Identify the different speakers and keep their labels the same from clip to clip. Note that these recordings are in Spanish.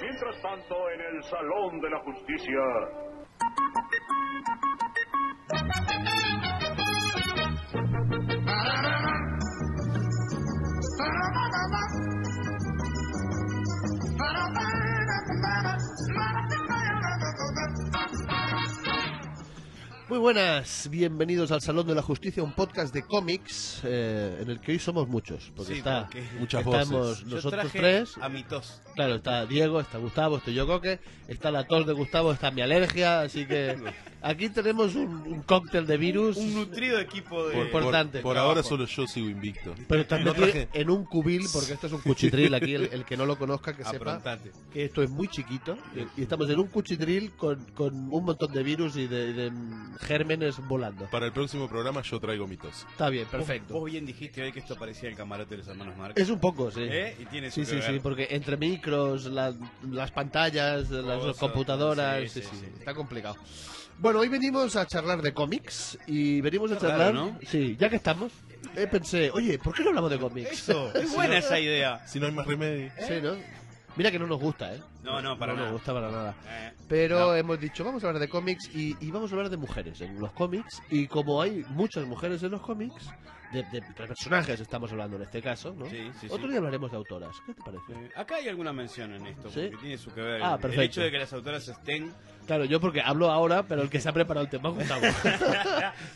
Speaker 1: Mientras tanto, en el Salón de la Justicia.
Speaker 2: Muy buenas, bienvenidos al Salón de la Justicia, un podcast de cómics eh, en el que hoy somos muchos, porque
Speaker 3: Sí,
Speaker 2: está
Speaker 3: porque-
Speaker 4: Muchas
Speaker 2: estamos
Speaker 4: voces.
Speaker 3: Yo
Speaker 2: nosotros
Speaker 3: traje
Speaker 2: tres,
Speaker 3: A mi tos.
Speaker 2: claro, está Diego, está Gustavo, estoy yo Coque, está la tos de Gustavo, está mi alergia, así que aquí tenemos un, un cóctel de virus,
Speaker 3: Un nutrido equipo de.
Speaker 4: Por,
Speaker 2: Importante.
Speaker 4: por- por ahora solo yo sigo invicto.
Speaker 2: pero también
Speaker 4: no traje-
Speaker 2: en un cubil, porque esto es un cuchitril aquí, el, el que no lo conozca que sepa
Speaker 3: Aprontate.
Speaker 2: que esto es muy chiquito y- y estamos en un cuchitril con, con un montón de virus y de, de gérmenes volando.
Speaker 4: Para el próximo programa yo traigo mitos.
Speaker 2: Está bien, perfecto.
Speaker 3: Vos, vos bien dijiste hoy que esto parecía el camarote de los hermanos Marx.
Speaker 2: Es un poco, sí.
Speaker 3: ¿Eh? Y tiene
Speaker 2: Sí,
Speaker 3: su que
Speaker 2: sí, sí,
Speaker 3: ver.
Speaker 2: porque entre micros, la- las pantallas, las
Speaker 3: Cosas,
Speaker 2: computadoras, sí,
Speaker 3: sí, sí,
Speaker 2: sí,
Speaker 3: sí.
Speaker 2: está complicado. Bueno, hoy venimos a charlar de cómics y venimos a
Speaker 3: Qué raro,
Speaker 2: charlar,
Speaker 3: ¿no?
Speaker 2: sí, ya que estamos, eh, pensé, oye, ¿por qué no hablamos de cómics?
Speaker 3: Eso. Es buena esa idea.
Speaker 4: Si no hay más remedio.
Speaker 2: Sí, ¿no? Mira que no nos gusta, ¿eh?
Speaker 3: ¿eh? No, no, para
Speaker 2: no
Speaker 3: nada.
Speaker 2: nos gusta para nada.
Speaker 3: Eh,
Speaker 2: Pero
Speaker 3: No.
Speaker 2: hemos dicho, vamos a hablar de cómics y, y vamos a hablar de mujeres en los cómics. Y como hay muchas mujeres en los cómics, de, de personajes estamos hablando en este caso, ¿no?
Speaker 3: Sí, sí, sí.
Speaker 2: Otro día hablaremos de autoras. ¿Qué te parece?
Speaker 3: eh, Acá hay alguna mención en esto,
Speaker 2: ¿Sí?
Speaker 3: porque tiene su que ver.
Speaker 2: Ah,
Speaker 3: El
Speaker 2: perfecto.
Speaker 3: hecho de que las autoras estén.
Speaker 2: Claro, yo porque hablo ahora, pero el que se ha preparado el tema es Gustavo.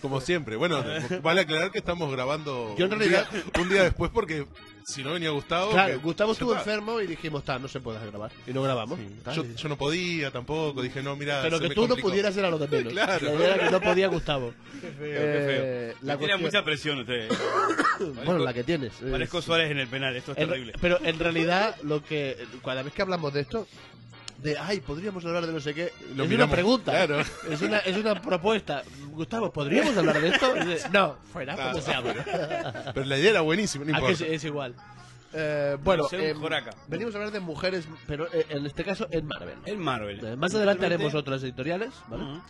Speaker 4: Como siempre. Bueno, vale aclarar que estamos grabando
Speaker 2: Yo en
Speaker 4: un,
Speaker 2: realidad-
Speaker 4: día, un día después porque si no venía Gustavo...
Speaker 2: claro,
Speaker 4: que-
Speaker 2: Gustavo
Speaker 4: ya
Speaker 2: estuvo
Speaker 4: está.
Speaker 2: enfermo y dijimos, está, no se puede grabar. Y no grabamos. Ta,
Speaker 4: Yo,
Speaker 2: sí.
Speaker 4: yo no podía tampoco. Dije, no, mira...
Speaker 2: pero
Speaker 4: se
Speaker 2: que
Speaker 4: me
Speaker 2: tú
Speaker 4: complicó.
Speaker 2: no pudieras era lo de menos.
Speaker 4: Claro.
Speaker 2: La idea era que no podía Gustavo. Eh, la
Speaker 3: La tiene
Speaker 2: cuestión-
Speaker 3: mucha presión ustedes.
Speaker 2: Bueno, la que tienes. eh,
Speaker 3: Parezco Suárez en el penal, esto es
Speaker 2: En-
Speaker 3: terrible.
Speaker 2: pero en realidad, lo que cada vez que hablamos de esto, de ay, podríamos hablar de no sé qué,
Speaker 4: Lo
Speaker 2: es una
Speaker 4: miramos,
Speaker 2: pregunta,
Speaker 4: claro.
Speaker 2: es, una, es una propuesta. Gustavo, ¿podríamos hablar de esto? Y dice, no, fuera, como se habla.
Speaker 4: Pero la idea era buenísima, no
Speaker 2: Ah, que es,
Speaker 4: importa.
Speaker 2: es igual. Eh, bueno,
Speaker 3: Ser un joraca.
Speaker 2: venimos a hablar de mujeres, pero eh, en este caso en Marvel.
Speaker 3: El Marvel.
Speaker 2: Eh, Más adelante
Speaker 3: Realmente-
Speaker 2: haremos otras editoriales, ¿vale?
Speaker 3: Ujú.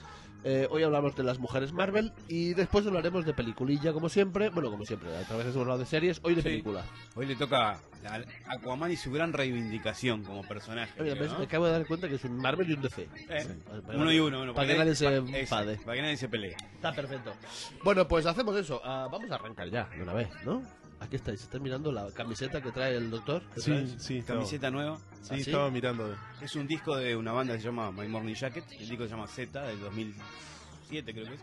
Speaker 2: Eh, hoy hablamos de las mujeres Marvel y después hablaremos de peliculilla, como siempre. Bueno, como siempre, otra vez hemos hablado de series, hoy de
Speaker 3: Sí.
Speaker 2: película.
Speaker 3: Hoy le toca a Aquaman y su gran reivindicación como personaje.
Speaker 2: Oye,
Speaker 3: creo,
Speaker 2: me-
Speaker 3: ¿no?
Speaker 2: me acabo de dar cuenta que es un Marvel y un DC.
Speaker 3: Eh,
Speaker 2: Sí.
Speaker 3: Uno y uno, bueno,
Speaker 2: Para que nadie se
Speaker 3: pa-
Speaker 2: enfade.
Speaker 3: exacto, Para que nadie se pelee.
Speaker 2: Está perfecto. Bueno, pues hacemos eso. Ah, vamos a arrancar ya, de una vez, ¿no? Aquí estáis, estáis mirando la camiseta que trae el doctor. ¿Qué traes?
Speaker 4: Sí, sí, estaba, sí,
Speaker 3: Camiseta nueva.
Speaker 2: ¿Ah, sí?
Speaker 4: estaba mirando.
Speaker 3: Es un disco de una banda que se llama My Morning Jacket. El disco se llama Z del 2007, creo que es.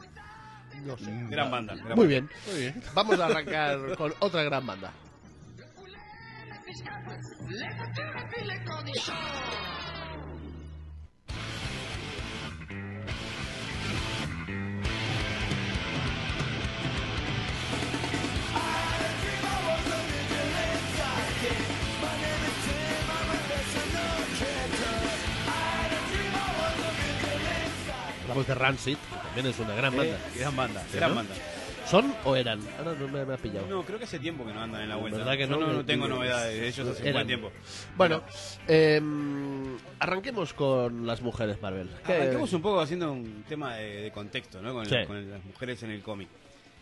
Speaker 2: No sé.
Speaker 3: Gran banda. gran
Speaker 2: Muy
Speaker 3: banda.
Speaker 2: bien.
Speaker 4: Muy bien.
Speaker 2: Vamos a arrancar con otra gran banda. Hablamos de Rancid, que también es una gran banda.
Speaker 3: Eh, gran banda.
Speaker 2: Sí,
Speaker 3: gran
Speaker 2: ¿no?
Speaker 3: banda.
Speaker 2: ¿Son o eran? Ahora no me, me ha pillado.
Speaker 3: No, creo que hace tiempo que no andan en la vuelta.
Speaker 2: ¿Verdad que no? eh,
Speaker 3: Yo no, no tengo novedades de ellos hace un
Speaker 2: Eran.
Speaker 3: buen tiempo.
Speaker 2: Bueno, em, arranquemos con las mujeres Marvel. ¿Qué-
Speaker 3: Arranquemos un poco haciendo un tema de, de contexto, ¿no? Con,
Speaker 2: Sí.
Speaker 3: con el- las mujeres en el cómic.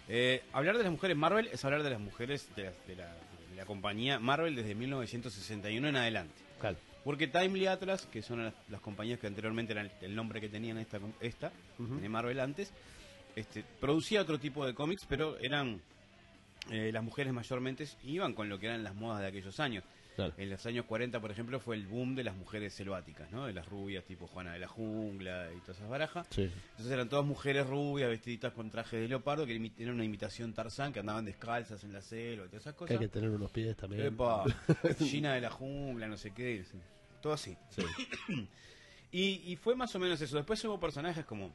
Speaker 3: Eh, hablar de las mujeres Marvel es hablar de las mujeres de la, de la- de la compañía Marvel desde 1961 en adelante.
Speaker 2: Claro.
Speaker 3: Porque Timely Atlas, que son las, las compañías que anteriormente eran el nombre que tenían esta, com- esta
Speaker 2: Ujú.
Speaker 3: de Marvel antes, este, producía otro tipo de cómics, pero eran eh, las mujeres mayormente iban con lo que eran las modas de aquellos años.
Speaker 2: Claro.
Speaker 3: En los años 40, por ejemplo, fue el boom de las mujeres selváticas, ¿no? De las rubias, tipo Juana de la Jungla y todas esas barajas.
Speaker 2: Sí.
Speaker 3: Entonces eran todas mujeres rubias, vestiditas con traje de leopardo, que imi- eran una imitación Tarzán, que andaban descalzas en la selva y todas esas
Speaker 2: Que
Speaker 3: cosas.
Speaker 2: hay que tener unos pies también.
Speaker 3: Epa, China de la jungla, no sé qué, sí. todo así. Y, y fue más o menos eso. Después hubo personajes como,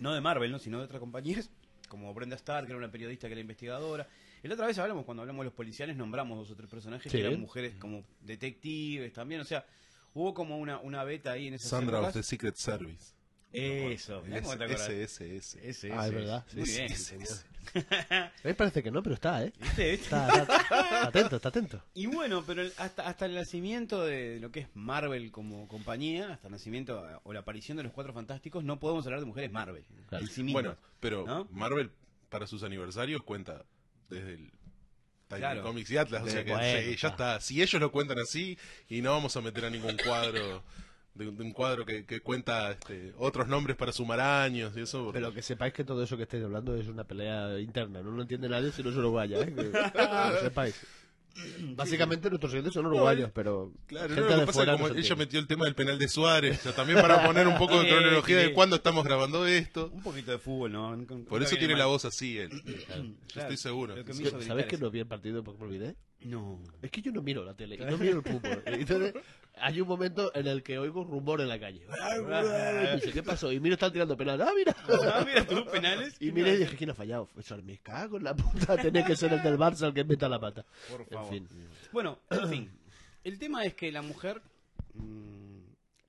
Speaker 3: no de Marvel, ¿no? sino de otras compañías, como Brenda Stark, que era una periodista, que era investigadora. Y la otra vez hablamos, cuando hablamos de los policiales, nombramos dos o tres personajes
Speaker 2: Sí.
Speaker 3: que eran mujeres como detectives también, o sea, Hubo como una, una beta ahí en esas
Speaker 4: Sandra of
Speaker 3: épocas.
Speaker 4: the Secret Service.
Speaker 3: Eso, mirá cómo te acordás.
Speaker 4: Ese, ese, ese.
Speaker 3: Ese,
Speaker 2: Ah, es
Speaker 3: ese,
Speaker 2: verdad.
Speaker 3: ese. Muy bien.
Speaker 4: Ese, ese.
Speaker 2: A mí parece que no, pero está, ¿eh?
Speaker 3: ¿Viste? ¿Viste?
Speaker 2: Está, está- está atento, está atento.
Speaker 3: Y bueno, pero el- hasta, hasta el nacimiento de lo que es Marvel como compañía, hasta el nacimiento eh, o la aparición de los Cuatro Fantásticos, no podemos hablar de mujeres Marvel
Speaker 2: Claro.
Speaker 3: en sí mismas.
Speaker 4: Bueno, pero
Speaker 3: ¿No?
Speaker 4: Marvel para sus aniversarios cuenta desde el Titan
Speaker 3: Claro.
Speaker 4: Comics y Atlas. O
Speaker 2: Desde
Speaker 4: sea que
Speaker 2: bueno,
Speaker 4: sí,
Speaker 2: está.
Speaker 4: ya está. Si ellos lo cuentan así, y no vamos a meter a ningún cuadro. De, de un cuadro que, que cuenta este, otros nombres para sumar años y eso. porque-
Speaker 2: Pero que sepáis que todo eso que estáis hablando es una pelea interna. No lo entiende nadie si no es uruguaya, ¿eh? Que, que lo sepáis. Básicamente nuestros oyentes son uruguayos, pero
Speaker 4: Claro, no,
Speaker 2: gente
Speaker 4: lo que
Speaker 2: de
Speaker 4: pasa es
Speaker 2: fuera
Speaker 4: que
Speaker 2: no
Speaker 4: como
Speaker 2: se
Speaker 4: ella
Speaker 2: entiende.
Speaker 4: metió el tema del penal de Suárez, o sea, también para poner un poco de
Speaker 3: Eh,
Speaker 4: cronología
Speaker 3: sí.
Speaker 4: de cuándo estamos grabando esto.
Speaker 3: un poquito de fútbol, ¿no? Nunca-
Speaker 4: Por
Speaker 3: nunca
Speaker 4: eso
Speaker 3: viene
Speaker 4: tiene la
Speaker 3: mal.
Speaker 4: voz así él. Yo estoy seguro.
Speaker 3: Lo que me
Speaker 4: Sí.
Speaker 3: hizo gritar
Speaker 2: ¿Sabes que
Speaker 3: eso.
Speaker 2: no vi el partido porque me olvidé?
Speaker 3: No.
Speaker 2: Es que yo no miro la tele y no miro el fútbol. Entonces, hay un momento en el que oigo rumor en la calle. Y dice, ¿qué pasó? Y miro, están tirando penal. ¡Ah, mira!
Speaker 3: Ah, mira, tú, penales.
Speaker 2: Y mire, dije, ¿quién ha fallado? Pues me cago en la puta. Tiene que ser el del Barça el que meta la pata.
Speaker 3: Por
Speaker 2: En
Speaker 3: favor.
Speaker 2: fin.
Speaker 3: Bueno, en fin. El tema es que la mujer mm,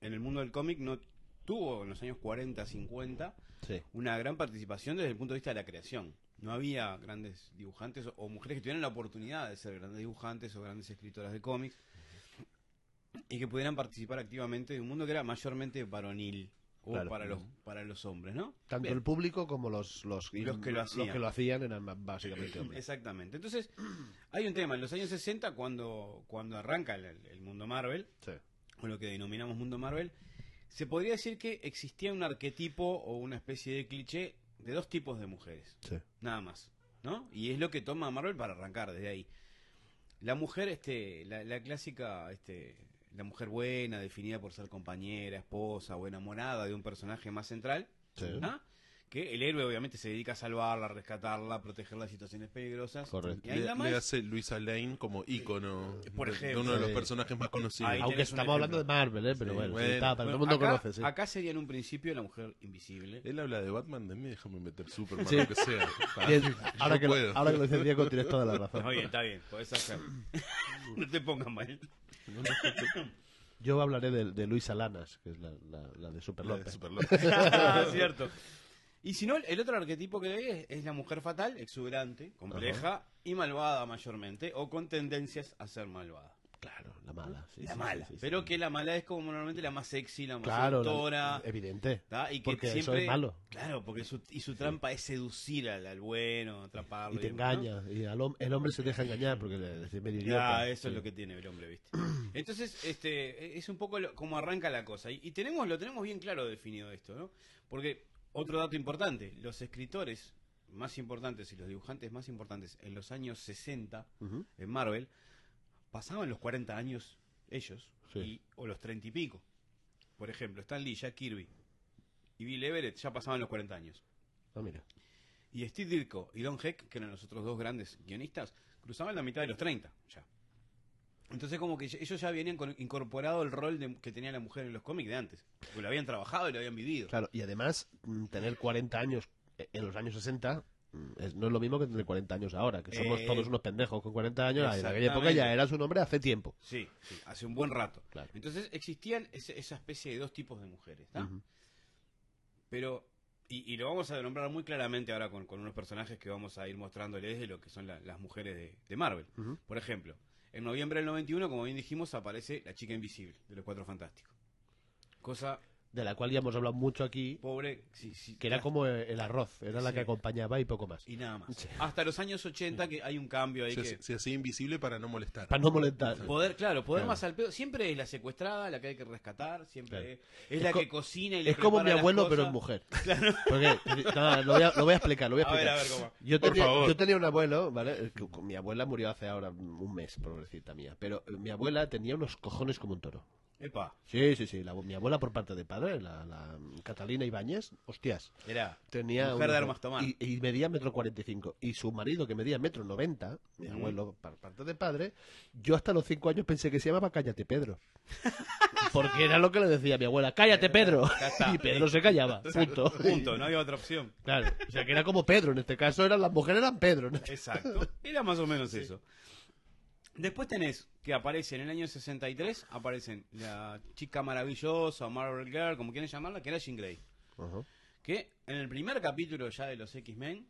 Speaker 3: en el mundo del cómic no tuvo en los años 40, 50
Speaker 2: Sí.
Speaker 3: una gran participación desde el punto de vista de la creación. No había grandes dibujantes o- o mujeres que tuvieran la oportunidad de ser grandes dibujantes o grandes escritoras de cómics y que pudieran participar activamente de un mundo que era mayormente varonil o
Speaker 2: Claro.
Speaker 3: para los para los hombres, ¿no?
Speaker 2: Tanto
Speaker 3: Bien.
Speaker 2: el público como los, los,
Speaker 3: Los que lo hacían.
Speaker 2: los que lo hacían eran básicamente hombres.
Speaker 3: Exactamente. Entonces, hay un tema. En los años 60, cuando, cuando arranca el, el mundo Marvel,
Speaker 2: Sí.
Speaker 3: o lo que denominamos mundo Marvel, se podría decir que existía un arquetipo o una especie de cliché de dos tipos de mujeres.
Speaker 2: Sí.
Speaker 3: Nada más. ¿No? Y es lo que toma Marvel para arrancar desde ahí. La mujer, este, la, la clásica, este, la mujer buena, definida por ser compañera, esposa o enamorada de un personaje más central.
Speaker 2: Sí.
Speaker 3: ¿ah? Que el héroe obviamente se dedica a salvarla, a rescatarla, a protegerla de situaciones peligrosas.
Speaker 2: Correcto.
Speaker 3: Y ahí
Speaker 4: Le,
Speaker 3: la
Speaker 4: le
Speaker 3: más-
Speaker 4: hace Luisa Lane como ícono
Speaker 3: Por
Speaker 4: de- de
Speaker 3: ejemplo.
Speaker 4: uno de los
Speaker 2: Sí.
Speaker 4: personajes más conocidos.
Speaker 3: Ahí
Speaker 2: Aunque
Speaker 3: tenés un
Speaker 2: estamos hablando de
Speaker 3: ejemplo.
Speaker 2: Marvel, ¿eh? pero
Speaker 4: Sí,
Speaker 2: bueno,
Speaker 4: bueno.
Speaker 2: está, pero
Speaker 3: bueno,
Speaker 2: todo el mundo
Speaker 3: acá,
Speaker 2: conoce. sí.
Speaker 3: acá sería en un principio la mujer invisible.
Speaker 4: Él habla de Batman, de mí déjame meter Superman,
Speaker 2: Sí.
Speaker 4: lo que sea. Ah,
Speaker 2: Bien,
Speaker 4: yo
Speaker 2: ahora, que
Speaker 4: puedo.
Speaker 2: lo, ahora que lo dice Diego, tienes toda la razón.
Speaker 3: Está bien, está bien, podés hacer. no te pongas mal.
Speaker 2: Yo hablaré de, de Luisa Lanas, que es la, la- la de Super
Speaker 4: Habla de
Speaker 2: López.
Speaker 4: Super López.
Speaker 3: Ah, cierto. Y si no, el otro arquetipo que hay es, es la mujer fatal, exuberante, compleja y malvada mayormente, o con tendencias a ser malvada.
Speaker 2: Claro, la mala. sí,
Speaker 3: La
Speaker 2: sí,
Speaker 3: mala.
Speaker 2: sí, sí,
Speaker 3: pero
Speaker 2: sí.
Speaker 3: que la mala es como normalmente la más sexy, la más
Speaker 2: Claro, la-
Speaker 3: seductora,
Speaker 2: evidente.
Speaker 3: ¿tá? Y que
Speaker 2: porque eso
Speaker 3: siempre.
Speaker 2: es malo.
Speaker 3: Claro, porque su, y su trampa es seducir al, al bueno, atraparlo.
Speaker 2: Y te
Speaker 3: demás, ¿no?
Speaker 2: engaña. Y al hom- el hombre se deja engañar porque le es medio
Speaker 3: Ah,
Speaker 2: idiota.
Speaker 3: eso es
Speaker 2: Sí.
Speaker 3: lo que tiene el hombre, ¿viste? Entonces, este, es un poco lo- como arranca la cosa. Y, y tenemos, lo tenemos bien claro definido esto, ¿no? Porque, otro dato importante, los escritores más importantes y los dibujantes más importantes en los años 60
Speaker 2: Ujú.
Speaker 3: en Marvel pasaban los 40 años ellos,
Speaker 2: Sí.
Speaker 3: y- o los 30 y pico. Por ejemplo, Stan Lee, Jack Kirby y Bill Everett ya pasaban los 40 años.
Speaker 2: Ah, mira.
Speaker 3: Y Steve Ditko y Don Heck, que eran los otros dos grandes guionistas, cruzaban la mitad de los 30 ya. Entonces como que ellos ya venían con- incorporado el rol de- que tenía la mujer en los cómics de antes. Porque lo habían trabajado y lo habían vivido.
Speaker 2: Claro, y además, mm, tener 40 años eh, en los años 60 mm, es- no es lo mismo que tener 40 años ahora, que somos
Speaker 3: Eh,
Speaker 2: todos unos pendejos con 40 años. Ah, En aquella época ya
Speaker 3: exactamente.
Speaker 2: eras un hombre hace tiempo.
Speaker 3: Sí, sí, hace un buen rato.
Speaker 2: Claro.
Speaker 3: Entonces existían ese- esa especie de dos tipos de mujeres. ¿tá?
Speaker 2: Ujú.
Speaker 3: Pero, y, y lo vamos a nombrar muy claramente ahora con, con unos personajes que vamos a ir mostrándoles de lo que son la- las mujeres de, de Marvel.
Speaker 2: Ujú.
Speaker 3: Por ejemplo, en noviembre del 91, como bien dijimos, aparece la chica invisible de los Cuatro Fantásticos. Cosa
Speaker 2: De la cual ya hemos hablado mucho aquí,
Speaker 3: pobre, sí, sí,
Speaker 2: que era
Speaker 3: tras-
Speaker 2: como eh, el arroz, era la que
Speaker 3: Pues Sí.
Speaker 2: acompañaba y poco más.
Speaker 3: Y nada más.
Speaker 2: Sí.
Speaker 3: Hasta los años 80 que hay un cambio ahí
Speaker 4: Se,
Speaker 3: que...
Speaker 4: hace- se hacía invisible para no molestar.
Speaker 2: Para no molestar.
Speaker 3: Poder, claro, poder
Speaker 2: Claro.
Speaker 3: más al pedo. Siempre es la secuestrada, la que hay que rescatar, siempre
Speaker 2: Claro.
Speaker 3: es, es la
Speaker 2: co-
Speaker 3: que cocina y le
Speaker 2: Es como mi
Speaker 3: prepara las
Speaker 2: abuelo, pero es
Speaker 3: cosas.
Speaker 2: mujer. Porque, eh, no, lo, voy a, lo voy a explicar, lo voy a
Speaker 3: A ver,
Speaker 2: explicar.
Speaker 3: a ver cómo.
Speaker 2: Yo
Speaker 4: Por
Speaker 2: tenía,
Speaker 4: favor.
Speaker 2: yo tenía un abuelo, ¿vale? Eh, que con- Mi abuela murió hace ahora un mes, pobrecita mía. Pero eh, mi abuela tenía unos cojones como un toro.
Speaker 3: Epa,
Speaker 2: Sí, sí, sí. la- mi abuela por parte de padre, la, la Catalina Ibáñez, hostias.
Speaker 3: era...
Speaker 2: Tenía
Speaker 3: Mujer
Speaker 2: unos-
Speaker 3: de armas tomar.
Speaker 2: Y, y medía metro cuarenta y cinco. Y su marido, que medía metro noventa, mi
Speaker 3: Mm.
Speaker 2: abuelo por parte de padre, yo hasta los cinco años pensé que se llamaba Cállate Pedro. Porque era lo que le decía mi abuela, cállate Pedro.
Speaker 3: Ya está.
Speaker 2: Y Pedro se callaba, punto.
Speaker 3: Punto, no había otra opción.
Speaker 2: Claro, o sea que era como Pedro, en este caso eran las mujeres eran Pedro. ¿no?
Speaker 3: Exacto. Era más o menos eso. Después tenés que aparece en el año 63, aparecen la chica maravillosa, Marvel Girl, como quieran llamarla, que era Jean Grey.
Speaker 2: Ajá.
Speaker 3: Que en el primer capítulo ya de los X-Men,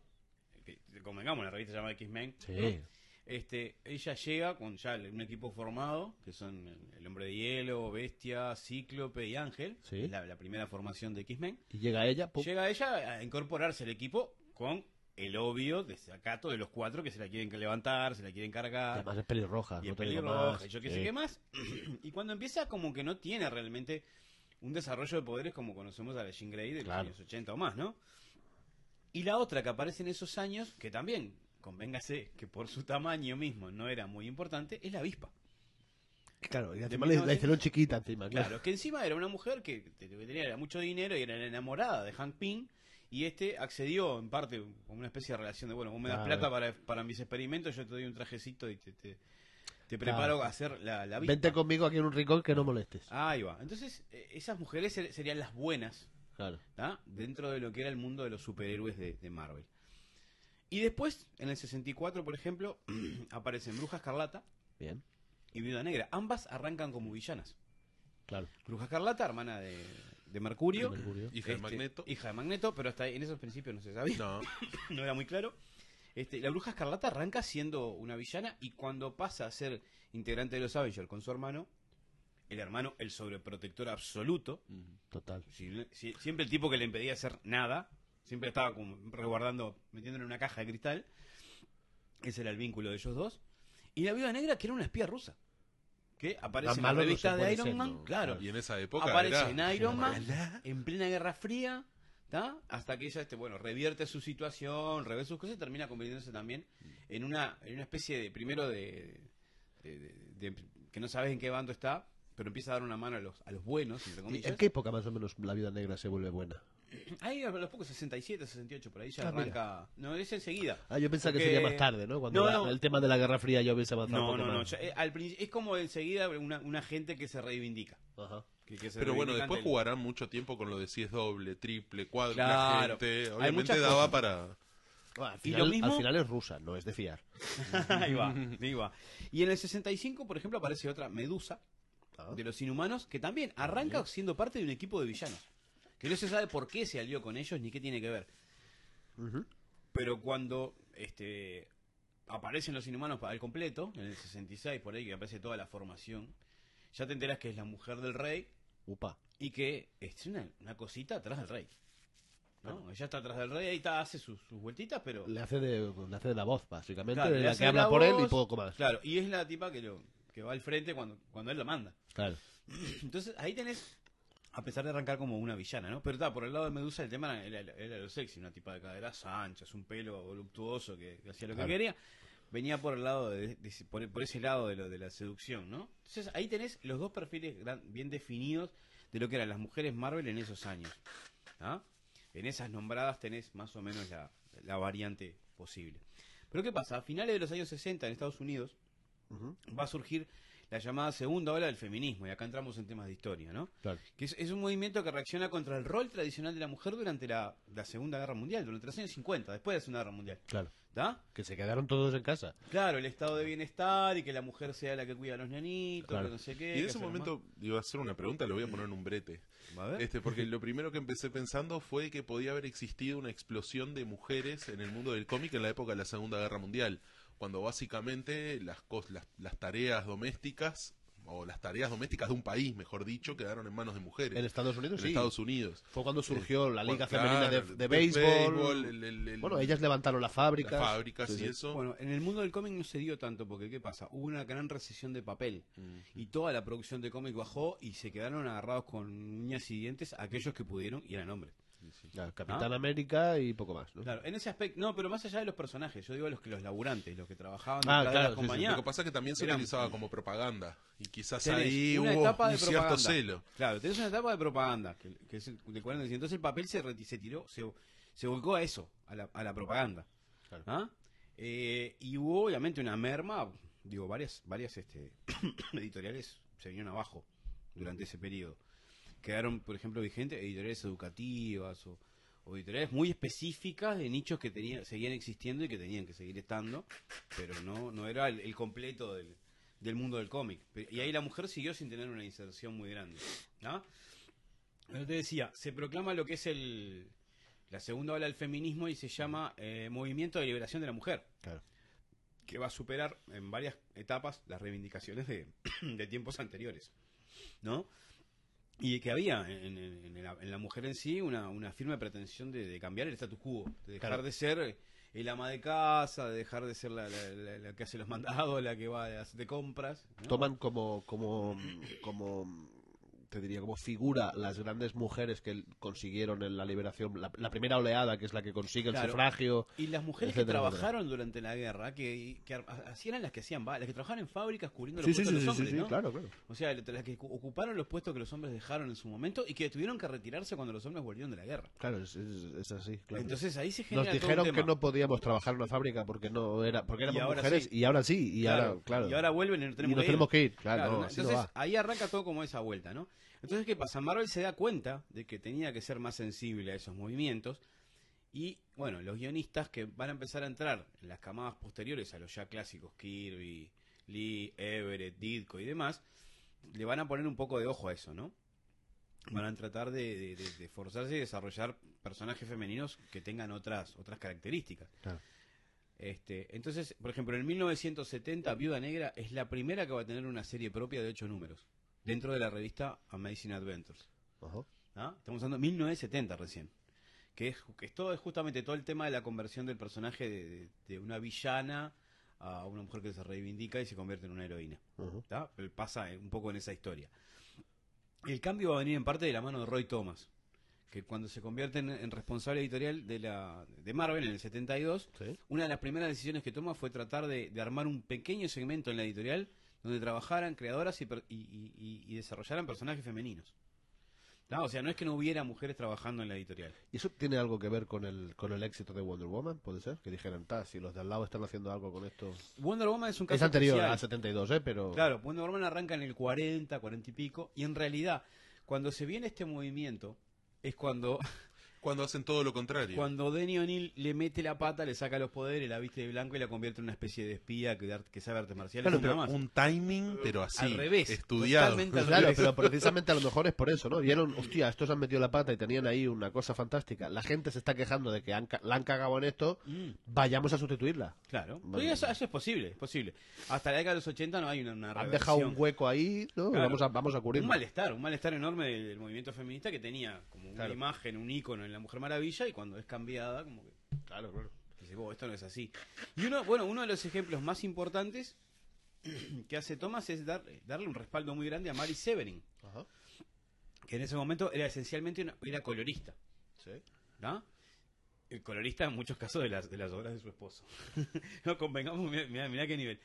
Speaker 3: que convengamos, la revista se llama X-Men,
Speaker 2: Sí.
Speaker 3: este, ella llega con ya un equipo formado, que son el- el Hombre de Hielo, Bestia, Cíclope y Ángel,
Speaker 2: Sí.
Speaker 3: es la, la primera formación de X-Men.
Speaker 2: Y llega ella, pum,
Speaker 3: Llega ella a incorporarse al equipo con el obvio desacato de los cuatro que se la quieren levantar, se la quieren
Speaker 2: y
Speaker 3: cargar.
Speaker 2: además es pelirroja.
Speaker 3: Y
Speaker 2: no
Speaker 3: el
Speaker 2: te digo
Speaker 3: pelirroja,
Speaker 2: más.
Speaker 3: y yo qué
Speaker 2: Sí.
Speaker 3: sé qué más. y cuando empieza, como que no tiene realmente un desarrollo de poderes como conocemos a la Jean Grey de
Speaker 2: Claro.
Speaker 3: los años 80 o más, ¿no? Y la otra que aparece en esos años, que también, convéngase, que por su tamaño mismo no era muy importante, es la avispa.
Speaker 2: Claro, y
Speaker 3: De
Speaker 2: además le- la
Speaker 3: 1900.
Speaker 2: hicieron chiquita encima, claro.
Speaker 3: Claro, que encima era una mujer que te- que tenía era mucho dinero y era la enamorada de Hank Pym. Y este accedió, en parte, como una especie de relación de, bueno, vos me das
Speaker 2: Claro.
Speaker 3: plata para, para mis experimentos, yo te doy un trajecito y te, te- te
Speaker 2: Claro.
Speaker 3: preparo a hacer la, la Ah. avispa.
Speaker 2: Vente conmigo aquí en un rincón que no molestes.
Speaker 3: Ahí va. Entonces, eh, esas mujeres ser- serían las buenas
Speaker 2: Claro.
Speaker 3: ¿tá? dentro de lo que era el mundo de los superhéroes de, de Marvel. Y después, en el 64, por ejemplo, aparecen Bruja Escarlata
Speaker 2: Bien.
Speaker 3: y Viuda Negra. Ambas arrancan como villanas.
Speaker 2: Claro.
Speaker 3: Bruja Escarlata, hermana de, de Mercurio.
Speaker 2: Mercurio.
Speaker 4: Hija de
Speaker 3: Este,
Speaker 4: Magneto.
Speaker 3: Hija de Magneto, pero hasta ahí- en esos principios no se sabía.
Speaker 4: No.
Speaker 3: no era muy claro. Este, la bruja escarlata arranca siendo una villana y cuando pasa a ser integrante de los Avengers con su hermano, el hermano, el sobreprotector absoluto,
Speaker 2: Total.
Speaker 3: si- si- siempre el tipo que le impedía hacer nada, siempre estaba como resguardando, metiéndolo en una caja de cristal, ese era el vínculo de ellos dos, y la viuda negra que era una espía rusa, que aparece
Speaker 2: Tan
Speaker 3: en la
Speaker 2: malo no
Speaker 3: revista
Speaker 2: se
Speaker 3: de
Speaker 2: puede
Speaker 3: Iron
Speaker 2: ser,
Speaker 3: Man,
Speaker 2: no.
Speaker 3: claro,
Speaker 4: Y en esa época
Speaker 3: aparece
Speaker 4: era-
Speaker 3: en Iron Man,
Speaker 4: ¿Verdad?
Speaker 3: en plena Guerra Fría, ¿tá? hasta que ella este, bueno, revierte su situación, revierte sus cosas y termina convirtiéndose también en una, en una especie de, primero de, de- de- de- que no sabes en qué bando está, pero empieza a dar una mano a los, a los buenos, entre
Speaker 2: ¿Y
Speaker 3: comillas.
Speaker 2: ¿En qué época más o menos la vida negra se vuelve buena?
Speaker 3: Ahí a los pocos 67, 68, por ahí ya
Speaker 2: Ah,
Speaker 3: arranca. No, es enseguida.
Speaker 2: Ah, yo pensaba que
Speaker 3: Porque-
Speaker 2: sería más tarde, ¿no? Cuando
Speaker 3: No,
Speaker 2: la-
Speaker 3: no.
Speaker 2: el tema de la Guerra Fría ya hubiese avanzado
Speaker 3: No,
Speaker 2: un
Speaker 3: no,
Speaker 2: poco
Speaker 3: no.
Speaker 2: más.
Speaker 3: ya, eh, al principio- es como enseguida una, una gente que se reivindica.
Speaker 2: Ajá.
Speaker 3: que- que se
Speaker 4: Pero bueno,
Speaker 3: reivindica
Speaker 4: después
Speaker 3: ante el-
Speaker 4: jugarán mucho tiempo con lo de si es doble, triple, cuadro,
Speaker 3: Claro. Hay
Speaker 4: gente.
Speaker 3: muchas
Speaker 4: Obviamente daba
Speaker 3: cosas.
Speaker 4: para.
Speaker 2: Bueno, al,
Speaker 3: Y lo
Speaker 2: final,
Speaker 3: mismo-
Speaker 2: al final es rusa, no es de fiar.
Speaker 3: ahí va, ahí va. Y en el 65, por ejemplo, aparece otra Medusa
Speaker 2: Ah.
Speaker 3: de los inhumanos que también arranca siendo parte de un equipo de villanos. Que no se sabe por qué se alió con ellos ni qué tiene que ver.
Speaker 2: Ujú.
Speaker 3: Pero cuando este aparecen los inhumanos al completo, en el 66 por ahí, que aparece toda la formación, ya te enteras que es la mujer del rey
Speaker 2: Upa.
Speaker 3: y que es una, una cosita atrás del rey. ¿no? Ella está atrás del rey, ahí está, hace sus, sus vueltitas, pero...
Speaker 2: Le hace, de, le hace de la voz, básicamente,
Speaker 3: Claro,
Speaker 2: de
Speaker 3: le
Speaker 2: la
Speaker 3: hace
Speaker 2: que
Speaker 3: de
Speaker 2: habla
Speaker 3: la
Speaker 2: por él y
Speaker 3: voz,
Speaker 2: poco más.
Speaker 3: Claro, y es la tipa que, lo, que va al frente cuando, cuando él la manda.
Speaker 2: Claro.
Speaker 3: Entonces ahí tenés, a pesar de arrancar como una villana, ¿no? Pero está, por el lado de Medusa el tema era, era- era lo sexy, una tipa de caderas anchas, un pelo voluptuoso que, que hacía lo
Speaker 2: Claro.
Speaker 3: que quería. Venía por el lado de, de- por, por ese lado de, lo, de la seducción, ¿no? Entonces ahí tenés los dos perfiles gran- bien definidos de lo que eran las mujeres Marvel en esos años. ¿ah? En esas nombradas tenés más o menos la, la variante posible. Pero ¿qué pasa? A finales de los años 60 en Estados Unidos,
Speaker 2: Ujú.
Speaker 3: va a surgir la llamada segunda ola del feminismo, y acá entramos en temas de historia, ¿no?
Speaker 2: Claro.
Speaker 3: Que es, es un movimiento que reacciona contra el rol tradicional de la mujer durante la, la Segunda Guerra Mundial, durante los años 50, después de la Segunda Guerra Mundial,
Speaker 2: Claro.
Speaker 3: ¿está?
Speaker 2: Que se quedaron todos en casa.
Speaker 3: Claro, el estado de bienestar y que la mujer sea la que cuida a los nenitos,
Speaker 2: Claro.
Speaker 3: que no sé qué.
Speaker 4: Y en
Speaker 3: que
Speaker 4: ese
Speaker 3: hace la
Speaker 4: momento, iba a hacer una pregunta, lo voy a poner en un brete.
Speaker 3: mamá.
Speaker 2: ¿Eh?
Speaker 3: A ver.
Speaker 4: Este, porque lo primero que empecé pensando fue que podía haber existido una explosión de mujeres en el mundo del cómic en la época de la Segunda Guerra Mundial, cuando básicamente las, cos- las, las tareas domésticas, o las tareas domésticas de un país, mejor dicho, quedaron en manos de mujeres
Speaker 2: En Estados Unidos,
Speaker 4: en
Speaker 2: sí.
Speaker 4: Estados Unidos.
Speaker 2: Fue cuando surgió la Liga
Speaker 4: Claro,
Speaker 2: Femenina de, de
Speaker 4: el
Speaker 2: Béisbol.
Speaker 4: el- el- el-
Speaker 2: Bueno, ellas levantaron las
Speaker 4: las
Speaker 2: fábricas.
Speaker 4: fábricas
Speaker 2: Sí,
Speaker 4: y
Speaker 2: sí.
Speaker 4: eso.
Speaker 3: Bueno, en el mundo del cómic no se dio tanto, porque ¿qué pasa? Hubo una gran recesión de papel y toda la producción de cómic bajó y se quedaron agarrados con uñas y dientes aquellos que pudieron y eran hombres.
Speaker 2: Claro, Capitán América y poco más, ¿no?
Speaker 3: Claro, en ese aspecto, no, pero más allá de los personajes, yo digo los que los laburantes, los que trabajaban
Speaker 2: Ah,
Speaker 3: detrás de
Speaker 2: claro, sí,
Speaker 3: las
Speaker 2: sí.
Speaker 3: compañías.
Speaker 4: Lo que pasa es que también se
Speaker 3: Eran-
Speaker 4: utilizaba como propaganda, y quizás
Speaker 3: mm. Tenés
Speaker 4: ahí
Speaker 3: una
Speaker 4: hubo
Speaker 3: etapa de
Speaker 4: un cierto
Speaker 3: propaganda.
Speaker 4: celo.
Speaker 3: Claro, tenés una etapa de propaganda, que, que es el, del 40 al 100. Entonces el papel se, reti- se tiró, se, se volcó a eso, a la, a la propaganda.
Speaker 2: Claro.
Speaker 3: ¿Ah? Eh, y hubo obviamente una merma, digo, varias, varias este, editoriales se vinieron abajo durante ese periodo. Quedaron, por ejemplo, vigentes editoriales educativas o, o editoriales muy específicas de nichos que tenían, seguían existiendo y que tenían que seguir estando, pero no, no era el, el completo del, del mundo del cómic. Pe- Y ahí la mujer siguió sin tener una inserción muy grande. ¿no? Pero te decía, se proclama lo que es el la segunda ola del feminismo y se llama eh, Movimiento de Liberación de la Mujer,
Speaker 2: Claro.
Speaker 3: que va a superar en varias etapas las reivindicaciones de, de tiempos anteriores. ¿No? Y que había en, en- en la, en la mujer en sí una, una firme pretensión de, de cambiar el status quo, de dejar
Speaker 2: Claro.
Speaker 3: de ser el ama de casa, de dejar de ser la, la- la- la que hace los mandados, la que va de, de compras. ¿no?
Speaker 2: Toman como, como, como, te diría, como figura las grandes mujeres que consiguieron en la liberación, la, la primera oleada, que es la que consigue el
Speaker 3: Claro.
Speaker 2: sufragio.
Speaker 3: Y las mujeres que
Speaker 2: Etcétera, etcétera.
Speaker 3: trabajaron durante la guerra, que, que ar- así eran las que hacían, va- las que trabajaban en fábricas cubriendo los
Speaker 2: Sí, sí,
Speaker 3: puestos
Speaker 2: sí,
Speaker 3: de
Speaker 2: sí,
Speaker 3: los hombres,
Speaker 2: sí,
Speaker 3: ¿no?
Speaker 2: claro, claro.
Speaker 3: O sea, las que ocuparon los puestos que los hombres dejaron en su momento y que tuvieron que retirarse cuando los hombres volvieron de la guerra.
Speaker 2: Claro, es, es- es así. claro.
Speaker 3: Entonces ahí se
Speaker 2: Nos
Speaker 3: genera todo un
Speaker 2: dijeron que
Speaker 3: tema.
Speaker 2: no podíamos trabajar en una fábrica porque no era porque éramos
Speaker 3: ahora
Speaker 2: mujeres
Speaker 3: sí.
Speaker 2: y ahora sí y ahora claro
Speaker 3: Y ahora vuelven y nos tenemos,
Speaker 2: Y nos
Speaker 3: que,
Speaker 2: tenemos
Speaker 3: ir.
Speaker 2: que ir, claro, no, así no
Speaker 3: entonces
Speaker 2: va.
Speaker 3: ahí arranca todo como esa vuelta, ¿no? Entonces, ¿qué pasa? Marvel se da cuenta de que tenía que ser más sensible a esos movimientos. Y bueno, los guionistas que van a empezar a entrar en las camadas posteriores a los ya clásicos Kirby, Lee, Everett, Ditko y demás, le van a poner un poco de ojo a eso, ¿no? Van a tratar de, de- de- de forzarse y desarrollar personajes femeninos que tengan otras, otras características.
Speaker 2: Claro.
Speaker 3: Este, entonces, por ejemplo, en 1970, Viuda Negra es la primera que va a tener una serie propia de ocho números, dentro de la revista Amazing Adventures.
Speaker 2: Ajá.
Speaker 3: ¿Ah? Estamos hablando de 1970 recién. Que es, que es todo, es justamente todo el tema de la conversión del personaje de, de- de una villana a una mujer que se reivindica y se convierte en una heroína.
Speaker 2: Ujú.
Speaker 3: ¿tá? Pero Pasa eh, un poco en esa historia. El cambio va a venir en parte de la mano de Roy Thomas, que cuando se convierte en, en responsable editorial de, la, de Marvel en el 72,
Speaker 2: Sí.
Speaker 3: una de las primeras decisiones que toma fue tratar de, de armar un pequeño segmento en la editorial donde trabajaran creadoras y, per- y- y- y- y desarrollaran personajes femeninos. ¿Tá? O sea, no es que no hubiera mujeres trabajando en la editorial.
Speaker 2: y eso tiene algo que ver con el con el éxito de Wonder Woman puede ser que dijeran "Ta, si los de al lado están haciendo algo con esto
Speaker 3: Wonder Woman es un caso
Speaker 2: es anterior
Speaker 3: especial.
Speaker 2: al 72 eh pero
Speaker 3: Claro, Wonder Woman arranca en el 40, 40 y pico, y en realidad, cuando se viene este movimiento, es cuando,
Speaker 4: Cuando hacen todo lo contrario.
Speaker 3: cuando Denny O'Neill le mete la pata, le saca los poderes, la viste de blanco y la convierte en una especie de espía que, de ar- que sabe artes marciales.
Speaker 4: Claro, pero
Speaker 3: nada más.
Speaker 4: un timing, pero así.
Speaker 3: Al revés,
Speaker 4: Estudiado.
Speaker 3: totalmente al
Speaker 2: Pues Claro,
Speaker 3: revés.
Speaker 2: pero precisamente a lo mejor es por eso, ¿no? Vieron, hostia, estos han metido la pata y tenían ahí una cosa fantástica. La gente se está quejando de que han ca- la han cagado en esto,
Speaker 3: Mm.
Speaker 2: vayamos a sustituirla.
Speaker 3: Claro,
Speaker 2: Vale,
Speaker 3: Pero eso,
Speaker 2: vale.
Speaker 3: eso es posible, es posible. Hasta la década de los 80 no hay una, una
Speaker 2: Han dejado
Speaker 3: reversión.
Speaker 2: un hueco ahí, ¿no?
Speaker 3: Claro.
Speaker 2: Vamos a, vamos a cubrirlo.
Speaker 3: Un malestar, un malestar enorme del, del movimiento feminista que tenía como
Speaker 2: Claro.
Speaker 3: una imagen, un ícono en la Mujer Maravilla y cuando es cambiada, como que
Speaker 2: Claro, claro.
Speaker 3: dice, "Oh, esto no es así. Y uno, bueno, uno de los ejemplos más importantes que hace Thomas es dar- eh, darle un respaldo muy grande a Mary Severin,
Speaker 2: Ajá.
Speaker 3: que en ese momento era esencialmente una, era colorista,
Speaker 2: Sí.
Speaker 3: ¿no? El colorista en muchos casos de las, de las obras de su esposo. no convengamos, mirá, mirá- mirá qué nivel.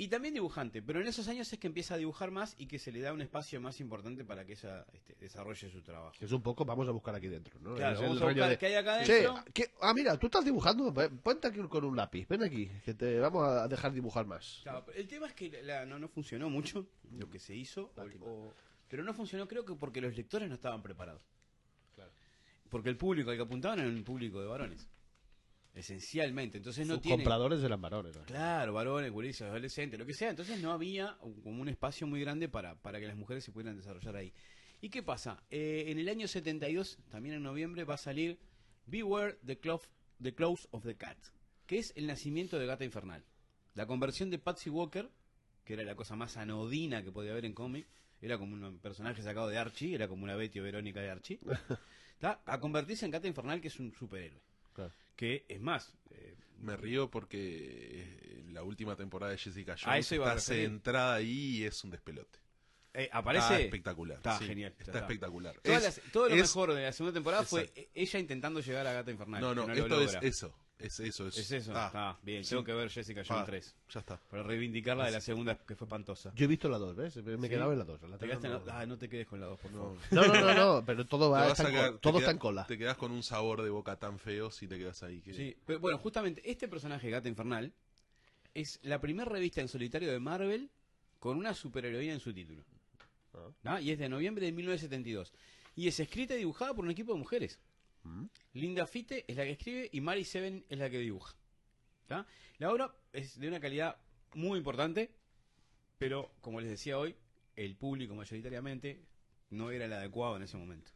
Speaker 3: Y también dibujante, pero en esos años es que empieza a dibujar más y que se le da un espacio más importante para que ella este, desarrolle su trabajo.
Speaker 2: Que es un poco, vamos a buscar aquí dentro, ¿no?
Speaker 3: Claro,
Speaker 2: Es
Speaker 3: vamos
Speaker 2: el
Speaker 3: a
Speaker 2: rollo
Speaker 3: buscar
Speaker 2: de,
Speaker 3: qué hay acá
Speaker 2: "Che,
Speaker 3: adentro.
Speaker 2: ¿qué- ah, mira, tú estás dibujando, ven- ponte aquí con un lápiz, ven aquí, que te vamos a dejar dibujar más.
Speaker 3: Claro, pero el tema es que la- no, no funcionó mucho lo que se hizo, o-
Speaker 2: Lástima.
Speaker 3: o- pero no funcionó creo que porque los lectores no estaban preparados. Porque el público al que apuntaban era un público de varones, esencialmente. Entonces no
Speaker 2: Sus
Speaker 3: tienen...
Speaker 2: compradores eran varones. ¿no?
Speaker 3: Claro, varones, gurises, adolescentes, lo que sea. Entonces no había un- como un espacio muy grande para, para que las mujeres se pudieran desarrollar ahí. ¿Y qué pasa? Eh, en el año 72, también en noviembre, va a salir Beware the, Cloth- the Claws of the Cat, que es el nacimiento de Gata Infernal. La conversión de Patsy Walker, que era la cosa más anodina que podía haber en cómic, era como un personaje sacado de Archie, era como una Betty o Verónica de Archie, ¿tá? a convertirse en Gata Infernal, que es un superhéroe.
Speaker 2: Claro.
Speaker 3: Que es más, eh,
Speaker 4: Me río porque eh, la última temporada de Jessica Jones
Speaker 3: eso iba a
Speaker 4: está
Speaker 3: referir.
Speaker 4: centrada ahí y es un despelote.
Speaker 3: eh,
Speaker 4: Está
Speaker 3: aparece.
Speaker 4: espectacular.
Speaker 3: está
Speaker 4: sí,
Speaker 3: genial, ya
Speaker 4: Está,
Speaker 3: está.
Speaker 4: espectacular.
Speaker 3: Todas
Speaker 4: Es-
Speaker 3: las- todo lo
Speaker 4: es-
Speaker 3: mejor de la segunda temporada fue
Speaker 4: Exacto.
Speaker 3: e- ella intentando llegar a Gata Infernal.
Speaker 4: No, no,
Speaker 3: que
Speaker 4: esto
Speaker 3: lo
Speaker 4: es
Speaker 3: logra.
Speaker 4: eso. Es eso. Es,
Speaker 3: Es eso.
Speaker 4: Ah,
Speaker 3: Está bien,
Speaker 4: sí.
Speaker 3: tengo que ver Jessica
Speaker 4: Ah,
Speaker 3: Jones 3.
Speaker 4: Ya está.
Speaker 3: Para reivindicarla de la segunda que fue espantosa.
Speaker 2: Yo he visto la dos, ¿ves? Me he
Speaker 3: Sí.
Speaker 2: quedado en la dos. en la
Speaker 3: Te
Speaker 2: tres
Speaker 3: quedaste en
Speaker 2: no.
Speaker 3: la- Ah, no te quedes con la 2, por favor.
Speaker 2: No, no, no, no, pero todo
Speaker 4: Te
Speaker 2: va,
Speaker 4: vas
Speaker 2: está,
Speaker 4: a
Speaker 2: en
Speaker 4: quedar-
Speaker 2: col-
Speaker 4: te
Speaker 2: todo
Speaker 4: queda-
Speaker 2: está en cola.
Speaker 4: Te quedas con un sabor de boca tan feo si te quedas ahí. que-
Speaker 3: Sí, pero bueno, justamente este personaje, Gata Infernal, es la primera revista en solitario de Marvel con una superheroína en su título.
Speaker 2: Ah.
Speaker 3: ¿No? Y es de noviembre de 1972. Y es escrita y dibujada por un equipo de mujeres.
Speaker 2: Mm.
Speaker 3: Linda Fite es la que escribe y Mary Seven es la que dibuja. ¿Tá? La obra es de una calidad muy importante. Pero, como les decía hoy, el público mayoritariamente no era el adecuado en ese momento.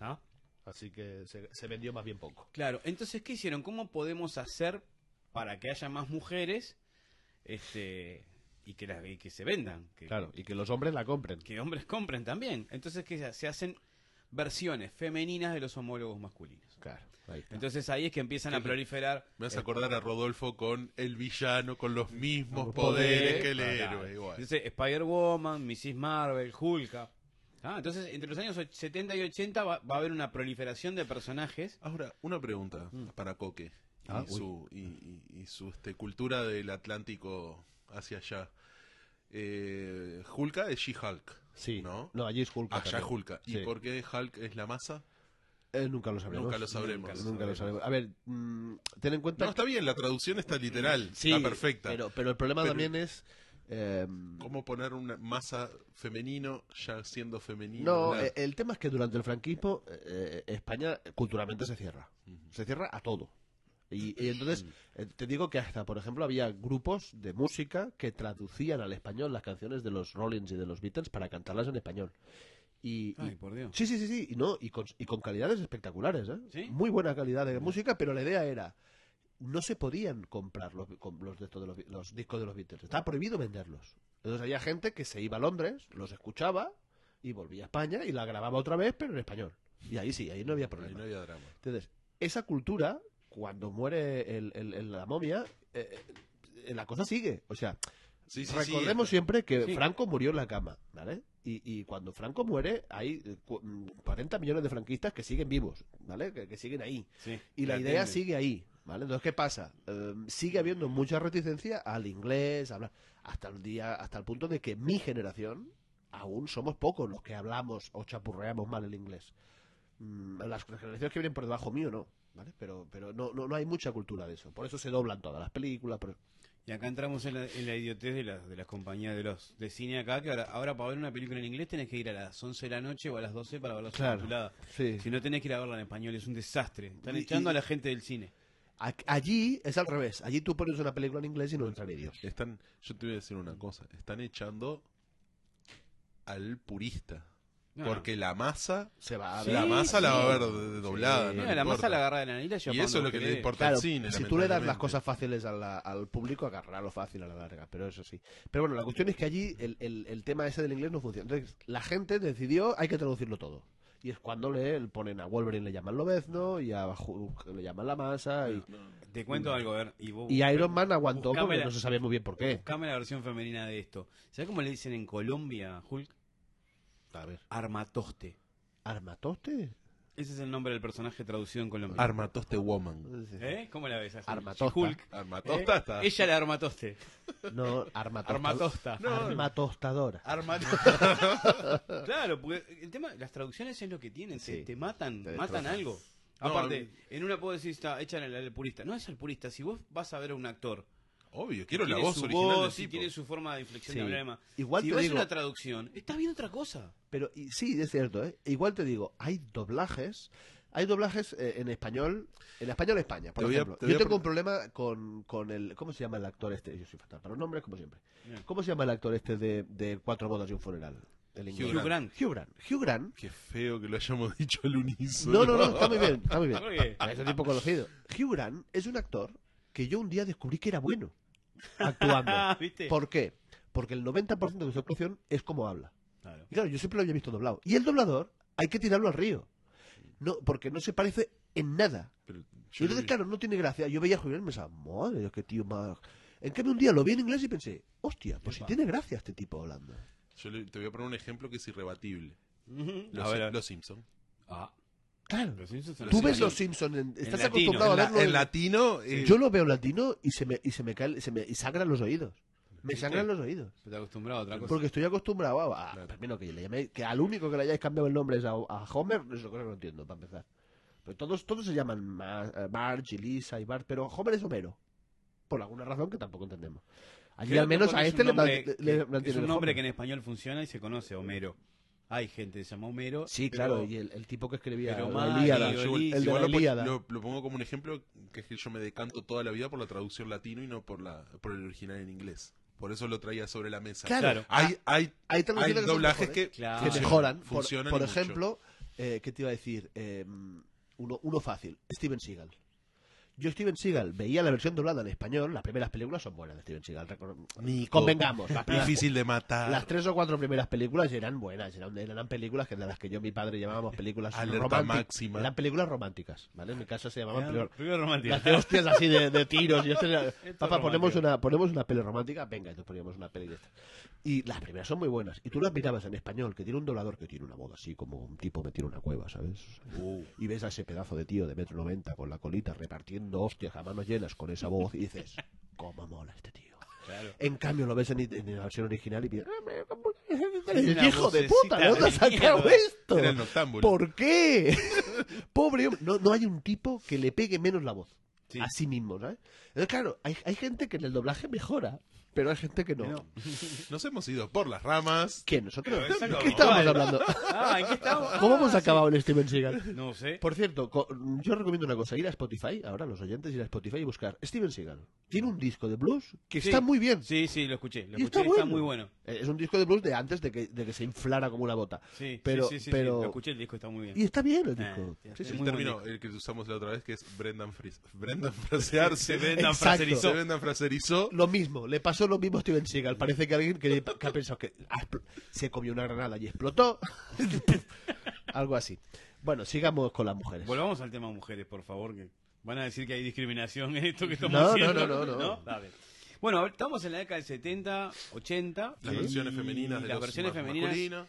Speaker 3: ¿Ah?
Speaker 2: Así que se, se vendió más bien poco.
Speaker 3: Claro, entonces, ¿qué hicieron? ¿Cómo podemos hacer para que haya más mujeres este, y, que las, y que se vendan? Que,
Speaker 2: Claro, y que los hombres la compren.
Speaker 3: que hombres compren también. Entonces, ¿qué se hace? Se hacen versiones femeninas de los homólogos masculinos.
Speaker 2: Claro, ahí está.
Speaker 3: Entonces ahí es que empiezan a
Speaker 4: Sí.
Speaker 3: proliferar. eh,
Speaker 4: Me vas a acordar a Rodolfo con el villano, con los mismos
Speaker 2: Los
Speaker 4: poderes
Speaker 2: poderes,
Speaker 4: que el
Speaker 3: Claro.
Speaker 4: héroe. igual.
Speaker 3: Entonces, Spider-Woman, Mrs. Marvel, Hulka. Ah, entonces, entre los años och- 70 y 80 va, va a haber una proliferación de personajes.
Speaker 4: Ahora, una pregunta para Coque y
Speaker 2: Mm. Ah, uy.
Speaker 4: su, y, y- y su este, cultura del Atlántico hacia allá. Eh, Hulka es She-Hulk.
Speaker 2: Sí.
Speaker 4: ¿No?
Speaker 2: ¿No? allí es Hulk.
Speaker 4: Allá es
Speaker 2: también.
Speaker 4: Hulka. ¿Y
Speaker 2: Sí.
Speaker 4: por qué Hulk es la masa?
Speaker 2: Eh, nunca lo sabremos.
Speaker 4: Nunca lo sabremos.
Speaker 3: Nunca
Speaker 2: Nunca lo sabremos. A ver, mm, ten en cuenta.
Speaker 4: No, está bien, la traducción está literal.
Speaker 2: Mm. Sí,
Speaker 4: está perfecta.
Speaker 2: Pero, pero el problema
Speaker 4: Pero-
Speaker 2: también es. eh,
Speaker 4: ¿Cómo poner una masa femenino ya siendo femenino?
Speaker 2: no,
Speaker 4: Nada.
Speaker 2: eh, el tema es que durante el franquismo eh, España eh, culturalmente se cierra. Se cierra a todo. Y, y entonces eh, te digo que hasta, por ejemplo, había grupos de música que traducían al español las canciones de los Rollins y de los Beatles para cantarlas en español. Y, y-
Speaker 3: Ay, por Dios.
Speaker 2: Sí, sí, sí, sí. Y, no, y, con, y con calidades espectaculares, ¿eh?
Speaker 3: ¿Sí?
Speaker 2: Muy buena calidad de música, pero la idea era... No se podían comprar los, con los, de estos de los, Be- los discos de los Beatles. Estaba prohibido venderlos. Entonces había gente que se iba a Londres, los escuchaba y volvía a España y la grababa otra vez, pero en español. Y ahí sí, ahí no había
Speaker 4: Ahí
Speaker 2: problema.
Speaker 4: no había drama.
Speaker 2: Entonces, esa cultura, cuando muere el- el- el- la momia, eh, eh, la cosa sigue. O sea,
Speaker 4: Sí, sí, sí,
Speaker 2: Recordemos
Speaker 4: está-
Speaker 2: siempre que
Speaker 3: Sí.
Speaker 2: Franco murió en la cama, ¿vale? Y, y cuando Franco muere, hay eh, cu- mm, 40 millones de franquistas que siguen vivos, ¿vale? Que, que siguen ahí.
Speaker 3: Sí,
Speaker 2: Y la,
Speaker 3: la
Speaker 2: idea
Speaker 3: tele.
Speaker 2: sigue ahí, ¿vale? Entonces, ¿qué pasa? Eh, sigue habiendo mucha reticencia al inglés, a hablar, hasta el día, hasta el punto de que mi generación, aún somos pocos los que hablamos o chapurreamos mal el inglés. Mm, Las generaciones que vienen por debajo mío, no. ¿Vale? Pero, pero no, no, no hay mucha cultura de eso. Por eso se doblan todas las películas. por-
Speaker 3: Y acá entramos en la, en la idiotez de las, de las compañías de los de cine acá, que ahora, ahora para ver una película en inglés tenés que ir a las 11 de la noche o a las 12 para verla
Speaker 2: Claro.
Speaker 3: subtitulada.
Speaker 2: Sí.
Speaker 3: Si no tenés que ir a verla en español, es un desastre. Están
Speaker 2: Y- y-
Speaker 3: echando a la gente del cine.
Speaker 2: A- Allí es al revés. Allí tú pones una película en inglés y no entra ni Dios.
Speaker 4: Están, yo te voy a decir
Speaker 2: Mm.
Speaker 4: una cosa. Están echando al purista.
Speaker 2: Ah.
Speaker 3: No,
Speaker 2: Eh,
Speaker 4: porque la masa,
Speaker 2: Se va a
Speaker 3: Sí,
Speaker 2: ver.
Speaker 4: la masa la va a ver
Speaker 2: sí.
Speaker 4: de- doblada.
Speaker 3: no,
Speaker 4: no
Speaker 3: mira,
Speaker 4: le
Speaker 3: la masa
Speaker 4: importa.
Speaker 3: la agarra de la nariz y la lleva
Speaker 4: Y
Speaker 3: para
Speaker 4: eso es
Speaker 3: donde
Speaker 4: lo que le
Speaker 3: quiere.
Speaker 4: importa
Speaker 2: Claro,
Speaker 4: al cine.
Speaker 2: si tú le das las
Speaker 4: lamentablemente.
Speaker 2: cosas fáciles a la- al público, agarrará lo fácil a la larga, pero eso sí. Pero bueno, la cuestión es que allí el, el- el tema ese del inglés no funciona. Entonces, la gente decidió, hay que traducirlo todo. Y es cuando le el- ponen a Wolverine le llaman Lobezno y a Hulk le llaman La Masa y,
Speaker 3: Te cuento algo, a ver. Y, vos,
Speaker 2: y Iron Man aguantó
Speaker 3: Buscame
Speaker 2: porque
Speaker 3: la-
Speaker 2: no se sabía muy bien por qué.
Speaker 3: Buscame la versión femenina de esto. ¿Sabes cómo le dicen en Colombia a Hulk?
Speaker 2: A ver,
Speaker 3: Armatoste.
Speaker 2: ¿Armatoste?
Speaker 3: Ese es el nombre del personaje traducido en Colombia.
Speaker 4: Armatoste Woman.
Speaker 3: ¿Eh? ¿Cómo la ves? así?
Speaker 2: Armatosta.
Speaker 3: Hulk.
Speaker 4: Armatosta
Speaker 3: ¿Eh?
Speaker 4: está.
Speaker 3: Ella la armatoste.
Speaker 2: No, armatosta.
Speaker 3: Armatosta.
Speaker 4: No.
Speaker 2: Armatostadora.
Speaker 3: Armatosta. claro, porque el tema, las traducciones es lo que tienen. Te,
Speaker 2: Sí.
Speaker 3: te matan,
Speaker 2: Te
Speaker 3: matan
Speaker 2: destrozan.
Speaker 3: algo.
Speaker 4: No,
Speaker 3: Aparte,
Speaker 4: a mí-
Speaker 3: en una puedo decir, está, échale al, al purista. No es al purista. Si vos vas a ver a un actor,
Speaker 4: Obvio, quiero la
Speaker 3: tiene
Speaker 4: voz
Speaker 3: su
Speaker 4: original. del
Speaker 3: voz y
Speaker 4: tipo.
Speaker 3: tiene su forma de inflexión
Speaker 2: Sí.
Speaker 3: de problema.
Speaker 2: Igual
Speaker 3: si
Speaker 2: te
Speaker 3: ves
Speaker 2: digo-
Speaker 3: una traducción, estás viendo otra cosa.
Speaker 2: Pero y- sí, es cierto, ¿eh? Igual te digo, hay doblajes. Hay doblajes eh, en español, en español España, por
Speaker 4: Te voy a-
Speaker 2: ejemplo.
Speaker 4: te voy
Speaker 2: Yo
Speaker 4: a
Speaker 2: tengo
Speaker 4: pre-
Speaker 2: un problema con, con el... ¿Cómo se llama el actor este? Yo soy fatal para los nombres, como siempre.
Speaker 3: Bien.
Speaker 2: ¿Cómo se llama el actor este de, de Cuatro bodas y un funeral? El inglés.
Speaker 3: Hugh Grant.
Speaker 2: Hugh Grant. Hugh Grant.
Speaker 4: Qué feo que lo hayamos dicho al unísono.
Speaker 2: No, no, no, está muy bien, está muy bien.
Speaker 3: ¿Por qué?
Speaker 2: Es un tipo conocido. Hugh Grant es un actor que yo un día descubrí que era bueno actuando.
Speaker 3: Ah, ¿viste?
Speaker 2: ¿Por qué? Porque el 90% de su actuación es como habla.
Speaker 3: Claro.
Speaker 2: Y claro, yo siempre lo había visto doblado. Y el doblador hay que tirarlo al río. No, porque no se parece en nada.
Speaker 4: Pero
Speaker 2: Y
Speaker 4: yo
Speaker 2: entonces,
Speaker 4: vi-
Speaker 2: claro, no tiene gracia. Yo veía a Julián y me pensaba, madre, qué tío más. En cambio, un día lo vi en inglés y pensé, hostia, pues si
Speaker 3: Epa.
Speaker 2: tiene gracia este tipo hablando.
Speaker 4: yo le- te voy a poner un ejemplo que es irrebatible.
Speaker 3: Ujú.
Speaker 4: Los,
Speaker 3: A ver, a ver.
Speaker 4: los Simpsons.
Speaker 3: Ah,
Speaker 2: Claro.
Speaker 3: los Simpsons son
Speaker 2: Tú
Speaker 3: así.
Speaker 2: ves los Simpsons, en- estás
Speaker 3: latino,
Speaker 2: acostumbrado
Speaker 4: en, la-
Speaker 2: a verlo.
Speaker 4: en
Speaker 2: en-
Speaker 4: latino. eh,
Speaker 2: Yo lo veo en latino y se me, y se me cae, el- se me, y sangran los oídos. Me sangran los oídos.
Speaker 3: Estás acostumbrado a otra cosa.
Speaker 2: Porque estoy acostumbrado a, a-
Speaker 4: Claro.
Speaker 2: primero que le llamé- que al único que le hayáis cambiado el nombre es a, a Homer, es lo que no entiendo, para empezar. Pero todos, todos se llaman Ma- eh, Marge, y Lisa y Bart, pero Homer es Homero. Por alguna razón que tampoco entendemos. Allí
Speaker 3: Creo
Speaker 2: al
Speaker 3: que
Speaker 2: menos
Speaker 3: porque
Speaker 2: a
Speaker 3: es
Speaker 2: este
Speaker 3: un
Speaker 2: le,
Speaker 3: nombre
Speaker 2: man-
Speaker 3: que-
Speaker 2: le
Speaker 3: es
Speaker 2: mantienen
Speaker 3: un nombre
Speaker 2: Homer.
Speaker 3: que en español funciona y se conoce, Homero. Hay gente que se llama Homero.
Speaker 2: Sí,
Speaker 3: pero-
Speaker 2: claro, y el, el tipo que escribía
Speaker 3: pero
Speaker 2: la
Speaker 3: Maggie,
Speaker 2: Ilíada,
Speaker 3: Oli-
Speaker 4: yo-
Speaker 3: el de
Speaker 2: la
Speaker 4: igual lo, pon-
Speaker 2: Ilíada.
Speaker 4: lo- lo pongo como un ejemplo que es que yo me decanto toda la vida por la traducción latino y no por la por el original en inglés. Por eso lo traía sobre la mesa.
Speaker 2: Claro.
Speaker 3: Claro. Ah.
Speaker 4: Hay, hay,
Speaker 2: Hay
Speaker 4: hay
Speaker 2: traducciones que son
Speaker 4: doblajes
Speaker 2: mejores.
Speaker 4: que,
Speaker 3: Claro.
Speaker 2: que
Speaker 3: Funcionan,
Speaker 2: mejoran. Por,
Speaker 4: Ah, funcionan
Speaker 2: por
Speaker 4: y mucho.
Speaker 2: ejemplo, eh, ¿qué te iba a decir? Eh, uno, uno fácil, Steven Seagal. Yo Steven Seagal veía la versión doblada en español, las primeras películas son buenas de Steven Seagal. recor-
Speaker 4: Nico,
Speaker 2: Convengamos, las primeras-
Speaker 4: Difícil de matar.
Speaker 2: las tres o cuatro primeras películas eran buenas, eran, eran películas que de las que yo y mi padre llamábamos películas
Speaker 4: Alerta
Speaker 2: románticas.
Speaker 4: máxima.
Speaker 2: Eran películas románticas, ¿vale? En mi casa se llamaban
Speaker 3: Ah, Primero
Speaker 2: películas
Speaker 3: romántico.
Speaker 2: las de hostias así de, de tiros y esto era-
Speaker 3: es
Speaker 2: papá ponemos
Speaker 3: romántico.
Speaker 2: una ponemos una peli romántica venga entonces poníamos una peli de esta y las primeras son muy buenas y tú las mirabas en español que tiene un doblador que tiene una voz así como un tipo metido en una cueva sabes
Speaker 4: Uh.
Speaker 2: y ves a ese pedazo de tío de metro noventa con la colita repartiendo hostias a manos llenas con esa voz y dices cómo mola este tío
Speaker 3: Claro.
Speaker 2: en cambio lo ves en, en la versión original y piensas
Speaker 3: Una
Speaker 2: hijo de puta ¿de dónde has
Speaker 3: vocecita de
Speaker 2: sacado
Speaker 3: mierda".
Speaker 2: esto
Speaker 4: Era el noctámbulo.
Speaker 2: ¿Por qué? Pobre hombre. No, no hay un tipo que le pegue menos la voz.
Speaker 3: Sí.
Speaker 2: A sí mismo, ¿sabes? Entonces, claro, hay, hay gente que en el doblaje mejora, pero hay gente que no.
Speaker 3: No.
Speaker 4: Nos hemos ido por las ramas.
Speaker 2: ¿Quién? ¿Nosotros?
Speaker 3: Pero es
Speaker 2: ¿De
Speaker 3: algo
Speaker 2: qué estábamos
Speaker 3: igual.
Speaker 2: hablando?
Speaker 3: Ah, ¿en qué estamos?
Speaker 2: ¿Cómo hemos
Speaker 3: Ah,
Speaker 2: acabado en Steven Seagal?
Speaker 3: sí. No sé.
Speaker 2: Por cierto, co- yo recomiendo una cosa, ir a Spotify, ahora los oyentes, ir a Spotify y buscar Steven Seagal. Tiene un disco de blues que
Speaker 3: Sí.
Speaker 2: está muy bien.
Speaker 3: Sí, sí, lo escuché. Lo
Speaker 2: Y
Speaker 3: escuché,
Speaker 2: está
Speaker 3: está,
Speaker 2: bueno.
Speaker 3: muy bueno.
Speaker 2: Es un disco de blues de antes de que, de que se inflara como una bota.
Speaker 3: Sí, sí,
Speaker 2: Pero-
Speaker 3: sí, sí, sí,
Speaker 2: pero-
Speaker 3: Lo escuché, el disco está muy bien.
Speaker 2: Y está bien el
Speaker 3: Eh,
Speaker 2: disco. Sí,
Speaker 3: sí, es
Speaker 2: sí.
Speaker 4: El
Speaker 3: muy buen
Speaker 4: término
Speaker 3: disco.
Speaker 4: el que usamos la otra vez que es Brendan Fris- Brendan frasearse.
Speaker 3: Brendan
Speaker 2: Exacto.
Speaker 3: fraserizó.
Speaker 4: Se Brendan fraserizó.
Speaker 2: Lo mismo, le pasó lo mismo a Steven Seagal. Parece que alguien que, que ha pensado que ha expl- se comió una granada y explotó. Algo así. Bueno, sigamos con las mujeres.
Speaker 3: Volvamos al tema mujeres, por favor, que van a decir que hay discriminación en esto que estamos
Speaker 2: No, no,
Speaker 3: haciendo.
Speaker 2: no, no, no.
Speaker 3: Dale. Bueno, a ver, estamos en la década del 70, 80.
Speaker 4: Las
Speaker 3: y
Speaker 4: versiones femeninas de
Speaker 3: las
Speaker 4: los
Speaker 3: versiones
Speaker 4: más
Speaker 3: femeninas, eh,
Speaker 4: masculinos.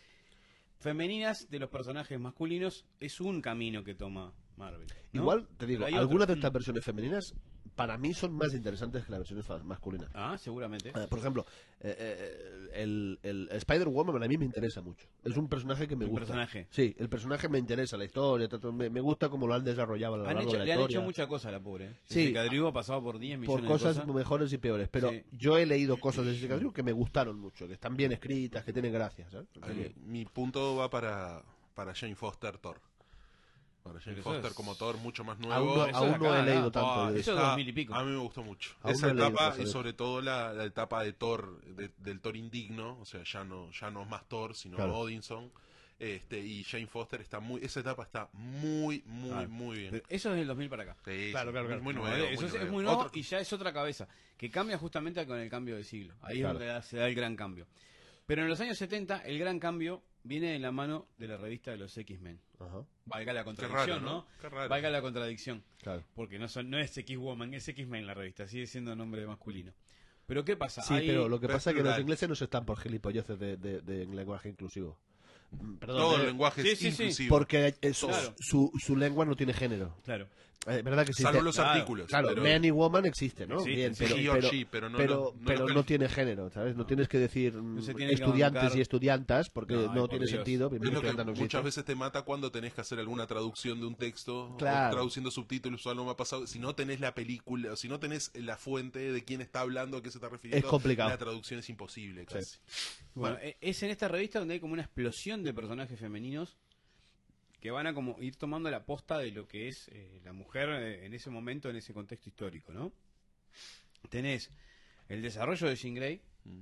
Speaker 3: femeninas de los personajes masculinos es un camino que toma Marvel. ¿no?
Speaker 2: Igual, te digo,
Speaker 3: Pero hay
Speaker 2: algunas de
Speaker 3: otros.
Speaker 2: estas versiones femeninas para mí son más interesantes que las versiones fa- masculinas.
Speaker 3: Ah, seguramente.
Speaker 2: Eh, Por ejemplo, eh, eh, el, el Spider-Woman a mí me interesa mucho. Es un personaje que me
Speaker 3: El
Speaker 2: gusta.
Speaker 3: personaje.
Speaker 2: Sí, el personaje me interesa, la historia, tanto- me, me gusta cómo lo han desarrollado a lo
Speaker 3: Han
Speaker 2: largo
Speaker 3: hecho-
Speaker 2: de la
Speaker 3: le han
Speaker 2: historia.
Speaker 3: hecho mucha cosa a la pobre. ¿eh?
Speaker 2: Sí.
Speaker 3: Jessica Drew ha pasado por 10 millones
Speaker 2: por cosas,
Speaker 3: de cosas.
Speaker 2: mejores y peores. Pero
Speaker 3: Sí.
Speaker 2: yo he leído cosas de Jessica Drew que me gustaron mucho, que están bien escritas, que tienen gracia. ¿sabes?
Speaker 4: A ver, Mi punto va para, para Jane Foster, Thor. Para
Speaker 3: Pero
Speaker 4: Jane
Speaker 3: eso
Speaker 4: Foster
Speaker 3: es-
Speaker 4: como Thor, mucho más nuevo.
Speaker 2: Aún no,
Speaker 3: eso
Speaker 2: aún
Speaker 3: es
Speaker 2: no
Speaker 3: acá,
Speaker 2: he leído
Speaker 3: ¿no?
Speaker 2: tanto.
Speaker 4: Ah,
Speaker 2: de-
Speaker 3: eso es
Speaker 4: está-
Speaker 3: 2000 y pico.
Speaker 4: A mí me gustó mucho.
Speaker 2: Aún
Speaker 4: Esa
Speaker 2: no he leído
Speaker 4: etapa
Speaker 2: cosas
Speaker 4: y
Speaker 2: de-
Speaker 4: sobre todo la, la etapa de Thor, de- del Thor indigno, o sea, ya no, ya no es más Thor, sino
Speaker 2: Claro.
Speaker 4: Odinson. Este, y Jane Foster está muy, esa etapa está muy, muy,
Speaker 2: Ah,
Speaker 3: Claro.
Speaker 4: muy bien.
Speaker 3: Pero Eso es del 2000 para acá.
Speaker 4: Sí, sí, Muy
Speaker 3: No,
Speaker 4: nuevo.
Speaker 3: eh, eso es- es
Speaker 4: nuevo.
Speaker 3: muy nuevo
Speaker 4: Otro-
Speaker 3: y ya es otra cabeza, que cambia justamente con el cambio de siglo. Ahí
Speaker 2: Claro.
Speaker 3: es donde da- se da el gran cambio. Pero en los años 70 el gran cambio viene de la mano de la revista de los X-Men.
Speaker 2: Ajá,
Speaker 3: Valga
Speaker 4: Qué
Speaker 3: la
Speaker 4: raro,
Speaker 3: contradicción,
Speaker 4: ¿no?
Speaker 3: ¿no?
Speaker 4: Qué raro.
Speaker 3: Valga la contradicción,
Speaker 2: claro.
Speaker 3: porque no, son, no es X-Woman, es X-Men la revista, sigue siendo nombre masculino. Pero ¿qué pasa?
Speaker 2: Sí,
Speaker 3: Ahí-
Speaker 2: pero lo que
Speaker 4: pero es
Speaker 2: pasa es que los
Speaker 4: plural.
Speaker 2: ingleses no se están por gilipolleces de, de- de lenguaje inclusivo. Mm, Perdón.
Speaker 4: Todo el
Speaker 2: eh,
Speaker 4: lenguaje es
Speaker 3: Sí, sí, sí.
Speaker 4: inclusivo.
Speaker 2: porque eh, su,
Speaker 3: Claro.
Speaker 2: su, su lengua no tiene género.
Speaker 3: Claro.
Speaker 2: Eh, ¿Verdad que sí?
Speaker 4: Salvo
Speaker 2: Te-
Speaker 4: los
Speaker 3: claro,
Speaker 4: artículos.
Speaker 2: Claro,
Speaker 4: pero-
Speaker 2: man y woman existe, ¿no?
Speaker 3: Existe,
Speaker 2: Bien,
Speaker 3: sí.
Speaker 2: pero,
Speaker 4: He or
Speaker 2: pero,
Speaker 4: she, pero no
Speaker 2: pero-
Speaker 4: lo- no lo
Speaker 2: pero
Speaker 4: califica.
Speaker 2: no tiene género, ¿sabes? No tienes que decir mm,
Speaker 3: No se tiene que
Speaker 2: estudiantes
Speaker 3: bancar.
Speaker 2: y estudiantas porque
Speaker 3: No,
Speaker 2: no,
Speaker 3: ay, por
Speaker 2: tiene
Speaker 3: Dios.
Speaker 2: sentido.
Speaker 4: Es
Speaker 2: Primero,
Speaker 4: lo que
Speaker 2: estudianta no existe.
Speaker 4: muchas veces te mata cuando tenés que hacer alguna traducción de un texto, o
Speaker 2: Claro.
Speaker 4: traduciendo subtítulos o algo más pasado. Si no tenés la película, o si no tenés la fuente de quién está hablando, a qué se está refiriendo,
Speaker 2: Es complicado.
Speaker 4: la traducción es imposible casi.
Speaker 3: Bueno, e- es en esta revista donde hay como una explosión de personajes femeninos que van a como ir tomando la posta de lo que es eh, la mujer eh, en ese momento, en ese contexto histórico, ¿no? Tenés el desarrollo de Jean Grey,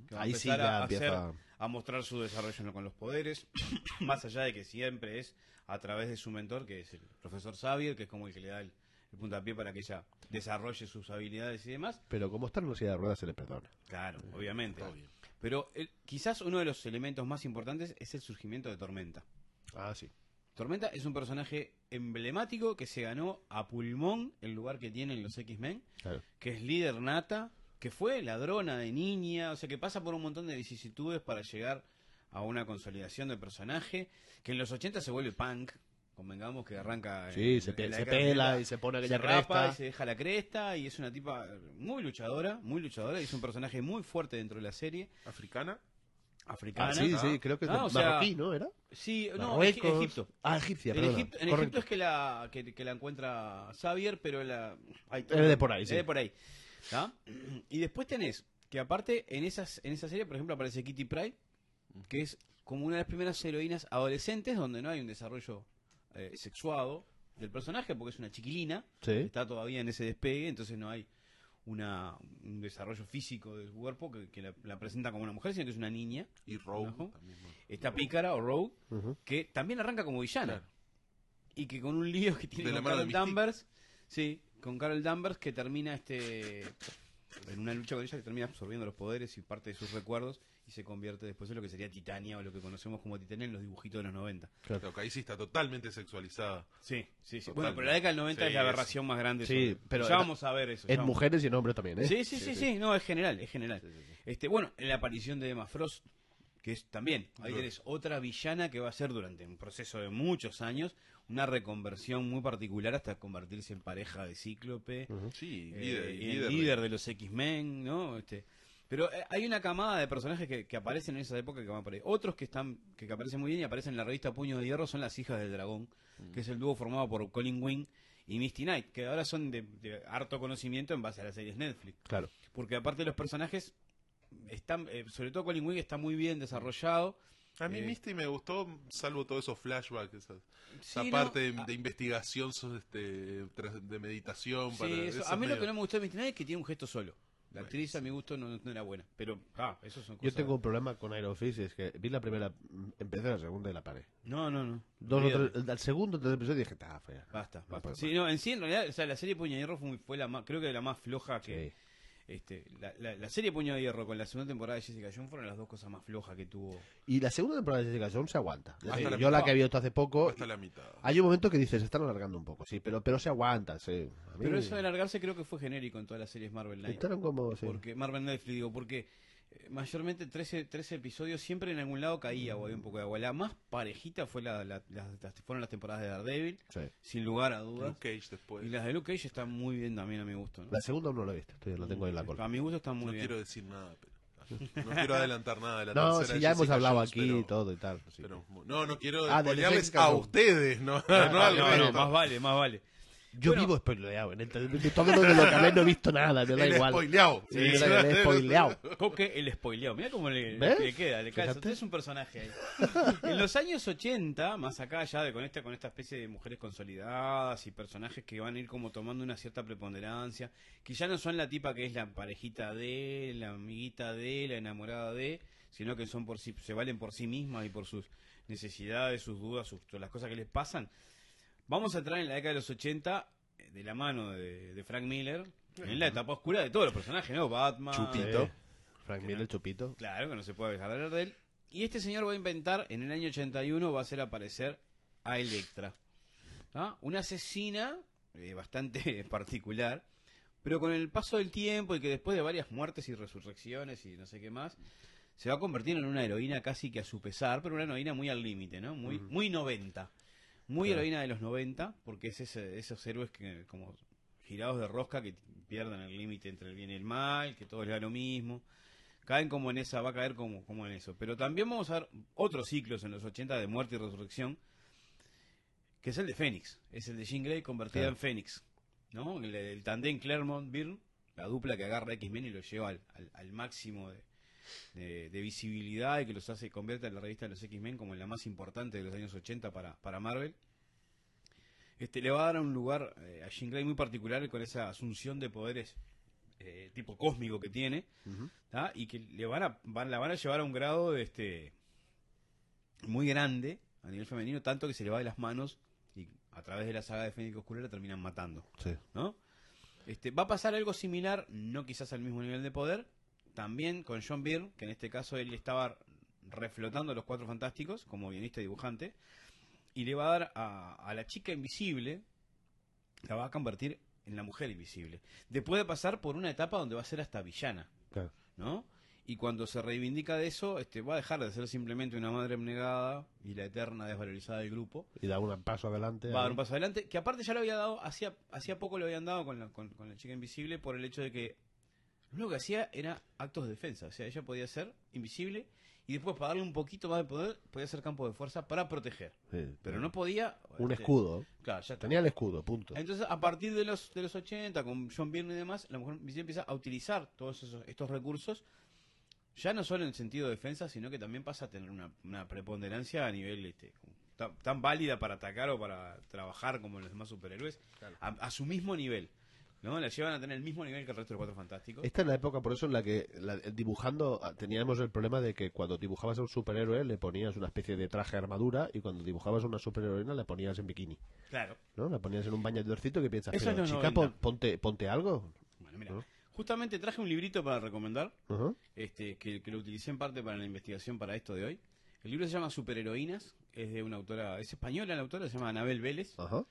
Speaker 3: que va
Speaker 2: Ahí
Speaker 3: a
Speaker 2: sí
Speaker 3: empezar
Speaker 2: ya
Speaker 3: a, hacer-
Speaker 2: empieza.
Speaker 3: a mostrar su desarrollo con los poderes, más allá de que siempre es a través de su mentor, que es el profesor Xavier, que es como el que le da el, el puntapié para que ella desarrolle sus habilidades y demás.
Speaker 2: Pero como está en la silla de ruedas se le perdona.
Speaker 3: Claro, obviamente. Pero el- quizás uno de los elementos más importantes es el surgimiento de Tormenta.
Speaker 2: Ah, sí.
Speaker 3: Tormenta es un personaje emblemático que se ganó a pulmón el lugar que tienen los X-Men,
Speaker 2: Claro.
Speaker 3: que es líder nata, que fue ladrona de niña, o sea, que pasa por un montón de vicisitudes para llegar a una consolidación de personaje, que en los 80 se vuelve punk, convengamos que arranca...
Speaker 2: Sí,
Speaker 3: en-
Speaker 2: se, pe-
Speaker 3: en la
Speaker 2: se
Speaker 3: década
Speaker 2: pela
Speaker 3: 70,
Speaker 2: y se pone
Speaker 3: se
Speaker 2: aquella
Speaker 3: rapa
Speaker 2: cresta.
Speaker 3: y se deja la cresta y es una tipa muy luchadora, muy luchadora y es un personaje muy fuerte dentro de la serie
Speaker 4: ¿Africana?
Speaker 3: africana.
Speaker 2: Ah, sí,
Speaker 4: Cana,
Speaker 2: sí,
Speaker 4: ¿no?
Speaker 2: creo que es
Speaker 3: Ah,
Speaker 2: de
Speaker 3: o sea,
Speaker 2: marroquí, ¿no? ¿Era?
Speaker 3: Sí, no, es que-
Speaker 2: Marruecos.
Speaker 3: Egipto.
Speaker 2: Ah, egipcia,
Speaker 3: En,
Speaker 2: perdona.
Speaker 3: Egipto, en
Speaker 2: Correcto.
Speaker 3: Egipto es que la, que, que la encuentra Xavier, pero la... ay,
Speaker 2: Es de por ahí, sí.
Speaker 3: Es de por ahí. ¿tá? Y después tenés, que aparte, en, esas, en esa serie, por ejemplo, aparece Kitty Pryde, que es como una de las primeras heroínas adolescentes donde no hay un desarrollo eh, sexuado del personaje, porque es una chiquilina,
Speaker 2: Sí.
Speaker 3: está todavía en ese despegue, entonces no hay una, un desarrollo físico de su cuerpo que, que la, la presenta como una mujer, sino que es una niña.
Speaker 4: Y Rogue
Speaker 3: Ajá.
Speaker 4: también, bueno.
Speaker 3: Esta pícara o Rogue, que también arranca como villana.
Speaker 4: Claro.
Speaker 3: Y que con un lío que tiene
Speaker 4: De la
Speaker 3: con
Speaker 4: mano de
Speaker 3: Carol
Speaker 4: Mystique.
Speaker 3: Danvers, sí, con Carol Danvers que termina este en una lucha con ella que termina absorbiendo los poderes y parte de sus recuerdos y se convierte después en lo que sería Titania o lo que conocemos como Titania en los dibujitos de los 90.
Speaker 4: Claro, que ahí sí está totalmente sexualizada.
Speaker 3: Sí, sí, sí.
Speaker 4: Total.
Speaker 3: Bueno, pero la década del 90
Speaker 4: Sí,
Speaker 3: es la
Speaker 4: es-
Speaker 3: aberración más grande.
Speaker 2: Sí,
Speaker 3: sobre-
Speaker 2: pero
Speaker 3: ya
Speaker 2: era-
Speaker 3: vamos a ver eso. ya
Speaker 2: En
Speaker 3: vamos-
Speaker 2: mujeres y en hombres también, ¿eh?
Speaker 3: Sí, sí, sí, sí, no, es general, es general. Este, bueno, la aparición de Emma Frost, que es también, ahí
Speaker 4: Ujú.
Speaker 3: tenés otra villana que va a ser durante un proceso de muchos años, una reconversión muy particular hasta convertirse en pareja de Cíclope,
Speaker 4: Sí,
Speaker 3: eh,
Speaker 4: líder,
Speaker 3: y en
Speaker 4: líder, de-
Speaker 3: líder de los X-Men, ¿no? Este, pero eh, hay una camada de personajes que, que aparecen en esa época que van a aparecer. Otros que están que, que aparecen muy bien y aparecen en la revista Puño de Hierro son las hijas del dragón,
Speaker 4: Mm.
Speaker 3: que es el dúo formado por Colin Wing y Misty Knight, que ahora son de, de harto conocimiento en base a las series Netflix.
Speaker 2: Claro.
Speaker 3: Porque aparte los personajes están, eh, sobre todo Colin Wing está muy bien desarrollado.
Speaker 4: A mí
Speaker 3: Eh,
Speaker 4: Misty me gustó, salvo todos esos flashbacks, esa, esa
Speaker 3: Sí, no, ah.
Speaker 4: parte de,
Speaker 3: a-
Speaker 4: de investigación, so- este, tras- de meditación.
Speaker 3: sí,
Speaker 4: para,
Speaker 3: eso.
Speaker 4: eso
Speaker 3: a
Speaker 4: es
Speaker 3: mí lo
Speaker 4: medio-
Speaker 3: que no me gustó de Misty Knight es que tiene un gesto solo. La
Speaker 4: Bueno,
Speaker 3: actriz a mi gusto no, no era buena, pero ah, eso son
Speaker 2: Yo
Speaker 3: cosas.
Speaker 2: tengo un problema con Iron Fist, es que vi la primera, empecé la segunda y la paré.
Speaker 3: No, no, no.
Speaker 2: Dos o
Speaker 3: Olvídate.
Speaker 2: tres- el, el segundo o tercer episodio dije, está fea.
Speaker 3: Basta,
Speaker 2: No
Speaker 3: basta.
Speaker 2: puedo
Speaker 3: Sí, no, en sí, en realidad, o sea, la serie Puño de Hierro fue, muy- fue la más, creo que la más floja que.
Speaker 2: Sí.
Speaker 3: Este, la, la- la serie Puño de Hierro con la segunda temporada de Jessica Jones fueron las dos cosas más flojas que tuvo.
Speaker 2: Y la segunda temporada de Jessica Jones se aguanta.
Speaker 4: Hasta
Speaker 2: Sí,
Speaker 4: la
Speaker 2: yo la
Speaker 4: mitad.
Speaker 2: que he visto hace poco,
Speaker 4: Hasta la mitad.
Speaker 2: hay un momento que dices, se están alargando un poco, sí, pero, pero se aguanta. Sí. A mí
Speaker 3: Pero eso de largarse creo que fue genérico en todas las series Marvel Line.
Speaker 2: Intentaron como... sí.
Speaker 3: Porque Marvel Netflix, digo, porque eh, mayormente 13, 13 episodios siempre en algún lado caía
Speaker 2: Mm.
Speaker 3: o había un poco de agua. La más parejita fue la, la- las- las- fueron las temporadas de Daredevil,
Speaker 2: Sí.
Speaker 3: sin lugar a dudas.
Speaker 4: Luke Cage después.
Speaker 3: Y las de Luke Cage están muy bien también a mi gusto. ¿no? Mm.
Speaker 2: La segunda no la he visto, estoy- la tengo ahí en la cola.
Speaker 3: A mi gusto están muy
Speaker 4: No
Speaker 3: bien.
Speaker 4: quiero decir nada, pero. No quiero adelantar nada de la
Speaker 2: No,
Speaker 4: tercera
Speaker 2: sí,
Speaker 4: de
Speaker 2: ya hemos
Speaker 4: Jessica
Speaker 2: hablado
Speaker 4: Jones,
Speaker 2: aquí
Speaker 4: pero-
Speaker 2: y todo y tal. sí.
Speaker 4: pero- no, no quiero
Speaker 2: Ah, de
Speaker 4: spoilearles
Speaker 2: Jessica
Speaker 4: a
Speaker 2: Jones. Ah,
Speaker 4: ustedes, no, no al
Speaker 3: No, no,
Speaker 4: resto.
Speaker 3: más vale, más vale.
Speaker 2: Yo
Speaker 3: Bueno.
Speaker 2: vivo spoileado. En el, de todo lo de lo que hablé no he visto nada, me da
Speaker 4: El
Speaker 2: igual.
Speaker 4: spoileado.
Speaker 2: Sí, me da- me he spoileado.
Speaker 3: Coque el spoileado. Mirá cómo le,
Speaker 2: ¿Ves?
Speaker 3: le queda, le calza.
Speaker 2: Fíjate.
Speaker 3: Usted es un personaje ahí. en los años 80, más acá ya de con esta, con esta especie de mujeres consolidadas y personajes que van a ir como tomando una cierta preponderancia, que ya no son la tipa que es la parejita de, la amiguita de, la enamorada de, sino que son por sí, se valen por sí mismas y por sus necesidades, sus dudas, sus, todas las cosas que les pasan. Vamos a entrar en la década de los 80 eh, de la mano de, de Frank Miller, en la etapa oscura de todos los personajes, ¿no? Batman,
Speaker 2: Chupito.
Speaker 3: eh,
Speaker 2: Frank Miller, Chupito.
Speaker 3: Claro, que no se puede dejar de hablar de él. Y este señor va a inventar, en el año 81, va a hacer aparecer a Electra. ¿Ah? Una asesina eh, bastante particular, pero con el paso del tiempo y que después de varias muertes y resurrecciones y no sé qué más, se va a convertir en una heroína casi que a su pesar, pero una heroína muy al límite, ¿no? Muy, muy 90. Muy heroína de los 90, porque es ese- esos héroes que como girados de rosca que pierden el límite entre el bien y el mal, que todo les da lo mismo caen como en esa, va a caer como, como en eso. Pero también vamos a ver otros ciclos en los 80 de muerte y resurrección, que es el de Fénix, es el de Jean Grey convertida
Speaker 2: Claro.
Speaker 3: en Fénix, ¿no? El, el tandem Claremont-Byrne, la dupla que agarra a X-Men y lo lleva al, al- al máximo de, de- de visibilidad y que los hace, convierte a la revista de los X-Men como en la más importante de los años 80 para, para Marvel. Este, le va a dar un lugar eh, a Jean Grey muy particular con esa asunción de poderes eh, tipo cósmico que tiene. ¿tá? y que le van a, van- la van a llevar a un grado de este muy grande a nivel femenino, tanto que se le va de las manos y a través de la saga de Fénix Oscura la terminan matando.
Speaker 2: Sí.
Speaker 3: ¿no? Este, va a pasar algo similar, no quizás al mismo nivel de poder, también con John Byrne, que en este caso él estaba reflotando a los Cuatro Fantásticos como guionista y dibujante, y le va a dar a, a la chica invisible, la va a convertir en la mujer invisible. Después de pasar por una etapa donde va a ser hasta villana.
Speaker 2: Claro.
Speaker 3: ¿no? Y cuando se reivindica de eso, este, va a dejar de ser simplemente una madre abnegada y la eterna desvalorizada del grupo.
Speaker 2: Y da un paso adelante.
Speaker 3: Va a dar
Speaker 2: ahí.
Speaker 3: un paso adelante, que aparte ya lo había dado, hacía, hacía poco lo habían dado con la, con, con la chica invisible por el hecho de que lo único que hacía era actos de defensa. O sea, ella podía ser invisible y después para darle un poquito más de poder, podía hacer campo de fuerza para proteger.
Speaker 2: Sí.
Speaker 3: Pero no podía...
Speaker 2: Un
Speaker 3: este,
Speaker 2: escudo.
Speaker 3: Claro, ya está.
Speaker 2: Tenía el escudo, punto.
Speaker 3: Entonces, a partir de los, de los 80, con John Byrne y demás, la mujer invisible empieza a utilizar todos esos- estos recursos, ya no solo en sentido de defensa, sino que también pasa a tener una, una preponderancia a nivel este, como tan, tan válida para atacar o para trabajar como los demás superhéroes, a, a su mismo nivel. ¿no? La llevan a tener el mismo nivel que el resto de los cuatro fantásticos.
Speaker 2: Esta es la época, por eso, en la que la- dibujando ah, teníamos el problema de que cuando dibujabas a un superhéroe le ponías una especie de traje armadura y cuando dibujabas a una superheroína le ponías en bikini,
Speaker 3: Claro.
Speaker 2: ¿no? La ponías en un bañadorcito que piensas,
Speaker 3: Eso
Speaker 2: pero
Speaker 3: es los
Speaker 2: chica, pon-
Speaker 3: 90.
Speaker 2: ponte, ponte algo.
Speaker 3: Bueno, mira.
Speaker 2: ¿No?
Speaker 3: Justamente traje un librito para recomendar,
Speaker 2: Ujú.
Speaker 3: este, que, que lo utilicé en parte para la investigación para esto de hoy. El libro se llama Superheroínas, es de una autora, es española la autora, se llama Anabel Vélez.
Speaker 2: Ajá.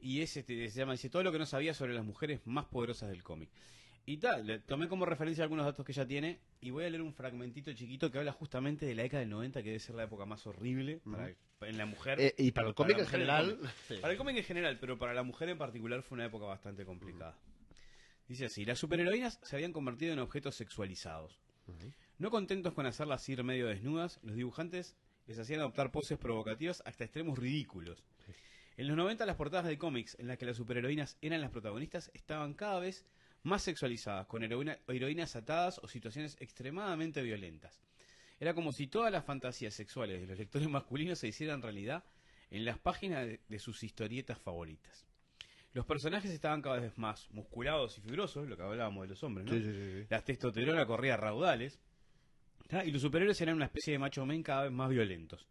Speaker 3: Y es este, se llama dice todo lo que no sabía sobre las mujeres más poderosas del cómic. Y tal, le tomé como referencia algunos datos que ella tiene y voy a leer un fragmentito chiquito que habla justamente de la década del 90, que debe ser la época más horrible para- en la mujer.
Speaker 2: Eh, y para el cómic
Speaker 3: la
Speaker 2: en
Speaker 3: mujer
Speaker 2: general,
Speaker 3: cómic.
Speaker 2: sí.
Speaker 3: Para el cómic en general, pero para la mujer en particular fue una época bastante complicada. Dice así, las superheroínas se habían convertido en objetos sexualizados. No contentos con hacerlas ir medio desnudas, los dibujantes les hacían adoptar poses provocativas hasta extremos ridículos. En los 90 las portadas de cómics en las que las superheroínas eran las protagonistas estaban cada vez más sexualizadas, con heroína- heroínas atadas o situaciones extremadamente violentas. Era como si todas las fantasías sexuales de los lectores masculinos se hicieran realidad en las páginas de, de sus historietas favoritas. Los personajes estaban cada vez más musculados y fibrosos, lo que hablábamos de los hombres, ¿no?
Speaker 2: Sí, sí, sí, sí.
Speaker 3: La testosterona corría a raudales. ¿tá? Y los superhéroes eran una especie de macho men cada vez más violentos.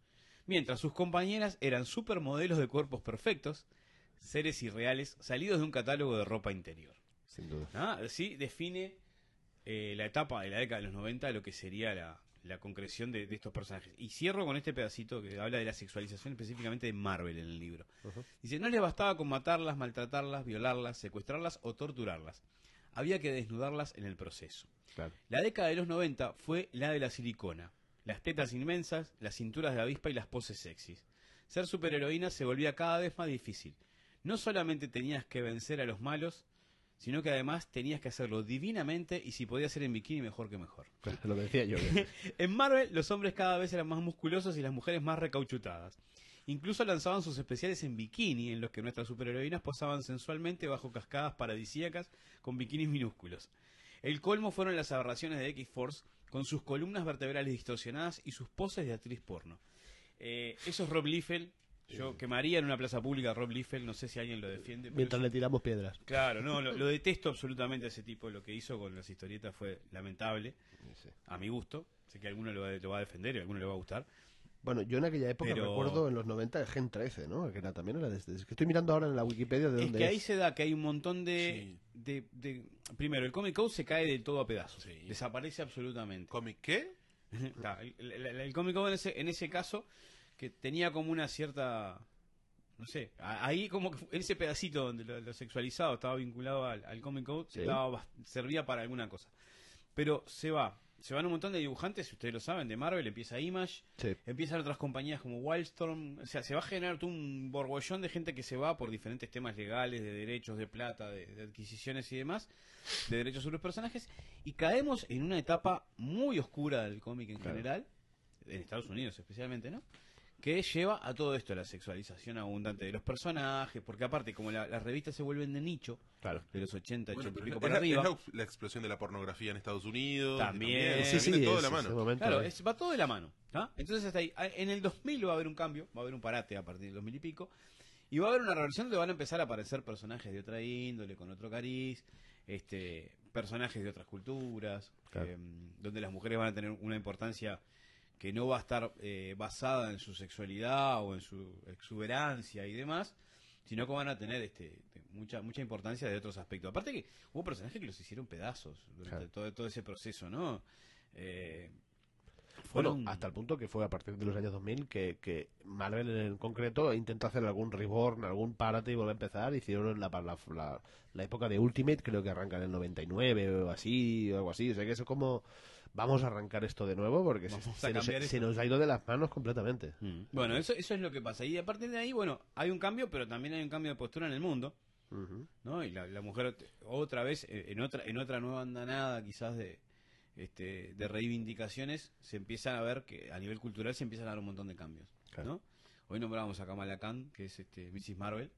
Speaker 3: Mientras sus compañeras eran supermodelos de cuerpos perfectos, seres irreales, salidos de un catálogo de ropa interior.
Speaker 2: sin duda.
Speaker 3: ¿tá? Así define eh, la etapa de la década de los 90 lo que sería la, la concreción de, de estos personajes. Y cierro con este pedacito que habla de la sexualización específicamente de Marvel en el libro. Dice, no les bastaba con matarlas, maltratarlas, violarlas, secuestrarlas o torturarlas. Había que desnudarlas en el proceso.
Speaker 2: Claro.
Speaker 3: La década de los 90 fue la de la silicona. Las tetas inmensas, las cinturas de avispa y las poses sexys. Ser superheroína se volvía cada vez más difícil. No solamente tenías que vencer a los malos, sino que además tenías que hacerlo divinamente y si podía ser en bikini mejor que mejor.
Speaker 2: Claro, Lo que decía yo. ¿eh?
Speaker 3: En Marvel, los hombres cada vez eran más musculosos y las mujeres más recauchutadas. Incluso lanzaban sus especiales en bikini, en los que nuestras superheroínas posaban sensualmente bajo cascadas paradisíacas con bikinis minúsculos. El colmo fueron las aberraciones de X-Force, con sus columnas vertebrales distorsionadas y sus poses de actriz porno. Eh, eso es Rob Liefeld. Yo quemaría en una plaza pública a Rob Liefeld, no sé si alguien lo defiende. pero
Speaker 2: Mientras
Speaker 3: es-
Speaker 2: le tiramos piedras.
Speaker 3: Claro, no, lo, lo detesto absolutamente a ese tipo. Lo que hizo con las historietas fue lamentable, a mi gusto. Sé que alguno lo va, lo va a defender y alguno le va a gustar.
Speaker 2: Bueno, yo en aquella época
Speaker 3: Pero-
Speaker 2: recuerdo en los 90 el Gen 13, ¿no? Que era, también era desde... Es que estoy mirando ahora en la Wikipedia de
Speaker 3: Es
Speaker 2: dónde
Speaker 3: que
Speaker 2: es.
Speaker 3: ahí se da que hay un montón de, de- de- Primero, el Comic Code se cae de todo a pedazos.
Speaker 4: Sí.
Speaker 3: Desaparece absolutamente.
Speaker 4: ¿Comic qué?
Speaker 3: Está, el, el- el- el Comic Code en ese, en ese caso, que tenía como una cierta... No sé, a- ahí como que ese pedacito donde lo, lo sexualizado estaba vinculado al, al Comic Code,
Speaker 2: Sí.
Speaker 3: estaba bas- servía para alguna cosa. Pero se va, se van un montón de dibujantes, si ustedes lo saben, de Marvel, empieza Image,
Speaker 2: Sí.
Speaker 3: empiezan otras compañías como Wildstorm, o sea, se va a generar todo un borbollón de gente que se va por diferentes temas legales, de derechos, de plata, de, de adquisiciones y demás, de derechos sobre los personajes, y caemos en una etapa muy oscura del cómic en
Speaker 2: Claro.
Speaker 3: general, en Estados Unidos especialmente, ¿no? Que lleva a todo esto, la sexualización abundante de los personajes, porque aparte, como la- las revistas se vuelven de nicho,
Speaker 2: Claro.
Speaker 3: de los 80,
Speaker 4: Bueno,
Speaker 3: 80 y
Speaker 4: pero
Speaker 3: pico
Speaker 4: es
Speaker 3: para
Speaker 4: la-
Speaker 3: arriba,
Speaker 4: es la, la explosión de la pornografía en Estados Unidos.
Speaker 3: También.
Speaker 4: Sí,
Speaker 3: Sí,
Speaker 4: sí, todo de la
Speaker 2: ese- ese
Speaker 4: mano.
Speaker 2: momento,
Speaker 3: Claro,
Speaker 2: ¿eh?
Speaker 3: es- va todo de la mano. ¿tá? Entonces hasta ahí. Ah, En el 2000 va a haber un cambio, va a haber un parate a partir del 2000 y pico. Y va a haber una revolución donde van a empezar a aparecer personajes de otra índole, con otro cariz, este, personajes de otras culturas,
Speaker 2: Claro.
Speaker 3: eh, donde las mujeres van a tener una importancia que no va a estar eh, basada en su sexualidad o en su exuberancia y demás, sino que van a tener este, mucha mucha importancia de otros aspectos. Aparte que hubo personajes que los hicieron pedazos durante
Speaker 2: Claro.
Speaker 3: todo, todo ese proceso, ¿no? Eh,
Speaker 2: Bueno,
Speaker 3: fueron-
Speaker 2: hasta el punto que fue a partir de los años 2000 que, que Marvel en concreto intenta hacer algún reborn, algún parate y volver a empezar. Hicieron la, la, la- la época de Ultimate, creo que arranca en el 99 o así, o algo así. O sea que eso es como, vamos a arrancar esto de nuevo porque se,
Speaker 3: Vamos a
Speaker 2: se nos,
Speaker 3: cambiar
Speaker 2: se nos ha ido de las manos completamente.
Speaker 3: Bueno, eso, eso es lo que pasa. Y a partir de ahí, bueno, hay un cambio, pero también hay un cambio de postura en el mundo,
Speaker 2: Ujú.
Speaker 3: ¿no? Y la, la mujer ot- otra vez, eh, en otra, en otra nueva andanada quizás de, este, de reivindicaciones, se empiezan a ver que a nivel cultural se empiezan a dar un montón de cambios,
Speaker 2: Claro.
Speaker 3: ¿no? Hoy nombrábamos a Kamala Khan, que es este, Mrs. Marvel,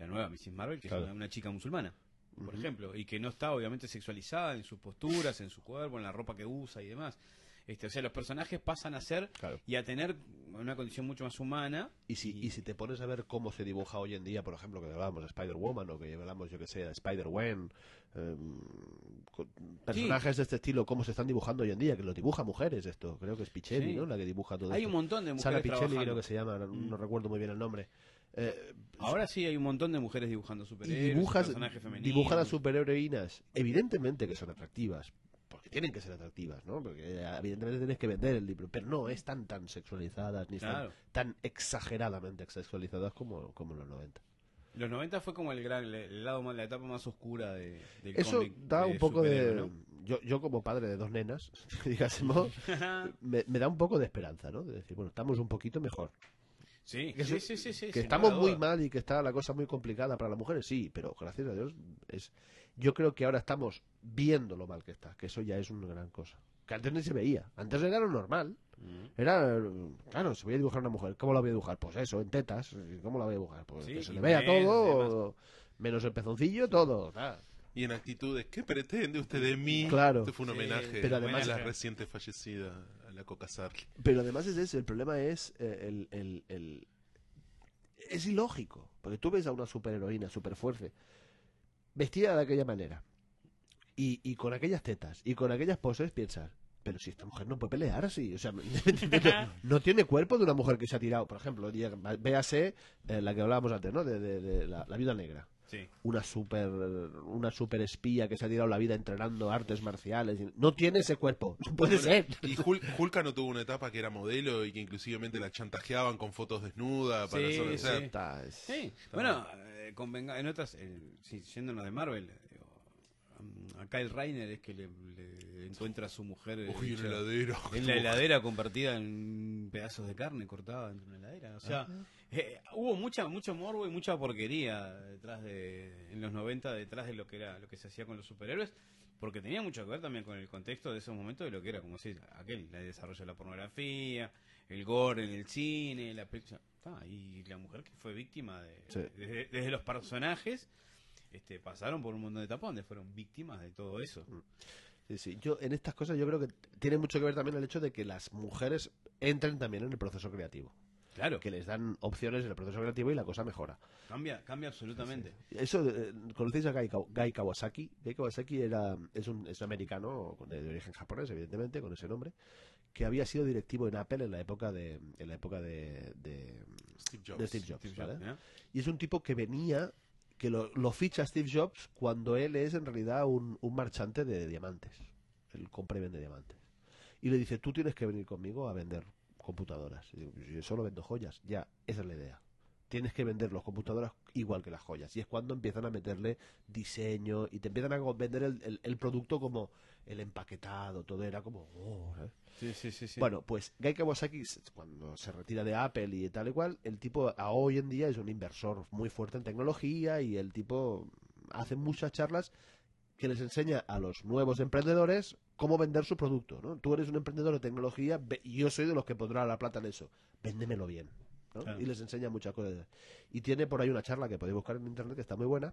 Speaker 3: la nueva Mrs. Marvel, que
Speaker 2: Claro.
Speaker 3: es una, una chica musulmana, por
Speaker 2: Ujú.
Speaker 3: ejemplo, y que no está obviamente sexualizada en sus posturas, en su cuerpo, en la ropa que usa y demás. Este, o sea, los personajes pasan a ser
Speaker 2: Claro.
Speaker 3: y a tener en una condición mucho más humana.
Speaker 2: Y si, y si te pones a ver cómo se dibuja hoy en día, por ejemplo, que hablábamos de Spider-Woman o que hablábamos, yo que sé, de Spider-Wen, eh, con- personajes de este estilo, cómo se están dibujando hoy en día, que lo dibuja mujeres esto, creo que es Picheli,
Speaker 3: Sí.
Speaker 2: ¿no? La que dibuja todo
Speaker 3: Hay
Speaker 2: esto.
Speaker 3: un montón de
Speaker 2: Sara
Speaker 3: mujeres
Speaker 2: Picheli
Speaker 3: trabajando. Mm.
Speaker 2: creo que se llama, no, no recuerdo muy bien el nombre. Eh,
Speaker 3: Ahora sí hay un montón de mujeres dibujando
Speaker 2: y
Speaker 3: superhéroes,
Speaker 2: dibujas,
Speaker 3: personajes femeninos.
Speaker 2: dibujan a superheroínas, evidentemente que son atractivas, porque tienen que ser atractivas, ¿no? Porque eh, evidentemente tienes que vender el libro, pero no están tan sexualizadas ni están
Speaker 3: Claro.
Speaker 2: tan exageradamente sexualizadas como, como en los 90.
Speaker 3: Los 90 fue como el gran, el, el lado más- la etapa más oscura de, del
Speaker 2: Eso
Speaker 3: cómic
Speaker 2: da
Speaker 3: de
Speaker 2: un poco de...
Speaker 3: superhéroe, ¿no?
Speaker 2: Yo, yo como padre de dos nenas, digásemos, me, me da un poco de esperanza, ¿no? De decir, bueno, estamos un poquito mejor.
Speaker 3: sí,
Speaker 2: que
Speaker 3: sí,
Speaker 2: eso-
Speaker 3: sí, sí, sí,
Speaker 2: que
Speaker 3: sin
Speaker 2: estamos
Speaker 3: lugar a
Speaker 2: muy
Speaker 3: dudas.
Speaker 2: mal y que está la cosa muy complicada para las mujeres, sí, pero gracias a Dios es yo creo que ahora estamos viendo lo mal que está, que eso ya es una gran cosa. Que antes ni se veía, antes era lo normal,
Speaker 3: Mm.
Speaker 2: era claro, si voy a dibujar a una mujer, ¿cómo la voy a dibujar? Pues eso, en tetas, ¿cómo la voy a dibujar? Pues
Speaker 3: Sí,
Speaker 2: que se
Speaker 3: y
Speaker 2: le vea
Speaker 3: menos,
Speaker 2: todo, menos el pezoncillo, todo. nada.
Speaker 4: Y en actitudes, ¿qué pretende usted de mí?
Speaker 2: Claro.
Speaker 4: Este fue un
Speaker 3: Sí,
Speaker 4: homenaje
Speaker 2: pero
Speaker 4: a
Speaker 2: además-
Speaker 4: la reciente fallecida, a la Coca Sarli.
Speaker 2: Pero además es eso, el problema es eh, el, el- el- es ilógico, porque tú ves a una superheroína super fuerte, vestida de aquella manera, y, y con aquellas tetas, y con aquellas poses, piensas, pero si esta mujer no puede pelear así, o sea, no, no tiene cuerpo de una mujer que se ha tirado, por ejemplo, ya- véase eh, la que hablábamos antes, ¿no? De, de- de la, la viuda negra.
Speaker 3: Sí.
Speaker 2: Una super, una super espía que se ha tirado la vida entrenando artes marciales. y- No tiene ese cuerpo. No puede ser.
Speaker 4: Y Hulk, Hulka no tuvo una etapa que era modelo y que inclusivemente la chantajeaban con fotos desnudas para
Speaker 3: Sí,
Speaker 4: hacer- o sea,
Speaker 3: sí.
Speaker 2: Está- es-
Speaker 3: Sí, bueno, eh, convenga- en otras, eh, sí, yéndonos de Marvel, eh, um, a Kyle Reiner es que le, le encuentra a su mujer eh,
Speaker 4: Uy, un
Speaker 3: hecha-
Speaker 4: heladero.
Speaker 3: en la heladera convertida en pedazos de carne cortada dentro de una heladera. O sea, eh, hubo mucha, mucho morbo y mucha porquería detrás de, en los 90 detrás de lo que era, lo que se hacía con los superhéroes, porque tenía mucho que ver también con el contexto de esos momentos de lo que era, como si aquel, el desarrollo de la pornografía, el gore en el cine, la película. Ah, y la mujer que fue víctima de,
Speaker 2: Sí.
Speaker 3: desde, desde los personajes, este, pasaron por un montón de etapas donde fueron víctimas de todo eso.
Speaker 2: Mm. Sí, sí. Yo, en estas cosas yo creo que tiene mucho que ver también el hecho de que las mujeres entren también en el proceso creativo.
Speaker 3: Claro,
Speaker 2: Que les dan opciones en el proceso creativo y la cosa mejora.
Speaker 3: cambia, cambia absolutamente.
Speaker 2: Eso, eh, ¿conocéis a Guy, Kaw- Guy Kawasaki? Guy Kawasaki era, es, un, es un americano de, de origen japonés, evidentemente, con ese nombre, que había sido directivo en Apple en la época de, en la época de, de-
Speaker 4: Steve Jobs.
Speaker 2: de Steve Jobs.
Speaker 3: Steve Jobs,
Speaker 2: ¿vale?
Speaker 3: ¿eh?
Speaker 2: Y es un tipo que venía, que lo, lo ficha Steve Jobs cuando él es en realidad un, un marchante de diamantes. Él compra y vende diamantes. Y le dice, tú tienes que venir conmigo a vender computadoras. Y digo, yo solo vendo joyas. Ya, esa es la idea. Tienes que vender las computadoras igual que las joyas. Y es cuando empiezan a meterle diseño y te empiezan a vender el, el- el producto como el empaquetado, todo era como... "Oh", ¿sabes?
Speaker 3: Sí, sí, sí, sí.
Speaker 2: Bueno, pues Guy Kawasaki, s- cuando se retira de Apple y tal y cual, el tipo a hoy en día es un inversor muy fuerte en tecnología y el tipo hace muchas charlas que les enseña a los nuevos emprendedores cómo vender su producto. ¿no? Tú eres un emprendedor de tecnología ve- y yo soy de los que pondrá la plata en eso. Véndemelo bien. ¿no?
Speaker 3: Claro.
Speaker 2: Y les enseña muchas cosas. Y tiene por ahí una charla que podéis buscar en internet que está muy buena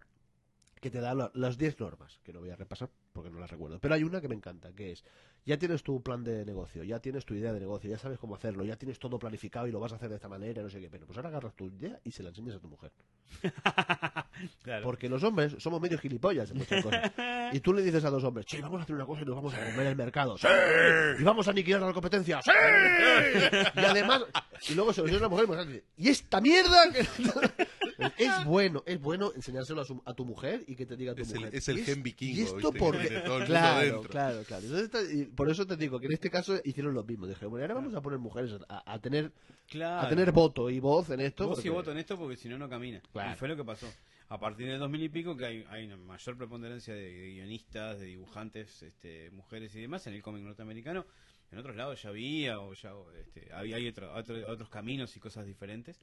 Speaker 2: que te da lo- las 10 normas, que no voy a repasar porque no las recuerdo. Pero hay una que me encanta, que es, ya tienes tu plan de negocio, ya tienes tu idea de negocio, ya sabes cómo hacerlo, ya tienes todo planificado y lo vas a hacer de esta manera, no sé qué, pero pues ahora agarras tu idea y se la enseñas a tu mujer.
Speaker 3: Claro.
Speaker 2: Porque los hombres somos medio gilipollas en muchas cosas. Y tú le dices a dos hombres, sí, vamos a hacer una cosa y nos vamos a comer el mercado. ¡Sí! Y vamos a aniquilar a la competencia. ¡Sí! Y además, y luego se lo dice una mujer y me dice, ¿y esta mierda? que-". es bueno, es bueno enseñárselo a, su- a tu mujer y que te diga tu
Speaker 4: Es el,
Speaker 2: mujer.
Speaker 4: es el
Speaker 2: "¿Y
Speaker 4: gen vikingo.
Speaker 2: ¿Y esto
Speaker 4: ¿viste?
Speaker 2: por
Speaker 4: Que
Speaker 2: qué?
Speaker 4: tiene todo el mundo
Speaker 2: Claro,
Speaker 4: dentro.
Speaker 2: claro, claro. Entonces, esta- y por eso te digo que en este caso hicieron lo mismo. Dije, bueno, ahora vamos a poner mujeres a, a tener
Speaker 3: Claro.
Speaker 2: a tener voto y voz en esto.
Speaker 3: Vos sí
Speaker 2: porque-
Speaker 3: voto en esto porque si no, no camina.
Speaker 2: Claro.
Speaker 3: Y fue lo que pasó. A partir del 2000 y pico, que hay, hay una mayor preponderancia de, de guionistas, de dibujantes, este, mujeres y demás en el cómic norteamericano. En otros lados ya había, o ya este, había, hay otro- otro- otros caminos y cosas diferentes.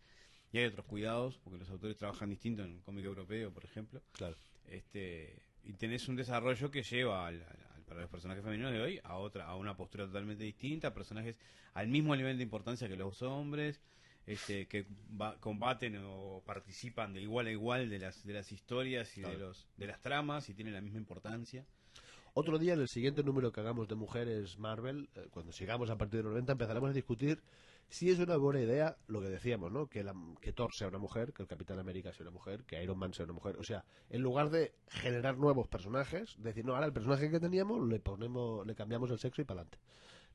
Speaker 3: Y hay otros cuidados, porque los autores trabajan distinto en cómic europeo, por ejemplo.
Speaker 2: Claro.
Speaker 3: Este, y tenés un desarrollo que lleva al- al- al- para los personajes femeninos de hoy a otra a una postura totalmente distinta, personajes al mismo nivel de importancia que los hombres, este, que va- combaten o participan de igual a igual de las de las historias y de
Speaker 2: Claro.
Speaker 3: los de las tramas y tienen la misma importancia.
Speaker 2: Otro día, en el siguiente número que hagamos de mujeres Marvel, eh, cuando sigamos a partir del 90, empezaremos a discutir Sí es una buena idea lo que decíamos, ¿no? Que, la, que Thor sea una mujer, que el Capitán América sea una mujer, que Iron Man sea una mujer. O sea, en lugar de generar nuevos personajes, decir, no, ahora el personaje que teníamos le ponemos, le cambiamos el sexo y para adelante.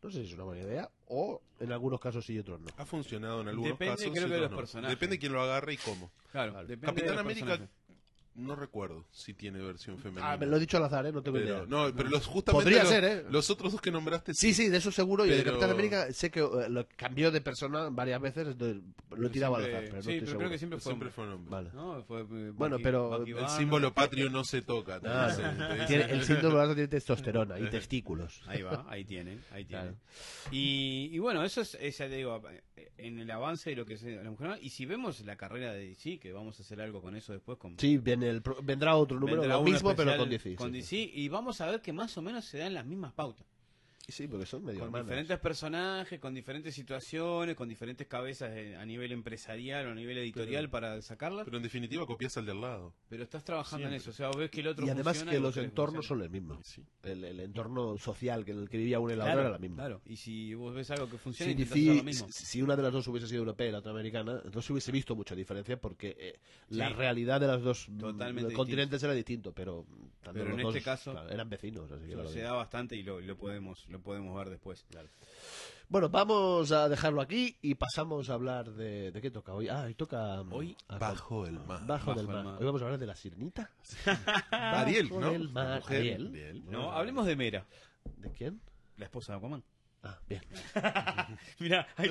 Speaker 2: No sé si es una buena idea, o en algunos casos sí y otros no.
Speaker 4: Ha funcionado en algunos
Speaker 3: Depende,
Speaker 4: casos.
Speaker 3: creo
Speaker 4: y
Speaker 3: que de
Speaker 4: otros
Speaker 3: los
Speaker 4: no.
Speaker 3: personajes.
Speaker 4: Depende de quién lo agarre y cómo.
Speaker 3: Claro,
Speaker 2: Claro.
Speaker 3: depende de
Speaker 4: Capitán
Speaker 3: los
Speaker 4: América,
Speaker 3: personajes.
Speaker 4: no recuerdo si tiene versión femenina.
Speaker 2: Ah, me lo he dicho al azar, ¿eh? No tengo idea.
Speaker 4: pero, no, pero los, justamente
Speaker 2: Podría
Speaker 4: los,
Speaker 2: ser, ¿eh?
Speaker 4: los otros dos que nombraste
Speaker 2: Sí, sí, de eso seguro. Y el de
Speaker 4: Pero-
Speaker 2: Capitán América sé que eh, lo cambió de persona varias veces, entonces lo he tirado al
Speaker 3: Siempre-
Speaker 2: azar, pero no
Speaker 3: sí,
Speaker 2: estoy
Speaker 3: pero
Speaker 2: seguro.
Speaker 3: creo que siempre fue.
Speaker 4: siempre
Speaker 3: hombre.
Speaker 4: fue nombre.
Speaker 2: Vale.
Speaker 3: No, fue, eh,
Speaker 2: Bueno,
Speaker 3: Bucky-
Speaker 2: pero
Speaker 3: Bucky
Speaker 4: El
Speaker 3: Barnes.
Speaker 4: símbolo patrio no se toca.
Speaker 2: Ah,
Speaker 4: te dicen, te dicen.
Speaker 2: tiene- el síndrome de tiene testosterona y testículos.
Speaker 3: Ahí va, ahí tienen, ahí tienen.
Speaker 2: Claro.
Speaker 3: Y, y bueno, eso es, es, ya te digo, en el avance de lo que es la mujer. Y si vemos la carrera de DC, que vamos a hacer algo con eso después, con
Speaker 2: Sí, viene el pro- vendrá otro número,
Speaker 3: vendrá
Speaker 2: lo
Speaker 3: uno
Speaker 2: mismo, pero
Speaker 3: especial
Speaker 2: con 16.
Speaker 3: Con DC, y vamos a ver que más o menos se dan las mismas pautas.
Speaker 2: Sí, porque son medio
Speaker 3: con
Speaker 2: hermanos.
Speaker 3: diferentes personajes, con diferentes situaciones, con diferentes cabezas eh, a nivel empresarial o a nivel editorial para sacarlas. Pero,
Speaker 4: Pero en definitiva copias al del lado.
Speaker 3: estás trabajando en
Speaker 4: Siempre.
Speaker 3: eso, o sea, vos ves que el otro
Speaker 2: Y además
Speaker 3: funciona
Speaker 2: que
Speaker 3: vos
Speaker 2: los
Speaker 3: querés
Speaker 2: entornos
Speaker 3: funcionar.
Speaker 2: son los mismos.
Speaker 4: Sí.
Speaker 2: El, el entorno social que en el que vivía uno y la
Speaker 3: Claro,
Speaker 2: otra era la misma.
Speaker 3: Claro, y si vos ves algo que funciona,
Speaker 2: Si,
Speaker 3: intentas
Speaker 2: DC
Speaker 3: hacer lo mismo.
Speaker 2: si- si una de las dos hubiese sido europea y la otra americana, entonces hubiese visto mucha diferencia porque eh, la
Speaker 3: Sí.
Speaker 2: realidad de los dos mm,
Speaker 3: Totalmente
Speaker 2: continentes era distinto, pero, mm, tanto
Speaker 3: Pero
Speaker 2: los
Speaker 3: en
Speaker 2: dos,
Speaker 3: este caso,
Speaker 2: claro, eran vecinos. así que era lo
Speaker 3: se
Speaker 2: mismo.
Speaker 3: da bastante y lo, lo podemos lo podemos ver después.
Speaker 2: Bueno, vamos a dejarlo aquí y pasamos a hablar de... ¿De qué toca hoy? Ah, hoy toca... mm,
Speaker 3: Hoy,
Speaker 2: a-
Speaker 4: Bajo el mar.
Speaker 2: Bajo,
Speaker 3: Bajo
Speaker 2: del
Speaker 3: el
Speaker 2: mar.
Speaker 3: mar.
Speaker 2: Hoy vamos a hablar de la sirenita.
Speaker 4: Ariel,
Speaker 2: Bajo
Speaker 4: ¿no?
Speaker 2: del mar.
Speaker 4: Mujer,
Speaker 2: Ariel.
Speaker 4: Ariel.
Speaker 3: No, hablemos de Mera,
Speaker 2: ¿De quién?
Speaker 3: la esposa de Aquaman.
Speaker 2: Ah, bien.
Speaker 3: Mira, ahí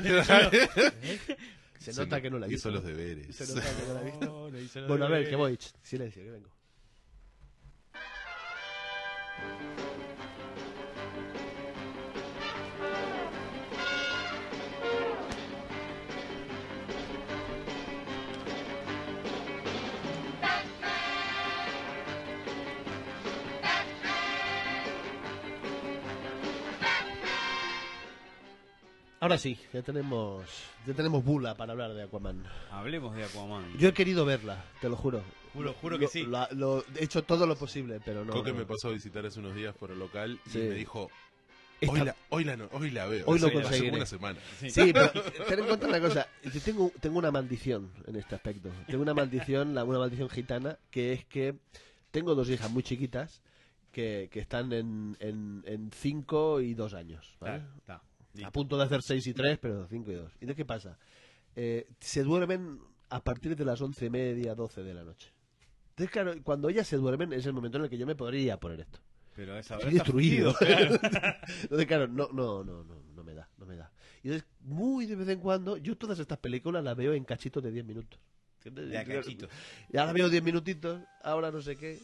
Speaker 2: Se,
Speaker 4: Se
Speaker 2: nota
Speaker 4: no-
Speaker 2: que no la he
Speaker 4: Hizo
Speaker 2: visto.
Speaker 4: los
Speaker 2: Se
Speaker 4: deberes.
Speaker 2: nota que no la he visto. Bueno, a ver, que voy. Ch, Silencio, que vengo. Ahora sí, ya tenemos, ya tenemos bula para hablar de Aquaman.
Speaker 3: Hablemos de Aquaman.
Speaker 2: Yo he querido verla, te lo juro.
Speaker 3: Juro, juro que
Speaker 2: Lo-
Speaker 3: sí.
Speaker 2: la- lo- he hecho todo lo posible, pero no.
Speaker 4: Coque
Speaker 2: no.
Speaker 4: me pasó a visitar hace unos días por el local
Speaker 2: Sí.
Speaker 4: y me dijo,
Speaker 2: Esta-
Speaker 4: hoy la, hoy la no- hoy la veo.
Speaker 2: Hoy lo
Speaker 4: Hace- hace
Speaker 2: conseguiré.
Speaker 4: como una semana.
Speaker 2: Sí, pero ten en cuenta una cosa. Yo tengo, tengo una maldición en este aspecto. Tengo una maldición, la, una maldición gitana, que es que tengo dos hijas muy chiquitas que, que están en, en, en cinco y dos años. ¿vale?
Speaker 3: Está, está.
Speaker 2: A punto de hacer 6 y 3, pero 5 y 2. ¿Y de qué pasa? Eh, se duermen a partir de las once y media, 12 de la noche. Entonces, claro, cuando ellas se duermen es el momento en el que yo me podría poner esto.
Speaker 3: Pero esa
Speaker 2: Estoy destruido. Entonces, claro, no, no, no, no, no me da, no me da. Y entonces, muy de vez en cuando, yo todas estas películas las veo en cachitos de 10 minutos. ¿Entiendes?
Speaker 3: De a
Speaker 2: Yo-
Speaker 3: cachito.
Speaker 2: Y ahora veo 10 minutitos, ahora no sé qué.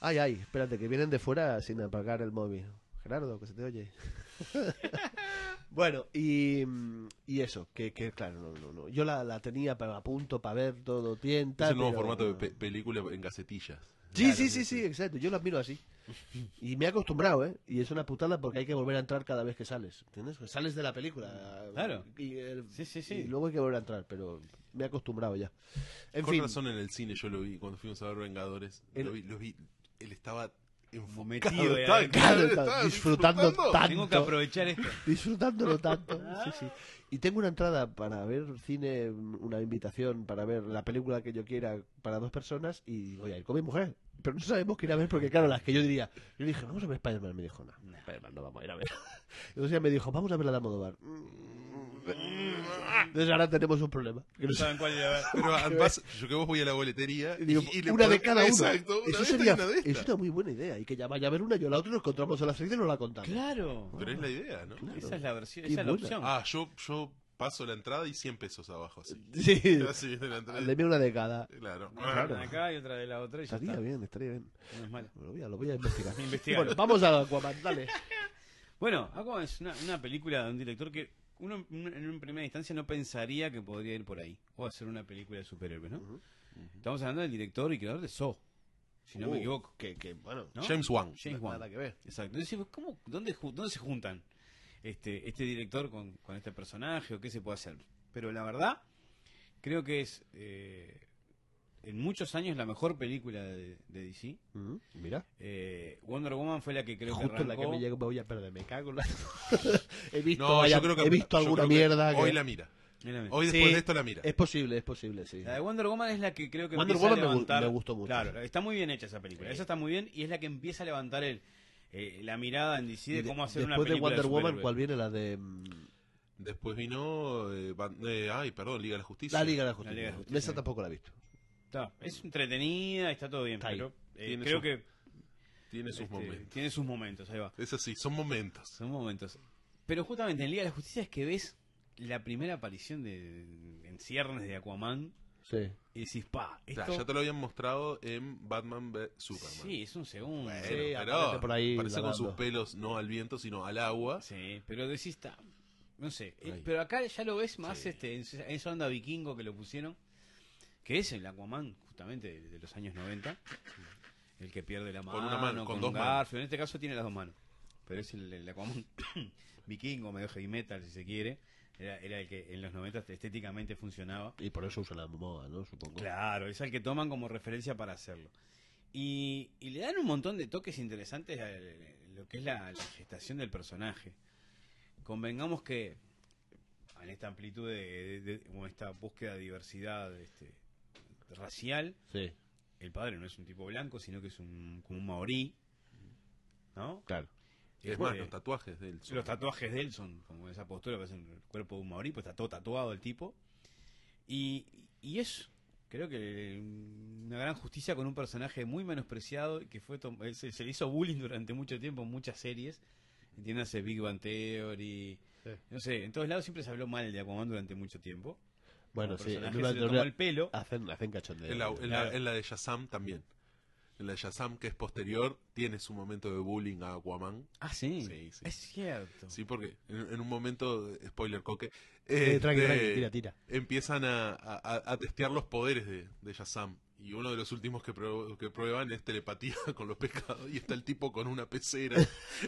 Speaker 2: Ay, ay, espérate, que vienen de fuera sin apagar el móvil. Gerardo, que se te oye. bueno, y, mm, y eso, que, que claro, no, no, no. Yo la, la tenía para- a punto para ver todo tienta.
Speaker 4: Es el nuevo
Speaker 2: pero-
Speaker 4: formato de pe- película en gacetillas.
Speaker 2: Sí, sí, sí, sí, exacto. Yo las miro así. Y me he acostumbrado, ¿eh? Y es una putada porque hay que volver a entrar cada vez que sales. ¿Entiendes? Pues sales de la película.
Speaker 3: Claro.
Speaker 2: Y, eh,
Speaker 3: Sí, sí, sí.
Speaker 2: y luego hay que volver a entrar, pero me he acostumbrado ya. En
Speaker 4: Con
Speaker 2: fin.
Speaker 4: razón en el cine yo lo vi, cuando fuimos a ver Vengadores,
Speaker 2: El-
Speaker 4: lo, vi, lo vi, él estaba enfocado,
Speaker 3: Metido,
Speaker 4: estaba-
Speaker 3: eh,
Speaker 2: claro,
Speaker 4: estaba
Speaker 2: estaba disfrutando tanto.
Speaker 3: Tengo que aprovechar esto.
Speaker 2: Disfrutándolo tanto. Sí, sí. Y tengo una entrada para ver cine, una invitación para ver la película que yo quiera para dos personas y voy a ir con mi mujer. Pero no sabemos qué ir a ver porque, claro, las que yo diría, yo le dije, vamos a ver Spider-Man. Me dijo, no, Spider-Man no vamos a ir a ver. Entonces ella me dijo, vamos a ver la de Almodóvar. Entonces ahora tenemos un problema. Que no
Speaker 3: No
Speaker 2: sé-
Speaker 3: saben cuál ir a ver.
Speaker 4: Pero además, yo que vos voy a la boletería
Speaker 2: y
Speaker 4: y,
Speaker 2: digo,
Speaker 4: y le
Speaker 2: una de
Speaker 4: pongo-
Speaker 2: cada uno.
Speaker 4: Exacto, una
Speaker 2: Eso
Speaker 4: de esta y
Speaker 2: sería,
Speaker 4: una de
Speaker 2: es
Speaker 4: esta.
Speaker 2: una muy buena idea. Y que ya vaya a ver una, yo la otra, nos encontramos a las seis y nos la contamos.
Speaker 3: Claro.
Speaker 4: Pero es la idea, ¿no?
Speaker 3: Esa es la versión,
Speaker 2: Qué
Speaker 3: esa es la
Speaker 2: buena.
Speaker 3: opción.
Speaker 4: Ah, yo, yo paso la entrada y 100 pesos abajo, así.
Speaker 2: Sí,
Speaker 4: Así, de la entrada.
Speaker 2: deme una de cada.
Speaker 4: Claro.
Speaker 3: Una de acá y otra de la otra y ya
Speaker 2: Estaría
Speaker 3: está.
Speaker 2: bien, estaría bien.
Speaker 3: No es mala.
Speaker 2: Lo voy a, lo voy a investigar.
Speaker 3: Investigalo.
Speaker 2: Bueno, vamos a Aquaman, dale.
Speaker 3: Bueno, Aquaman es una, una película de un director que uno en- en una primera instancia no pensaría que podría ir por ahí o hacer una película de superhéroes, ¿no? Estamos hablando del director y creador de Saw, si no me
Speaker 2: Uh,
Speaker 3: equivoco,
Speaker 2: Que, que bueno,
Speaker 3: ¿no?
Speaker 4: James Wan.
Speaker 3: James
Speaker 2: no-
Speaker 3: Wan.
Speaker 2: nada que ver.
Speaker 3: Exacto. Entonces, pues, ¿cómo, dónde, ju- ¿dónde se juntan este, este director con, con este personaje o qué se puede hacer? Pero la verdad, creo que es, eh, en muchos años la mejor película de, de DC.
Speaker 2: Mm, Mira.
Speaker 3: Eh, Wonder Woman fue la que creo
Speaker 2: Justo
Speaker 3: que
Speaker 2: en la que
Speaker 3: arrancó.
Speaker 2: me llego me voy a perder, me cago en la... he visto,
Speaker 4: No,
Speaker 2: vaya-
Speaker 4: yo creo que
Speaker 2: he visto
Speaker 4: yo
Speaker 2: alguna
Speaker 4: creo que
Speaker 2: mierda que...
Speaker 4: Hoy la mira.
Speaker 3: Mírame.
Speaker 4: Hoy después
Speaker 3: Sí,
Speaker 4: de esto la mira.
Speaker 2: Es posible, es posible, sí.
Speaker 3: La de Wonder Woman es la que creo que
Speaker 2: Wonder
Speaker 3: empieza
Speaker 2: Woman
Speaker 3: a
Speaker 2: me gu-
Speaker 3: levantar.
Speaker 2: me gustó mucho.
Speaker 3: Claro, está muy bien hecha esa película.
Speaker 2: Sí.
Speaker 3: Esa está muy bien y es la que empieza a levantar el, eh, la mirada en DC
Speaker 2: Y
Speaker 3: de
Speaker 2: de-
Speaker 3: cómo hacer una
Speaker 2: después de
Speaker 3: película.
Speaker 2: Wonder Woman,
Speaker 3: superhéroe.
Speaker 2: ¿cuál viene? La de... mm,
Speaker 4: Después vino. eh, Ban- eh, ay, perdón, Liga de la Justicia.
Speaker 2: La Liga de la Justicia.
Speaker 3: La Liga de la Justicia.
Speaker 2: Esa tampoco la he visto.
Speaker 3: Está, es entretenida, está todo bien,
Speaker 2: Está ahí.
Speaker 3: pero eh,
Speaker 4: Tiene
Speaker 3: creo
Speaker 4: sus
Speaker 3: que
Speaker 4: Tiene sus
Speaker 3: este,
Speaker 4: momentos.
Speaker 3: tiene sus momentos, ahí va.
Speaker 4: Es así, son momentos.
Speaker 3: Son momentos. Pero justamente en Liga de la Justicia es que ves la primera aparición de, en ciernes de Aquaman
Speaker 2: Sí.
Speaker 3: y decís, pa,
Speaker 4: O sea,
Speaker 3: esto...
Speaker 4: ya te lo habían mostrado en Batman v Superman.
Speaker 3: Sí, es un segundo.
Speaker 4: Bueno,
Speaker 2: Sí,
Speaker 4: pero
Speaker 2: aparece por ahí
Speaker 4: Parece con
Speaker 2: nadando.
Speaker 4: sus pelos no al viento, sino al agua.
Speaker 3: Sí, pero decís, está... No sé, eh,
Speaker 4: Ahí.
Speaker 3: pero acá ya lo ves más
Speaker 4: Sí.
Speaker 3: este, en esa- en esa onda vikingo que lo pusieron, que es el Aquaman justamente de, de los años 90, el que pierde la mano,
Speaker 4: Con una mano, con dos manos.
Speaker 3: Garfield, en este caso tiene las dos manos, pero es el, el Aquaman vikingo, medio heavy metal si se quiere, era, era el que en los 90 estéticamente funcionaba.
Speaker 2: Y por eso usan la moda, ¿no? Supongo.
Speaker 3: Claro, es el que toman como referencia para hacerlo. Y, y le dan un montón de toques interesantes a lo que es la, la gestación del personaje. Convengamos que en esta amplitud de, de- de- o esta búsqueda de diversidad este, racial,
Speaker 2: Sí,
Speaker 3: el padre no es un tipo blanco, sino que es un, como un maorí, ¿no?
Speaker 2: claro.
Speaker 4: Es
Speaker 3: Este,
Speaker 4: más, los tatuajes del
Speaker 3: los tatuajes de él son como esa postura, parece el cuerpo de un maorí, pues está todo tatuado el tipo. Y, y es, creo que una gran justicia con un personaje muy menospreciado y que fue tom- eh, se, se le hizo bullying durante mucho tiempo en muchas series. Entiéndase Big Bang Theory.
Speaker 2: Sí.
Speaker 3: No sé, en todos lados siempre se habló mal de Aquaman durante mucho tiempo.
Speaker 2: Bueno,
Speaker 3: Como
Speaker 2: sí. Ah,
Speaker 3: personaje
Speaker 2: en una-
Speaker 3: se le
Speaker 2: en
Speaker 3: tomó
Speaker 2: una-
Speaker 3: el pelo.
Speaker 2: Hacen, hacen cachondeo. Eh,
Speaker 4: En la, en la-
Speaker 3: Claro.
Speaker 4: en la de Shazam también. En la de Shazam, que es posterior, tiene su momento de bullying a Aquaman.
Speaker 3: Ah, sí.
Speaker 4: Sí, sí.
Speaker 3: Es cierto.
Speaker 4: Sí, porque en, en un momento, spoiler coque,
Speaker 2: Eh, tranqui,
Speaker 4: este,
Speaker 2: tranqui, tira, tira.
Speaker 4: empiezan a, a- a testear los poderes de, de Shazam. Y uno de los últimos que, prue- que prueban es telepatía con los pescados. Y está el tipo con una pecera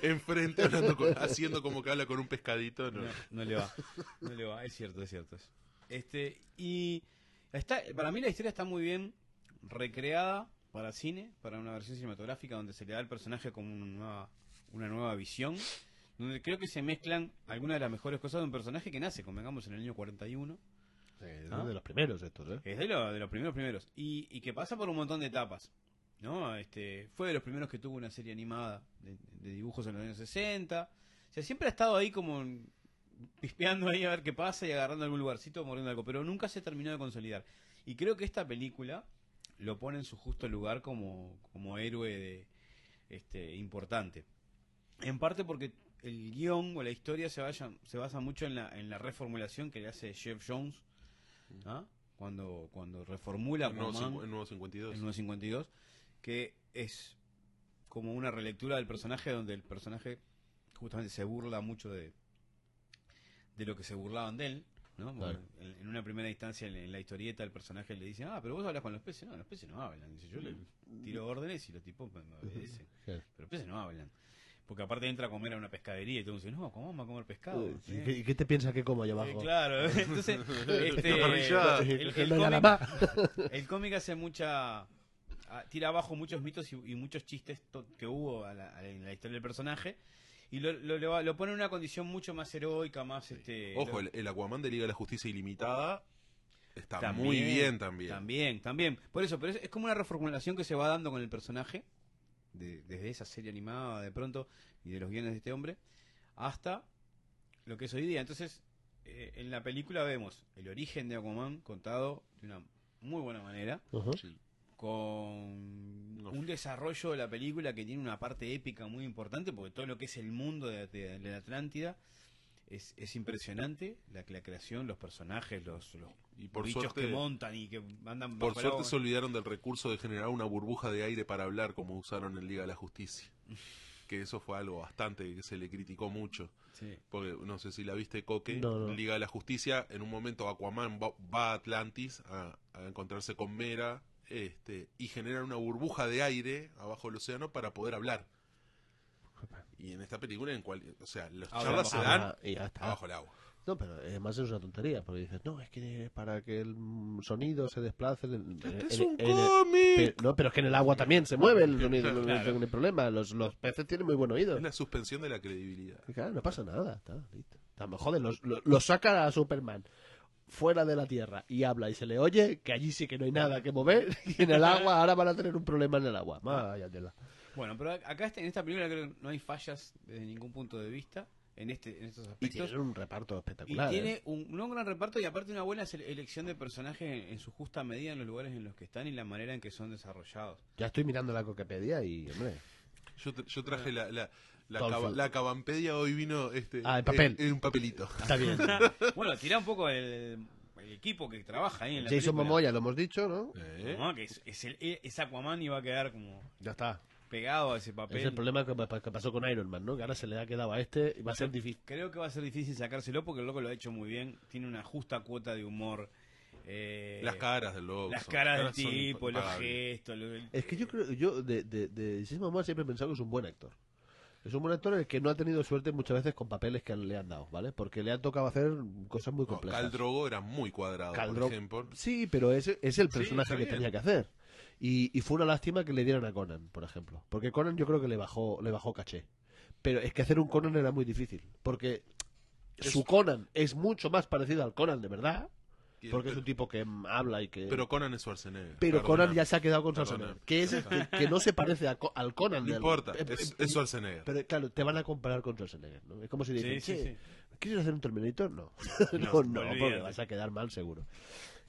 Speaker 4: enfrente, hablando con- haciendo como que habla con un pescadito. No.
Speaker 3: No, no le va. No le va. Es cierto, es cierto. eso. Este, y está, para mí la historia está muy bien recreada para cine, para una versión cinematográfica donde se le da al personaje como una nueva, una nueva visión. Donde creo que se mezclan algunas de las mejores cosas de un personaje que nace, convengamos, en el año 41.
Speaker 2: Eh,
Speaker 3: ¿Ah?
Speaker 2: uno de los primeros estos, ¿eh?
Speaker 3: Es de, lo- de los primeros primeros. Y, y que pasa por un montón de etapas. ¿no? Este, fue de los primeros que tuvo una serie animada de, de dibujos en los años 60. O sea, siempre ha estado ahí como en- pispeando ahí a ver qué pasa y agarrando algún lugarcito, mordiendo algo. Pero nunca se terminó de consolidar. Y creo que esta película lo pone en su justo lugar como, como héroe de, este, importante. En parte porque el guión o la historia se, vaya, se basa mucho en la, en la reformulación que le hace Jeff Jones. ¿ah? Cuando, cuando reformula
Speaker 4: El nuevo,
Speaker 3: Aquaman,
Speaker 4: cincu- el nuevo 52.
Speaker 3: el 952, que es como una relectura del personaje donde el personaje justamente se burla mucho de de lo que se burlaban de él, ¿no? Porque
Speaker 2: Claro.
Speaker 3: En, en una primera instancia en, en la historieta el personaje le dice, "Ah, pero vos hablas con los peces." No, los peces no hablan. Dice, "Yo le tiro órdenes y los tipos me obedecen."
Speaker 2: Claro.
Speaker 3: Pero los peces no hablan. Porque aparte entra a comer a una pescadería y todo dice, "No, ¿cómo vamos a comer pescado?"
Speaker 2: Eh, ¿Y
Speaker 3: Eh,
Speaker 2: qué, y qué te piensas que como allá
Speaker 3: eh,
Speaker 2: abajo?
Speaker 3: claro, entonces este,
Speaker 4: Una parrillada.
Speaker 3: el- el
Speaker 2: El, el,
Speaker 3: cómic-
Speaker 2: calamar.
Speaker 3: el cómic hace mucha. a- tira abajo muchos mitos y, y muchos chistes to- que hubo a la- a la- en la historia del personaje. Y lo, lo- lo- lo pone en una condición mucho más heroica, más. este
Speaker 4: Ojo,
Speaker 3: lo-
Speaker 4: el, el Aquaman de Liga de la Justicia Ilimitada está
Speaker 3: También,
Speaker 4: muy bien también.
Speaker 3: También, también. Por eso, pero es, es como una reformulación que se va dando con el personaje. de- desde esa serie animada, de pronto, y de los guiones de este hombre. Hasta lo que es hoy día. Entonces, eh, en la película vemos el origen de Aquaman contado de una muy buena manera.
Speaker 2: Ujú.
Speaker 3: con
Speaker 4: No.
Speaker 3: un desarrollo de la película que tiene una parte épica muy importante, porque todo lo que es el mundo de, de- de la Atlántida es, es impresionante, la, la creación, los personajes, los, los
Speaker 4: Y por
Speaker 3: bichos
Speaker 4: suerte,
Speaker 3: que montan y que andan
Speaker 4: por
Speaker 3: bajo el
Speaker 4: suerte
Speaker 3: agua.
Speaker 4: se olvidaron del recurso de generar una burbuja de aire para hablar como usaron en Liga de la Justicia. Que eso fue algo bastante que se le criticó mucho.
Speaker 3: Sí.
Speaker 4: Porque no sé si la viste, Coque.
Speaker 2: No, no.
Speaker 4: Liga de la Justicia, en un momento Aquaman va, va a Atlantis a, a encontrarse con Mera este, y generan una burbuja de aire abajo del océano para poder hablar. Y en esta película, en cual, o sea, las
Speaker 3: Ahora,
Speaker 4: charlas se
Speaker 3: abajo-
Speaker 4: dan
Speaker 2: Ah, y ya está.
Speaker 4: abajo el agua.
Speaker 2: No, pero además es una tontería, porque dices, no, es que para que el mm, sonido se desplace... en- en-
Speaker 4: ¡Es
Speaker 2: ah, en-
Speaker 4: un
Speaker 2: en el-
Speaker 4: cómic!
Speaker 2: pe- no, pero es que en el agua también se mueve el sonido, no, no
Speaker 3: Claro.
Speaker 2: tengo ningún problema. Los, los peces tienen muy buen oído.
Speaker 4: Es la suspensión de la credibilidad.
Speaker 2: Y claro, no pasa nada, está listo. A lo mejor lo, lo saca a Superman fuera de la Tierra y habla y se le oye que allí sí que no hay nada que mover y en el agua ahora van a tener un problema en el agua. Vaya tela.
Speaker 3: Bueno, pero acá este- en esta película creo que no hay fallas desde ningún punto de vista en este en estos
Speaker 2: Y
Speaker 3: aspectos.
Speaker 2: tiene un reparto
Speaker 3: Y
Speaker 2: espectacular. ¿eh?
Speaker 3: tiene un, no, un gran reparto y aparte una buena sele- elección de personajes en, en su justa medida en los lugares en los que están y la manera en que son desarrollados.
Speaker 2: Ya estoy mirando la Coquepedia y, hombre,
Speaker 4: Yo, tra- yo traje la, la, la,
Speaker 2: Todo
Speaker 4: cava-
Speaker 2: fue-
Speaker 4: la cabampedia, hoy vino este,
Speaker 2: Ah, en papel.
Speaker 4: En, en un papelito.
Speaker 2: está bien.
Speaker 3: bueno, tira un poco el, el equipo que trabaja ahí en la
Speaker 2: Jason
Speaker 3: película.
Speaker 2: Momoa, ya lo hemos dicho, ¿no?
Speaker 4: ¿Eh?
Speaker 3: No, que es, es el, es Aquaman y va a quedar como
Speaker 2: Ya está.
Speaker 3: pegado a ese
Speaker 2: Es el
Speaker 3: papel.
Speaker 2: problema que, pa- que pasó con Iron Man, ¿no? Que ahora se le ha quedado a este y va a ser difícil.
Speaker 3: Creo que va a ser difícil sacárselo porque el loco lo ha hecho muy bien. Tiene una justa cuota de humor. eh,
Speaker 4: Las caras del lobo.
Speaker 3: las
Speaker 4: son-
Speaker 3: caras del
Speaker 4: son
Speaker 3: tipo, los
Speaker 4: impagables.
Speaker 3: gestos. lo- el-
Speaker 2: Es que yo creo, yo de, de, de Jason Momoa siempre he pensado que es un buen actor. Es un buen actor el que no ha tenido suerte muchas veces con papeles que le han dado, ¿vale? Porque le han tocado hacer cosas muy
Speaker 4: No,
Speaker 2: complejas.
Speaker 4: Khal Drogo era muy cuadrado,
Speaker 2: Khal
Speaker 4: por
Speaker 2: Drogo-
Speaker 4: ejemplo.
Speaker 2: Sí, pero ese es el
Speaker 4: está
Speaker 2: personaje que
Speaker 4: bien.
Speaker 2: tenía que hacer. Y, y fue una lástima que le dieran a Conan, por ejemplo. Porque Conan yo creo que le bajó, le bajó caché. Pero es que hacer un Conan era muy difícil. Porque su Conan es mucho más parecido al Conan de verdad.
Speaker 4: Y-
Speaker 2: Porque es
Speaker 4: pero,
Speaker 2: un tipo que mm, habla y que...
Speaker 4: pero Conan es Schwarzenegger.
Speaker 2: Pero Conan
Speaker 4: perdona.
Speaker 2: ya se ha quedado con
Speaker 4: Perdona.
Speaker 2: Schwarzenegger. Que es el que, que no se parece a Co- al Conan.
Speaker 4: No
Speaker 2: del-
Speaker 4: importa,
Speaker 2: eh,
Speaker 4: es,
Speaker 2: eh,
Speaker 4: es Schwarzenegger.
Speaker 2: Pero claro, te van a comparar con Schwarzenegger, ¿no? Es como si le
Speaker 3: Sí,
Speaker 2: dicen,
Speaker 3: sí,
Speaker 2: "Che,
Speaker 3: sí.
Speaker 2: ¿quieres hacer un Terminator? No. no, no,
Speaker 3: No,
Speaker 2: porque
Speaker 3: olvídate.
Speaker 2: vas a quedar mal seguro.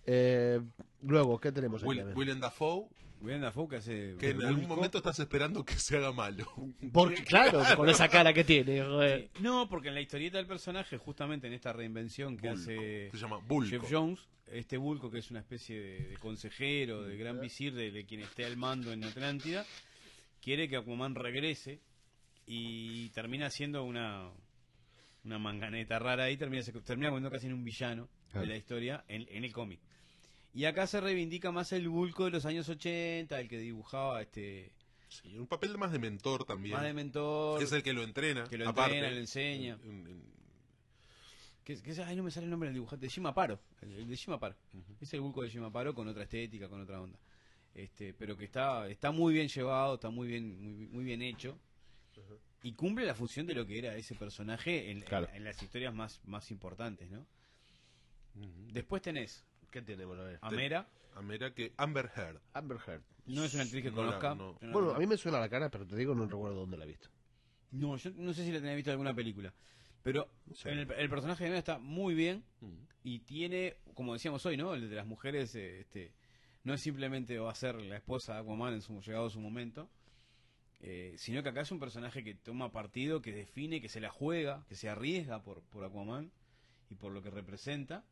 Speaker 2: Eh, luego, ¿qué tenemos aquí?
Speaker 4: Will-
Speaker 2: A ver.
Speaker 4: Willem Dafoe,
Speaker 3: Willem Dafoe que hace-
Speaker 4: que en algún momento estás esperando que se haga malo.
Speaker 2: Porque, claro, con esa cara que tiene. joder.
Speaker 3: No, porque en la historieta del personaje, justamente en esta reinvención que
Speaker 4: Bulco.
Speaker 3: hace
Speaker 4: Se llama Bulco.
Speaker 3: Jeff Jones, este Bulco, que es una especie de, de consejero, de gran visir, de, de quien esté al mando en Atlántida, quiere que Aquaman regrese y termina siendo una una manganeta rara ahí, termina, se- termina convirtiendo casi en un villano
Speaker 2: Claro.
Speaker 3: de la historia en, en el cómic. Y acá se reivindica más el Bulco de los años 80, el que dibujaba este
Speaker 4: Sí, un papel más de mentor también.
Speaker 3: más de mentor.
Speaker 4: Es el que lo entrena.
Speaker 3: Que lo
Speaker 4: aparte.
Speaker 3: entrena, lo enseña.
Speaker 4: En- en-
Speaker 3: Que, es- que es- ay, no me sale el nombre del dibujante, de Jim Aparo. El, el de Jim Aparo. Es el bulco de Jim Aparo con otra estética, con otra onda. Este, pero que está, está muy bien llevado, está muy bien, muy, bien- muy bien hecho. Y cumple la función de lo que era ese personaje en, en-
Speaker 2: Claro.
Speaker 3: en, las historias más, más importantes, ¿no?
Speaker 4: Ujú.
Speaker 3: Después tenés
Speaker 2: ¿Qué tenemos? A ver.
Speaker 3: a Mera,
Speaker 4: A Mera Ah, que Amber Heard.
Speaker 2: Amber Heard.
Speaker 3: no es una actriz que
Speaker 4: No la-
Speaker 3: conozca.
Speaker 4: no.
Speaker 3: Yo no la
Speaker 2: Bueno,
Speaker 3: conozco.
Speaker 2: a mí me suena la cara, pero te digo, no recuerdo dónde la he visto.
Speaker 3: No, yo no sé si la tenía visto en alguna película. Pero
Speaker 2: Sí.
Speaker 3: en el, el personaje de Mera está muy bien.
Speaker 4: Mm.
Speaker 3: y tiene, como decíamos hoy, ¿no? El de las mujeres, eh, este, no es simplemente va a ser la esposa de Aquaman en su llegado su momento, eh, sino que acá es un personaje que toma partido, que define, que se la juega, que se arriesga por, por Aquaman y por lo que representa.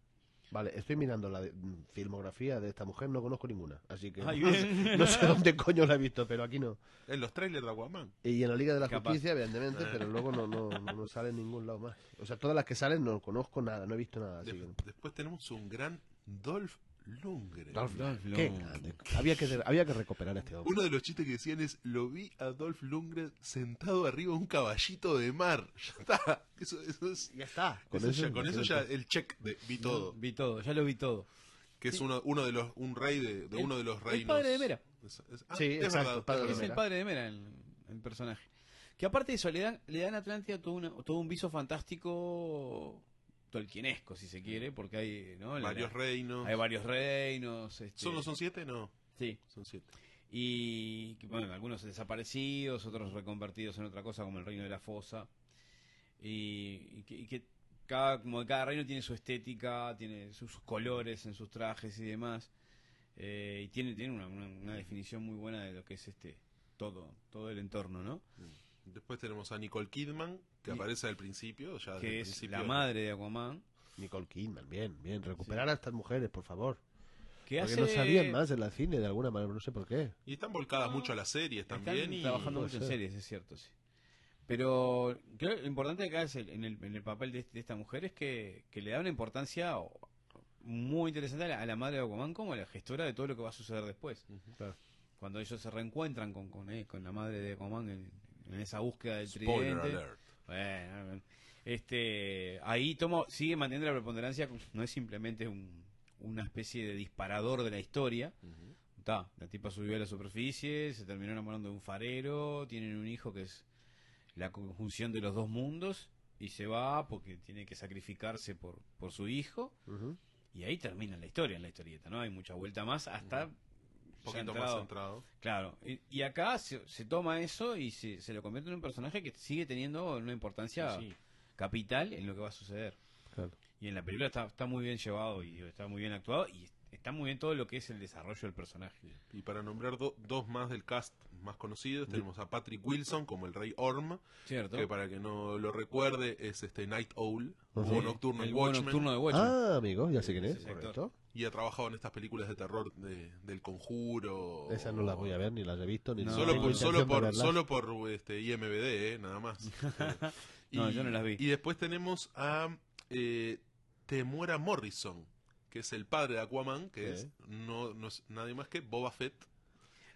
Speaker 2: Vale, estoy mirando la de- mm, filmografía de esta mujer, no conozco ninguna. Así que
Speaker 3: Ay,
Speaker 2: no, sé,
Speaker 3: bien.
Speaker 2: no sé dónde coño la he visto, pero aquí no.
Speaker 4: En los trailers de Aquaman.
Speaker 2: Y en la Liga de la
Speaker 3: Capaz.
Speaker 2: Justicia, evidentemente,
Speaker 4: Eh.
Speaker 2: pero luego no, no, no, no sale en ningún lado más. O sea, todas las que salen no conozco nada, no he visto
Speaker 3: Ah,
Speaker 2: nada. Así
Speaker 4: De-
Speaker 2: que...
Speaker 4: después tenemos un gran Dolph Lundgren.
Speaker 3: Dolph
Speaker 2: Qué Ah,
Speaker 3: Lundgren.
Speaker 2: grande. Había que, había que recuperar a este hombre.
Speaker 4: Uno de los chistes que decían es, lo vi a Dolph Lundgren sentado arriba de un caballito de mar. Ya está. Eso, eso es...
Speaker 2: Ya está. Con
Speaker 4: eso ya,
Speaker 2: es
Speaker 4: con eso ya
Speaker 2: suficiente.
Speaker 4: el check de vi todo.
Speaker 3: Vi todo, ya lo vi todo.
Speaker 4: Que es uno, uno de los, un rey de, de
Speaker 3: El-
Speaker 4: uno de los
Speaker 3: el
Speaker 4: reinos.
Speaker 3: padre de Mera.
Speaker 4: Es- es- ah,
Speaker 2: Sí,
Speaker 4: es
Speaker 2: exacto,
Speaker 4: verdad, es
Speaker 2: padre de
Speaker 4: verdad.
Speaker 3: Es el
Speaker 2: Mera.
Speaker 3: padre de Mera el, el personaje. Que aparte de eso, le dan, le dan a Atlántida todo, una- todo un viso fantástico tolkienesco, si se quiere, porque hay, ¿no? La-
Speaker 4: Varios
Speaker 3: la-
Speaker 4: reinos.
Speaker 3: hay varios reinos. este,
Speaker 4: ¿Son, no son siete? No,
Speaker 3: sí.
Speaker 4: son siete.
Speaker 3: Y que, bueno, algunos desaparecidos, otros reconvertidos en otra cosa, como el reino de la fosa. Y, y que, y que cada, como que cada reino tiene su estética, tiene sus, sus colores en sus trajes y demás. Eh, y tiene, tiene una, una- una definición muy buena de lo que es este todo, todo el entorno, ¿no?
Speaker 4: Después tenemos a Nicole Kidman, que
Speaker 3: Y-
Speaker 4: aparece al principio. Ya desde
Speaker 3: Que
Speaker 4: el
Speaker 3: es
Speaker 4: principio.
Speaker 3: la madre de Aquaman.
Speaker 2: Nicole Kidman, bien, bien. Recuperar a estas mujeres, por favor.
Speaker 3: Que
Speaker 2: Porque
Speaker 3: hace,
Speaker 2: no sabían más en la cine de alguna manera, no sé por qué.
Speaker 4: Y están volcadas mucho a las series
Speaker 3: Ah. Están
Speaker 4: también. y-
Speaker 3: trabajando
Speaker 2: puede
Speaker 3: mucho en
Speaker 2: ser.
Speaker 3: series, es cierto, sí. Pero creo que lo importante acá es el- en, el, en el papel de, de esta mujer es que, que le da una importancia o- muy interesante a la, a la madre de Aquaman como la gestora de todo lo que va a suceder después.
Speaker 4: Ujú.
Speaker 3: Cuando ellos se reencuentran con, con, eh, con la madre de Aquaman en, en esa búsqueda del
Speaker 4: Spoiler
Speaker 3: tridente.
Speaker 4: alert.
Speaker 3: Bueno, Este, ahí Tomo sigue manteniendo la preponderancia, no es simplemente un- una especie de disparador de la historia. Ta, la tipa subió a la superficie, se terminó enamorando de un farero, tienen un hijo que es la conjunción de los dos mundos y se va porque tiene que sacrificarse por, por su hijo
Speaker 2: Ujú.
Speaker 3: y ahí termina la historia en la historieta, ¿no? Hay mucha vuelta más hasta...
Speaker 4: Un
Speaker 3: ya
Speaker 4: poquito más
Speaker 3: entrado.
Speaker 4: centrado.
Speaker 3: Claro, y, y acá se, se toma eso y se, se lo convierte en un personaje que sigue teniendo una importancia
Speaker 5: Sí.
Speaker 3: capital en lo que va a suceder.
Speaker 5: Claro.
Speaker 3: Y en la película está, está muy bien llevado y está muy bien actuado y está muy bien todo lo que es el desarrollo del personaje.
Speaker 4: Y para nombrar do- dos más del cast más conocidos, tenemos a Patrick Wilson como el Rey Orm,
Speaker 3: ¿Cierto?
Speaker 4: que para el que no lo recuerde es este Night Owl, o
Speaker 2: Ujú.
Speaker 4: nocturno
Speaker 3: Ah, el
Speaker 4: en
Speaker 3: búho
Speaker 4: Watchmen,
Speaker 3: nocturno de Watchmen.
Speaker 2: Ah, amigo, ya sé quién es.
Speaker 3: Sí, sector.
Speaker 2: correcto.
Speaker 4: y ha trabajado en estas películas de terror de- del Conjuro.
Speaker 2: Esas no las voy a ver, ni las he visto, ni
Speaker 3: No.
Speaker 4: Solo
Speaker 2: tengo
Speaker 4: por,
Speaker 2: intención
Speaker 4: solo
Speaker 2: de
Speaker 4: por,
Speaker 2: verlas.
Speaker 4: solo por este, IMBD, eh, nada más. Eh,
Speaker 3: No, yo no las vi.
Speaker 4: Y después tenemos a eh, Temuera Morrison, que es el padre de Aquaman, que
Speaker 5: Ok.
Speaker 4: es, no, no es nadie más que Boba Fett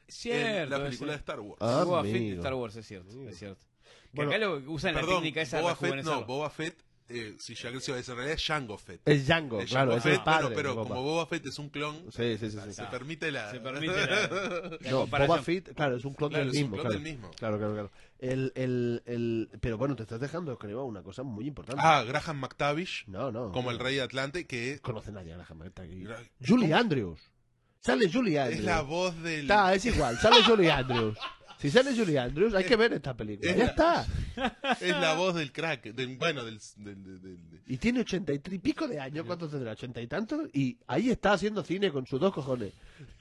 Speaker 4: en
Speaker 3: Cierto,
Speaker 4: la película de
Speaker 3: ese-
Speaker 4: Star Wars.
Speaker 2: Ah,
Speaker 3: Boba Fett de
Speaker 2: amigo.
Speaker 3: Star Wars, es cierto,
Speaker 2: Amigo.
Speaker 3: es cierto. Que
Speaker 2: Bueno,
Speaker 3: acá lo usan la
Speaker 4: Perdón,
Speaker 3: técnica esa de
Speaker 4: Boba Fett, no,
Speaker 3: rejuvenecerlo.
Speaker 4: Boba Fett, eh, si ya creció, es en realidad es Jango Fett.
Speaker 2: Es Django,
Speaker 4: Es
Speaker 2: claro,
Speaker 4: Jango
Speaker 2: es el
Speaker 4: Fett, bueno,
Speaker 2: padre.
Speaker 4: pero
Speaker 2: de Boba.
Speaker 4: como Boba Fett es un clon,
Speaker 2: Sí, sí, sí. sí.
Speaker 4: se permite la...
Speaker 3: Se permite la, la
Speaker 2: No,
Speaker 3: comparación.
Speaker 2: Boba Fett, claro, es un clon
Speaker 4: Claro,
Speaker 2: del
Speaker 4: es un
Speaker 2: mismo.
Speaker 4: clon
Speaker 2: claro.
Speaker 4: del mismo.
Speaker 2: Claro, claro, claro. El, el, el... Pero bueno, te estás dejando, creo, una cosa muy importante.
Speaker 4: Ah, Graham McTavish,
Speaker 2: no, no.
Speaker 4: como el rey de Atlante, que
Speaker 2: Conocen a Diana Jamareta aquí.
Speaker 4: Gra-
Speaker 2: Julie Andrews. Sale Julie Andrews.
Speaker 4: es la voz del...
Speaker 2: Está, es igual, sale Julie Andrews. Si sale Julie Andrews, hay que ver esta película.
Speaker 4: es
Speaker 2: Ya
Speaker 4: la-
Speaker 2: está.
Speaker 4: Es
Speaker 3: Ah.
Speaker 4: la voz del crack, del, bueno, del, del- del- del-
Speaker 2: Y tiene ochenta y tri- pico de años, ¿cuánto tendrá? ¿Ochenta y tantos? Y ahí está haciendo cine con sus dos cojones.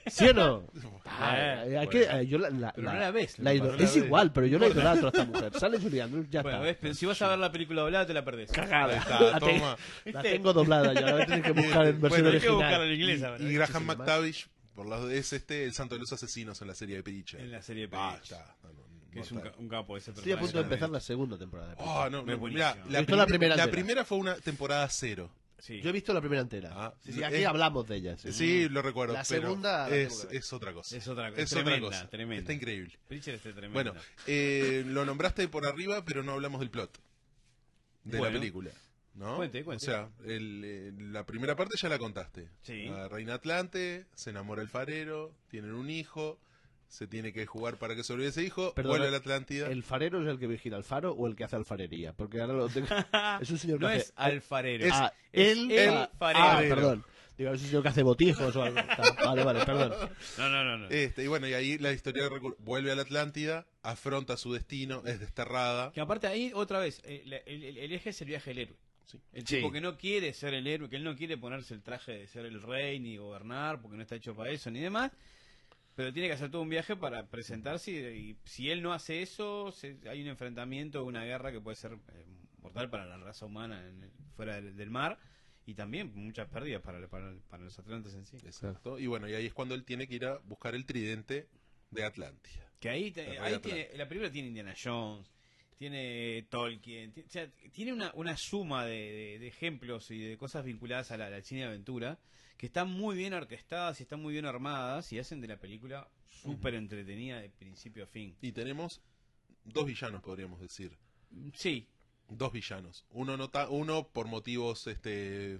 Speaker 2: ¿Sí o no? Ah, hay que- eh, yo la, la-
Speaker 3: Pero
Speaker 2: la-
Speaker 3: no la ves,
Speaker 2: la
Speaker 3: lo que
Speaker 2: ido-
Speaker 3: pasa.
Speaker 4: No la
Speaker 2: es
Speaker 4: ves.
Speaker 2: igual, pero yo la idolatro a esta mujer. Sale Julie Andrews, ya
Speaker 3: Bueno, ves,
Speaker 2: está.
Speaker 3: pero si vas a ver la película doblada te la perdés.
Speaker 4: Ahí
Speaker 2: Cagada.
Speaker 4: está,
Speaker 2: La, Ah, te-
Speaker 4: toma.
Speaker 2: la tengo doblada ya, la voy a tener que buscar en versión
Speaker 4: Bueno,
Speaker 3: Hay que
Speaker 2: original.
Speaker 3: buscarla en inglés ahora.
Speaker 4: Y Graham
Speaker 2: llama?
Speaker 4: McTavish, por las es este, el santo de los asesinos en la serie de Pediche.
Speaker 3: En la serie de
Speaker 4: Ah,
Speaker 3: Pediche.
Speaker 4: está. No, no, no,
Speaker 3: Que es un,
Speaker 4: mortal.
Speaker 3: ca- un capo ese
Speaker 2: Estoy a punto de
Speaker 3: personaje.
Speaker 2: empezar la segunda temporada. de Prison.
Speaker 4: Oh, no, no,
Speaker 3: Es
Speaker 4: mirá,
Speaker 3: buenísimo.
Speaker 4: la,
Speaker 2: Yo he visto la
Speaker 4: primer-
Speaker 2: primera
Speaker 4: la
Speaker 2: entera.
Speaker 4: primera fue una temporada cero.
Speaker 3: Sí.
Speaker 2: Yo he visto la primera entera.
Speaker 4: Ah,
Speaker 2: y
Speaker 4: sí,
Speaker 2: aquí
Speaker 4: es-
Speaker 2: hablamos de ella. Sí.
Speaker 4: Sí, lo recuerdo.
Speaker 2: La
Speaker 4: pero
Speaker 2: segunda la
Speaker 4: es,
Speaker 2: tengo que ver.
Speaker 4: es otra cosa.
Speaker 3: Es otra cosa.
Speaker 4: Es
Speaker 3: Tremenda,
Speaker 4: otra cosa.
Speaker 3: tremenda.
Speaker 4: Está increíble.
Speaker 3: Preacher está este tremendo.
Speaker 4: Bueno, eh, lo nombraste por arriba, pero no hablamos del plot de
Speaker 3: Bueno.
Speaker 4: la película. ¿no?
Speaker 3: Cuente,
Speaker 4: O
Speaker 3: cuente.
Speaker 4: sea, el, eh, la primera parte ya la contaste.
Speaker 3: Sí.
Speaker 4: La reina Atlante, se enamora el farero, tienen un hijo, se tiene que jugar para que sobreviva ese hijo,
Speaker 2: Perdona,
Speaker 4: vuelve a la Atlántida.
Speaker 2: ¿El farero es el que vigila el faro o el que hace alfarería? Porque ahora lo tengo... Es un señor que
Speaker 3: no
Speaker 2: hace-
Speaker 3: es alfarero.
Speaker 4: es
Speaker 2: Ah,
Speaker 3: es
Speaker 2: él-
Speaker 3: el
Speaker 2: ah,
Speaker 3: farero.
Speaker 2: Ah, perdón. Digo, es un señor que hace botijos o algo. Ah, Vale, vale, perdón.
Speaker 3: No, no, no. no.
Speaker 4: Este, y bueno, y ahí la historia recu- vuelve a la Atlántida, afronta su destino, es desterrada.
Speaker 3: Que aparte ahí, otra vez, eh, la- el, el- el eje es el viaje del héroe. El tipo que no quiere ser el héroe, que él no quiere ponerse el traje de ser el rey ni gobernar porque no está hecho para eso ni demás. Pero tiene que hacer todo un viaje para presentarse y, y si él no hace eso, se- hay un enfrentamiento, una guerra que puede ser eh, mortal para la raza humana en el- fuera del, del mar y también muchas pérdidas para, para, para los atlantes en sí.
Speaker 4: Exacto. Y bueno, y ahí es cuando él tiene que ir a buscar el tridente de Atlántida.
Speaker 3: Que ahí, te-
Speaker 4: Te
Speaker 3: ahí
Speaker 4: rodea
Speaker 3: tiene, la película tiene Indiana Jones, tiene Tolkien, ti- o sea, tiene una, una suma de, de- de ejemplos y de cosas vinculadas a la, la cine de aventura que están muy bien orquestadas y están muy bien armadas y hacen de la película súper entretenida de principio a fin.
Speaker 4: Y tenemos dos villanos, podríamos decir.
Speaker 3: Sí,
Speaker 4: Dos villanos. Uno, nota uno por motivos este,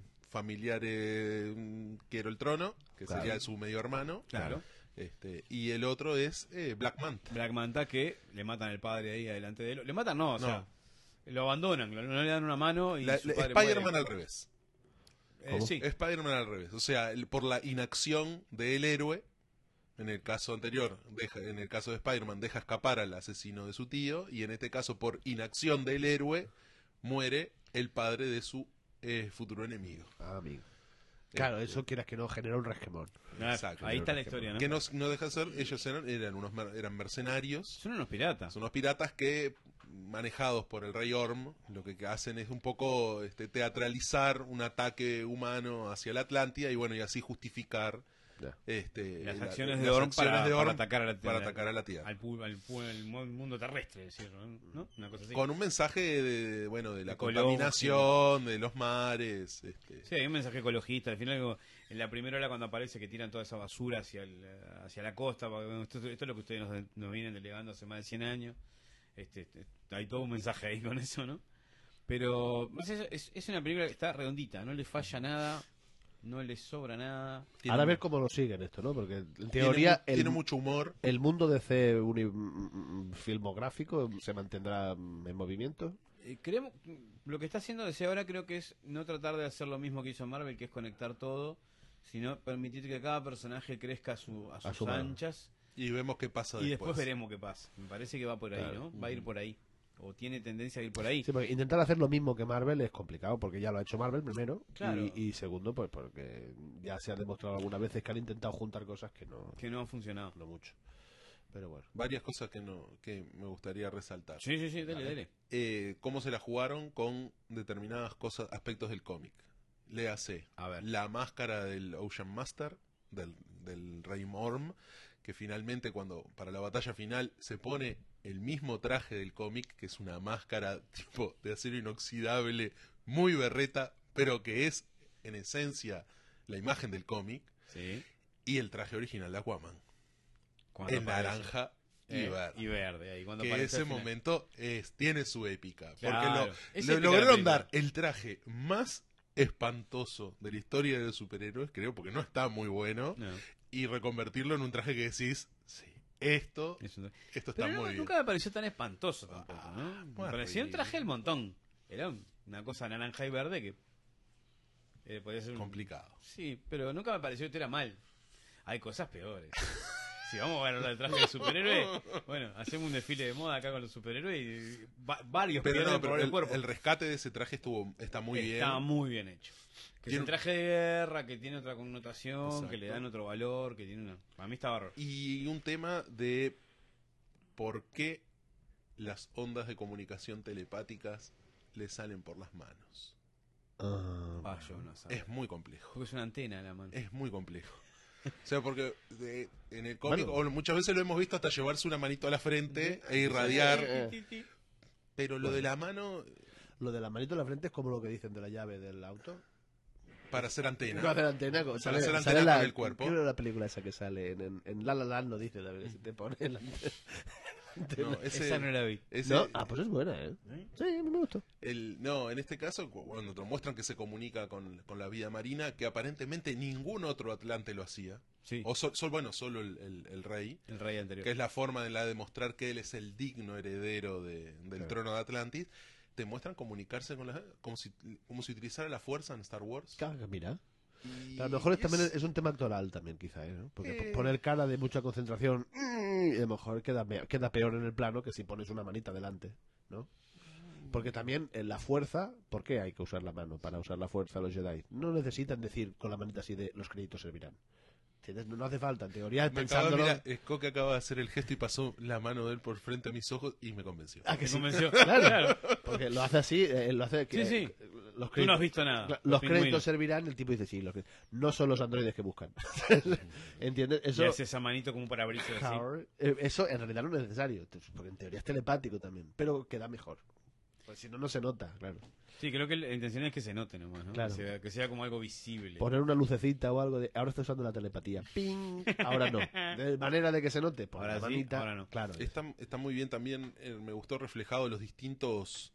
Speaker 4: familiares, mm, quiero el trono, que
Speaker 2: Claro.
Speaker 4: sería su medio hermano.
Speaker 3: claro.
Speaker 4: Este, y el otro es eh, Black Manta.
Speaker 3: Black Manta que le matan al padre ahí adelante de él. Le matan, no, o
Speaker 4: No.
Speaker 3: sea, lo abandonan, lo- no le dan una mano y
Speaker 4: La-
Speaker 3: su
Speaker 4: la-
Speaker 3: padre
Speaker 4: Spider-Man
Speaker 3: muere.
Speaker 4: al revés.
Speaker 3: Eh,
Speaker 2: ¿Cómo?
Speaker 3: sí.
Speaker 4: Spider-Man al revés. O sea, el- por la inacción del héroe, en el caso anterior, deja- en el caso de Spider-Man, deja escapar al asesino de su tío, y en este caso, por inacción del héroe, muere el padre de su eh, futuro enemigo.
Speaker 2: Ah, amigo. Claro, eso quieras que no genera un resquemor.
Speaker 3: Ah,
Speaker 4: Exacto.
Speaker 3: ahí está la historia, ¿no?
Speaker 4: Que no, no deja de ser, ellos eran, eran unos mer- eran mercenarios,
Speaker 3: Son unos piratas.
Speaker 4: son unos piratas que, manejados por el rey Orm, lo que hacen es un poco este, teatralizar un ataque humano hacia la Atlántida y bueno, y así justificar
Speaker 2: Ya.
Speaker 4: este,
Speaker 3: Las
Speaker 4: la-
Speaker 3: acciones de
Speaker 4: las
Speaker 3: Orm
Speaker 4: acciones
Speaker 3: para-
Speaker 4: de Orm
Speaker 3: para atacar a la-
Speaker 4: para
Speaker 3: la-
Speaker 4: atacar a la Tierra. Mm.
Speaker 3: al, pu- al pu- al mu- mundo terrestre, es decir, ¿no? Una cosa así.
Speaker 4: Con un mensaje de, bueno, de la
Speaker 3: De Colón,
Speaker 4: contaminación, de los mares. este,
Speaker 3: Sí, hay un mensaje ecologista. Al final, como en la primera hora cuando aparece que tiran toda esa basura hacia, el, hacia la costa, porque, bueno, esto, esto es lo que ustedes nos, nos vienen delegando hace más de 100 años. Este, este, hay todo un mensaje ahí con eso, ¿no? Pero no sé, es, es una película que está redondita, no le falla nada, no le sobra nada.
Speaker 4: Tiene
Speaker 2: Ahora a
Speaker 4: mu-
Speaker 2: ver cómo lo siguen esto, ¿no? Porque en
Speaker 4: tiene
Speaker 2: teoría
Speaker 4: mu-
Speaker 2: el,
Speaker 4: tiene mucho humor.
Speaker 2: el mundo de C uni- mm, filmográfico se mantendrá mm, en movimiento.
Speaker 3: Eh, creemos- lo que está haciendo DC ahora creo que es no tratar de hacer lo mismo que hizo Marvel, que es conectar todo, sino permitir que cada personaje crezca a, su, a sus
Speaker 2: su modo.
Speaker 3: anchas
Speaker 4: Y vemos qué pasa
Speaker 3: y
Speaker 4: después.
Speaker 3: después veremos qué pasa. Me parece que va por ahí,
Speaker 2: Claro.
Speaker 3: ¿no? Va a ir por ahí. O tiene tendencia a ir por ahí.
Speaker 2: Sí, porque intentar hacer lo mismo que Marvel es complicado, porque ya lo ha hecho Marvel primero.
Speaker 3: Claro.
Speaker 2: Y, y segundo, pues porque ya se ha demostrado algunas veces que han intentado juntar cosas que no,
Speaker 3: Que no ha funcionado.
Speaker 2: no mucho. Pero bueno.
Speaker 4: Varias cosas que, no, que me gustaría resaltar.
Speaker 3: Sí, sí, sí, dale, dale.
Speaker 4: eh, cómo se la jugaron con determinadas cosas, aspectos del cómic. Le hace
Speaker 3: A ver.
Speaker 4: la máscara del Ocean Master, del, del Rey Morm, que finalmente cuando para la batalla final se pone el mismo traje del cómic, que es una máscara tipo de acero inoxidable, muy berreta, pero que es en esencia la imagen del cómic,
Speaker 3: Sí.
Speaker 4: y el traje original de Aquaman,
Speaker 3: Cuando
Speaker 4: en
Speaker 3: aparece.
Speaker 4: naranja y
Speaker 3: Eh,
Speaker 4: verde
Speaker 3: Y verde. ahí cuando
Speaker 4: que
Speaker 3: aparece
Speaker 4: ese
Speaker 3: al final.
Speaker 4: momento es, tiene su épica.
Speaker 3: Claro,
Speaker 4: Porque
Speaker 3: es
Speaker 4: lo- lo,
Speaker 3: épica la
Speaker 4: lograron
Speaker 3: película.
Speaker 4: dar el traje más espantoso de la historia de los superhéroes, creo, porque no está muy bueno,
Speaker 3: No,
Speaker 4: y reconvertirlo en un traje que decís, sí, esto,
Speaker 3: es un-
Speaker 4: esto está
Speaker 3: Pero no-
Speaker 4: muy bien.
Speaker 3: nunca me pareció tan espantoso tampoco, ¿no? Me
Speaker 4: bueno,
Speaker 3: pareció un
Speaker 4: y-
Speaker 3: traje del montón. Era una cosa naranja y verde que. eh, podía ser un-
Speaker 4: Complicado.
Speaker 3: Sí, pero nunca me pareció que era mal. Hay cosas peores. si vamos a hablar del traje de superhéroe, bueno, hacemos un desfile de moda acá con los superhéroes y va- varios
Speaker 4: Pero
Speaker 3: pierden
Speaker 4: no, pero
Speaker 3: por el,
Speaker 4: el,
Speaker 3: cuerpo.
Speaker 4: el rescate de ese traje estuvo, está muy
Speaker 3: Está
Speaker 4: bien.
Speaker 3: muy bien hecho. Que es
Speaker 4: Tiene-
Speaker 3: un traje de guerra, que tiene otra connotación, que le
Speaker 4: Exacto.
Speaker 3: dan otro valor, que tiene una. Para mí está bárbaro.
Speaker 4: Y un tema de por qué las ondas de comunicación telepáticas le salen por las manos.
Speaker 2: Ah,
Speaker 3: Ah, yo no sabía.
Speaker 4: Es muy complejo.
Speaker 3: Porque es una antena la mano.
Speaker 4: Es muy complejo. O sea, porque de- en el cómic,
Speaker 2: Bueno.
Speaker 4: o muchas veces lo hemos visto hasta llevarse una manito a la frente e irradiar.
Speaker 2: Eh,
Speaker 4: Pero lo de la mano
Speaker 2: Lo de la manito en la frente es como lo que dicen de la llave del auto.
Speaker 4: para hacer antena.
Speaker 2: No hacer antena, co- sale,
Speaker 4: hacer
Speaker 2: sale
Speaker 4: antena
Speaker 2: la,
Speaker 4: con el cuerpo. Mm.
Speaker 2: creo que la película esa que sale en, en, en La La Land lo dice también, que se te pone la antena.
Speaker 4: No, ese-
Speaker 3: Esa no la vi.
Speaker 4: ese-
Speaker 2: No, ah, pues es buena, ¿eh? Sí, a mí me gustó.
Speaker 4: el- no, en este caso, cu- cuando te muestran que se comunica con, con la vida marina, que aparentemente ningún otro Atlante lo hacía.
Speaker 3: Sí,
Speaker 4: O sol- sol- bueno, solo el, el- el rey,
Speaker 3: el rey anterior.
Speaker 4: que es la forma de la demostrar que él es el digno heredero de- del
Speaker 2: Claro.
Speaker 4: trono de Atlantis. Te muestran comunicarse con la, como si, como si utilizara la fuerza en Star Wars.
Speaker 2: Caga, mira.
Speaker 4: Y
Speaker 2: A lo mejor es,
Speaker 4: es-
Speaker 2: también es un tema actoral también, quizá, ¿eh? ¿no? Porque po-
Speaker 4: Eh.
Speaker 2: poner cara de mucha concentración mm, y a lo mejor queda, me- queda peor en el plano que si pones una manita delante, ¿no? Porque también en la fuerza, ¿por qué hay que usar la mano para usar la fuerza los Jedi? No necesitan decir con la manita así de los créditos servirán. ¿Entiendes? No, no hace falta, en teoría,
Speaker 4: Me acaba,
Speaker 2: pensándolo...
Speaker 4: mira, eh, Coque acaba de hacer el gesto y pasó la mano de él por frente a mis ojos y me convenció.
Speaker 2: Ah, que
Speaker 3: Me
Speaker 2: sí.
Speaker 3: convenció.
Speaker 2: Claro,
Speaker 3: Claro.
Speaker 2: Porque lo hace así, eh, lo hace... que-
Speaker 3: Sí, sí.
Speaker 2: Los
Speaker 3: Tú no
Speaker 2: créditos-
Speaker 3: has visto nada.
Speaker 2: Cla- Los
Speaker 3: pingüinos.
Speaker 2: créditos servirán, el tipo dice, sí, los créditos. no son los androides que buscan. ¿Entiendes? Eso,
Speaker 3: Y hace esa manito como para abrirse así.
Speaker 2: Power, eh, Eso en realidad no es necesario, te- porque en teoría es telepático también, pero queda mejor. Pues si no, no se nota, claro.
Speaker 3: Sí, creo que la intención es que se note nomás, ¿no?
Speaker 2: Claro.
Speaker 3: Que, sea, que sea como algo visible.
Speaker 2: Poner una lucecita o algo de. Ahora está usando la telepatía. ¡Ping! Ahora no. De manera de que se note. Por
Speaker 3: Ahora
Speaker 2: la
Speaker 3: sí,
Speaker 2: manita.
Speaker 3: ahora no. Este-
Speaker 2: Claro.
Speaker 4: Está, está muy bien también, eh, me gustó reflejado los distintos,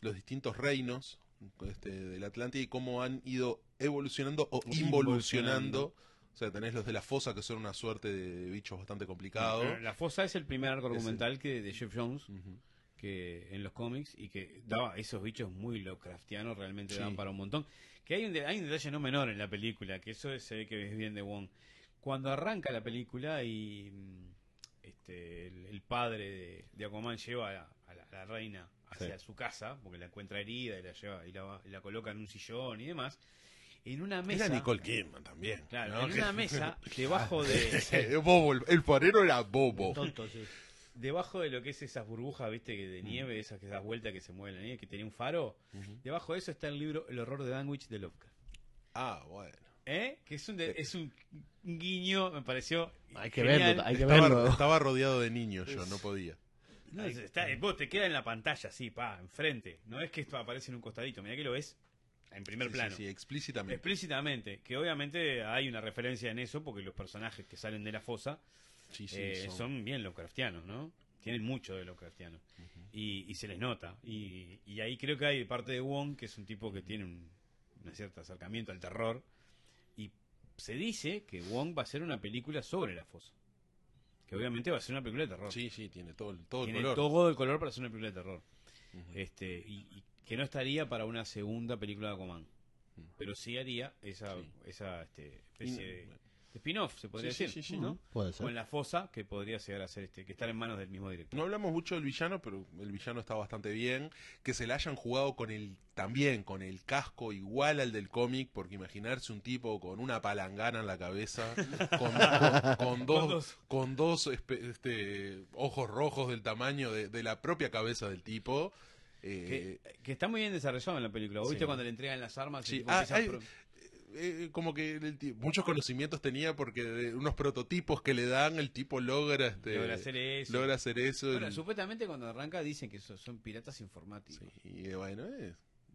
Speaker 4: los distintos reinos este, del Atlántico y cómo han ido evolucionando o involucionando.
Speaker 3: Involucionando.
Speaker 4: O sea, tenés los de la fosa que son una suerte de bichos bastante complicados.
Speaker 3: Pero La fosa es el primer arco
Speaker 4: Ese.
Speaker 3: argumental que de Jeff Jones
Speaker 4: Ujú.
Speaker 3: que en los cómics y que daba esos bichos muy Lovecraftianos, realmente
Speaker 4: Sí.
Speaker 3: daban para un montón. Que hay un, de- hay un detalle no menor en la película, que eso se ve que es bien de Wong. Cuando arranca la película y mm, este, el, el padre de, de Aquaman lleva a la, a la- a la reina hacia su casa, porque la encuentra herida y la lleva y la, va- y la coloca en un sillón y demás, en una mesa...
Speaker 4: Era Nicole Kidman también.
Speaker 3: Claro,
Speaker 4: ¿no?
Speaker 3: en
Speaker 4: Que-
Speaker 3: una mesa debajo de...
Speaker 4: Eh, bobo, el- el farero era bobo.
Speaker 2: Tonto, sí.
Speaker 3: debajo de lo que es esas burbujas, viste, que de
Speaker 4: Mm.
Speaker 3: nieve, esas que das vuelta que se mueve la nieve, que tenía un faro,
Speaker 4: Ujú.
Speaker 3: debajo de eso está el libro El horror de Danwich de Lovecraft.
Speaker 4: Ah, bueno.
Speaker 3: ¿Eh? Que es un, de- es un guiño, me pareció.
Speaker 2: Hay que
Speaker 3: genial.
Speaker 2: verlo, hay que
Speaker 4: Estaba,
Speaker 2: verlo.
Speaker 4: estaba rodeado de niños yo, no podía.
Speaker 3: No, es- está- vos te queda en la pantalla, así, pa, enfrente. No es que esto aparece en un costadito, mirá que lo ves en primer
Speaker 4: Sí, sí,
Speaker 3: plano.
Speaker 4: sí, explícitamente.
Speaker 3: Explícitamente, que obviamente hay una referencia en eso, porque los personajes que salen de la fosa
Speaker 4: Sí, sí,
Speaker 3: eh, son bien Lovecraftianos, ¿no? tienen mucho de los cristianos. y, y se les nota. Y, y ahí creo que hay parte de Wong, que es un tipo que tiene un, un cierto acercamiento al terror. Y se dice que Wong va a hacer una película sobre la fosa. Que obviamente va a ser una película de terror.
Speaker 4: Sí, sí, tiene todo, el- todo el
Speaker 3: tiene
Speaker 4: color.
Speaker 3: todo el color para hacer una película de terror.
Speaker 4: Ujú.
Speaker 3: este y, y que no estaría para una segunda película de Aquaman. Pero sí haría esa,
Speaker 4: Mm. Sí.
Speaker 3: esa este, especie
Speaker 4: Y-
Speaker 3: de, de spin-off, se podría
Speaker 4: Sí, sí,
Speaker 3: decir.
Speaker 4: sí, sí.
Speaker 3: ¿no?
Speaker 2: Puede ser.
Speaker 3: Con la fosa que podría llegar a ser este, que estar en manos del mismo director.
Speaker 4: No hablamos mucho del villano, pero el villano está bastante bien. Que se la hayan jugado con el también, con el casco igual al del cómic, porque imaginarse un tipo con una palangana en la cabeza, con, con- con
Speaker 3: Con
Speaker 4: dos,
Speaker 3: dos.
Speaker 4: con dos espe- este, ojos rojos del tamaño de, de la propia cabeza del tipo. eh,
Speaker 3: Que, que está muy bien desarrollado en la película. ¿Viste
Speaker 4: sí.
Speaker 3: cuando le entregan las armas? y
Speaker 4: Sí,
Speaker 3: el tipo
Speaker 4: ah,
Speaker 3: empieza a
Speaker 4: hay-
Speaker 3: pro-
Speaker 4: eh, como que el ti- muchos conocimientos tenía porque de unos prototipos que le dan el tipo logra este,
Speaker 3: Logra hacer eso.
Speaker 4: logra hacer eso,
Speaker 3: Ahora,
Speaker 4: el-
Speaker 3: supuestamente cuando arranca dicen que so- son piratas informáticos.
Speaker 4: sí, y bueno eh,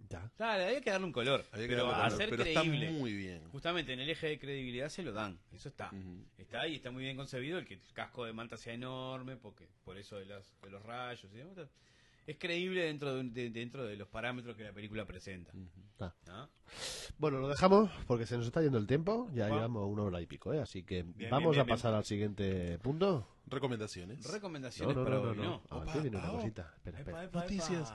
Speaker 2: Ya.
Speaker 3: Claro, había que darle un color.
Speaker 4: había que
Speaker 3: pero
Speaker 4: darle
Speaker 3: a
Speaker 4: valor,
Speaker 3: ser
Speaker 4: pero está
Speaker 3: creíble.
Speaker 4: muy Mm. bien
Speaker 3: Justamente en el eje de credibilidad se lo dan. Eso está.
Speaker 4: Ujú.
Speaker 3: Está ahí, está muy bien concebido. El que el casco de manta sea enorme, porque por eso de, las, de los rayos y demás. Es creíble dentro de, un- de- dentro de los parámetros que la película presenta.
Speaker 2: Ah.
Speaker 3: ¿no?
Speaker 2: Bueno, lo dejamos porque se nos está yendo el tiempo. Ya
Speaker 3: Opa.
Speaker 2: llevamos una hora y pico, ¿eh? Así que
Speaker 3: Bien,
Speaker 2: vamos
Speaker 3: bien,
Speaker 2: a
Speaker 3: bien,
Speaker 2: pasar al siguiente punto.
Speaker 4: Recomendaciones.
Speaker 2: No,
Speaker 3: Recomendaciones
Speaker 2: no,
Speaker 3: para
Speaker 2: no, no.
Speaker 3: hoy,
Speaker 2: no.
Speaker 3: ¿no?
Speaker 2: Avanti,
Speaker 4: Opa,
Speaker 2: viene una
Speaker 4: ah,
Speaker 2: cosita. Espera,
Speaker 3: Epa,
Speaker 2: espera.
Speaker 3: epa, epa.
Speaker 4: Noticias.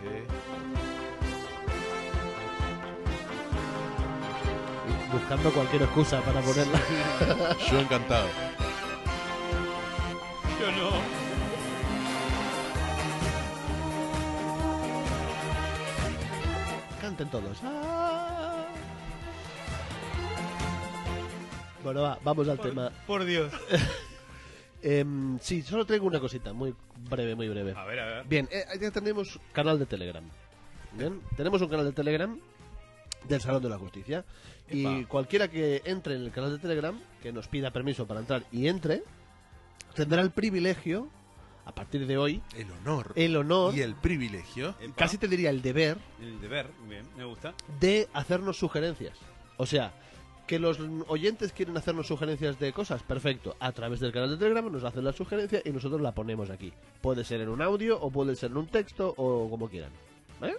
Speaker 4: Te dije.
Speaker 2: Buscando cualquier excusa para ponerla.
Speaker 4: Yo encantado.
Speaker 3: Yo no.
Speaker 2: Canten todos. Ah. Bueno, va, vamos al tema.
Speaker 3: Por, por Dios.
Speaker 2: Em, sí, solo tengo una cosita, muy breve, muy breve.
Speaker 3: A ver, a ver.
Speaker 2: Bien, eh, ya tenemos canal de Telegram. Bien, tenemos un canal de Telegram del Salón de la Justicia. Y
Speaker 3: Epa.
Speaker 2: cualquiera que entre en el canal de Telegram, que nos pida permiso para entrar y entre, tendrá el privilegio, a partir de hoy,
Speaker 4: El honor.
Speaker 2: el honor,
Speaker 4: Y el privilegio.
Speaker 3: Epa.
Speaker 2: casi te diría el deber,
Speaker 3: El deber, bien, me gusta.
Speaker 2: de hacernos sugerencias. O sea, que los oyentes quieren hacernos sugerencias de cosas, perfecto. A través del canal de Telegram nos hacen la sugerencia y nosotros la ponemos aquí. Puede ser en un audio o puede ser en un texto o como quieran. ¿vale?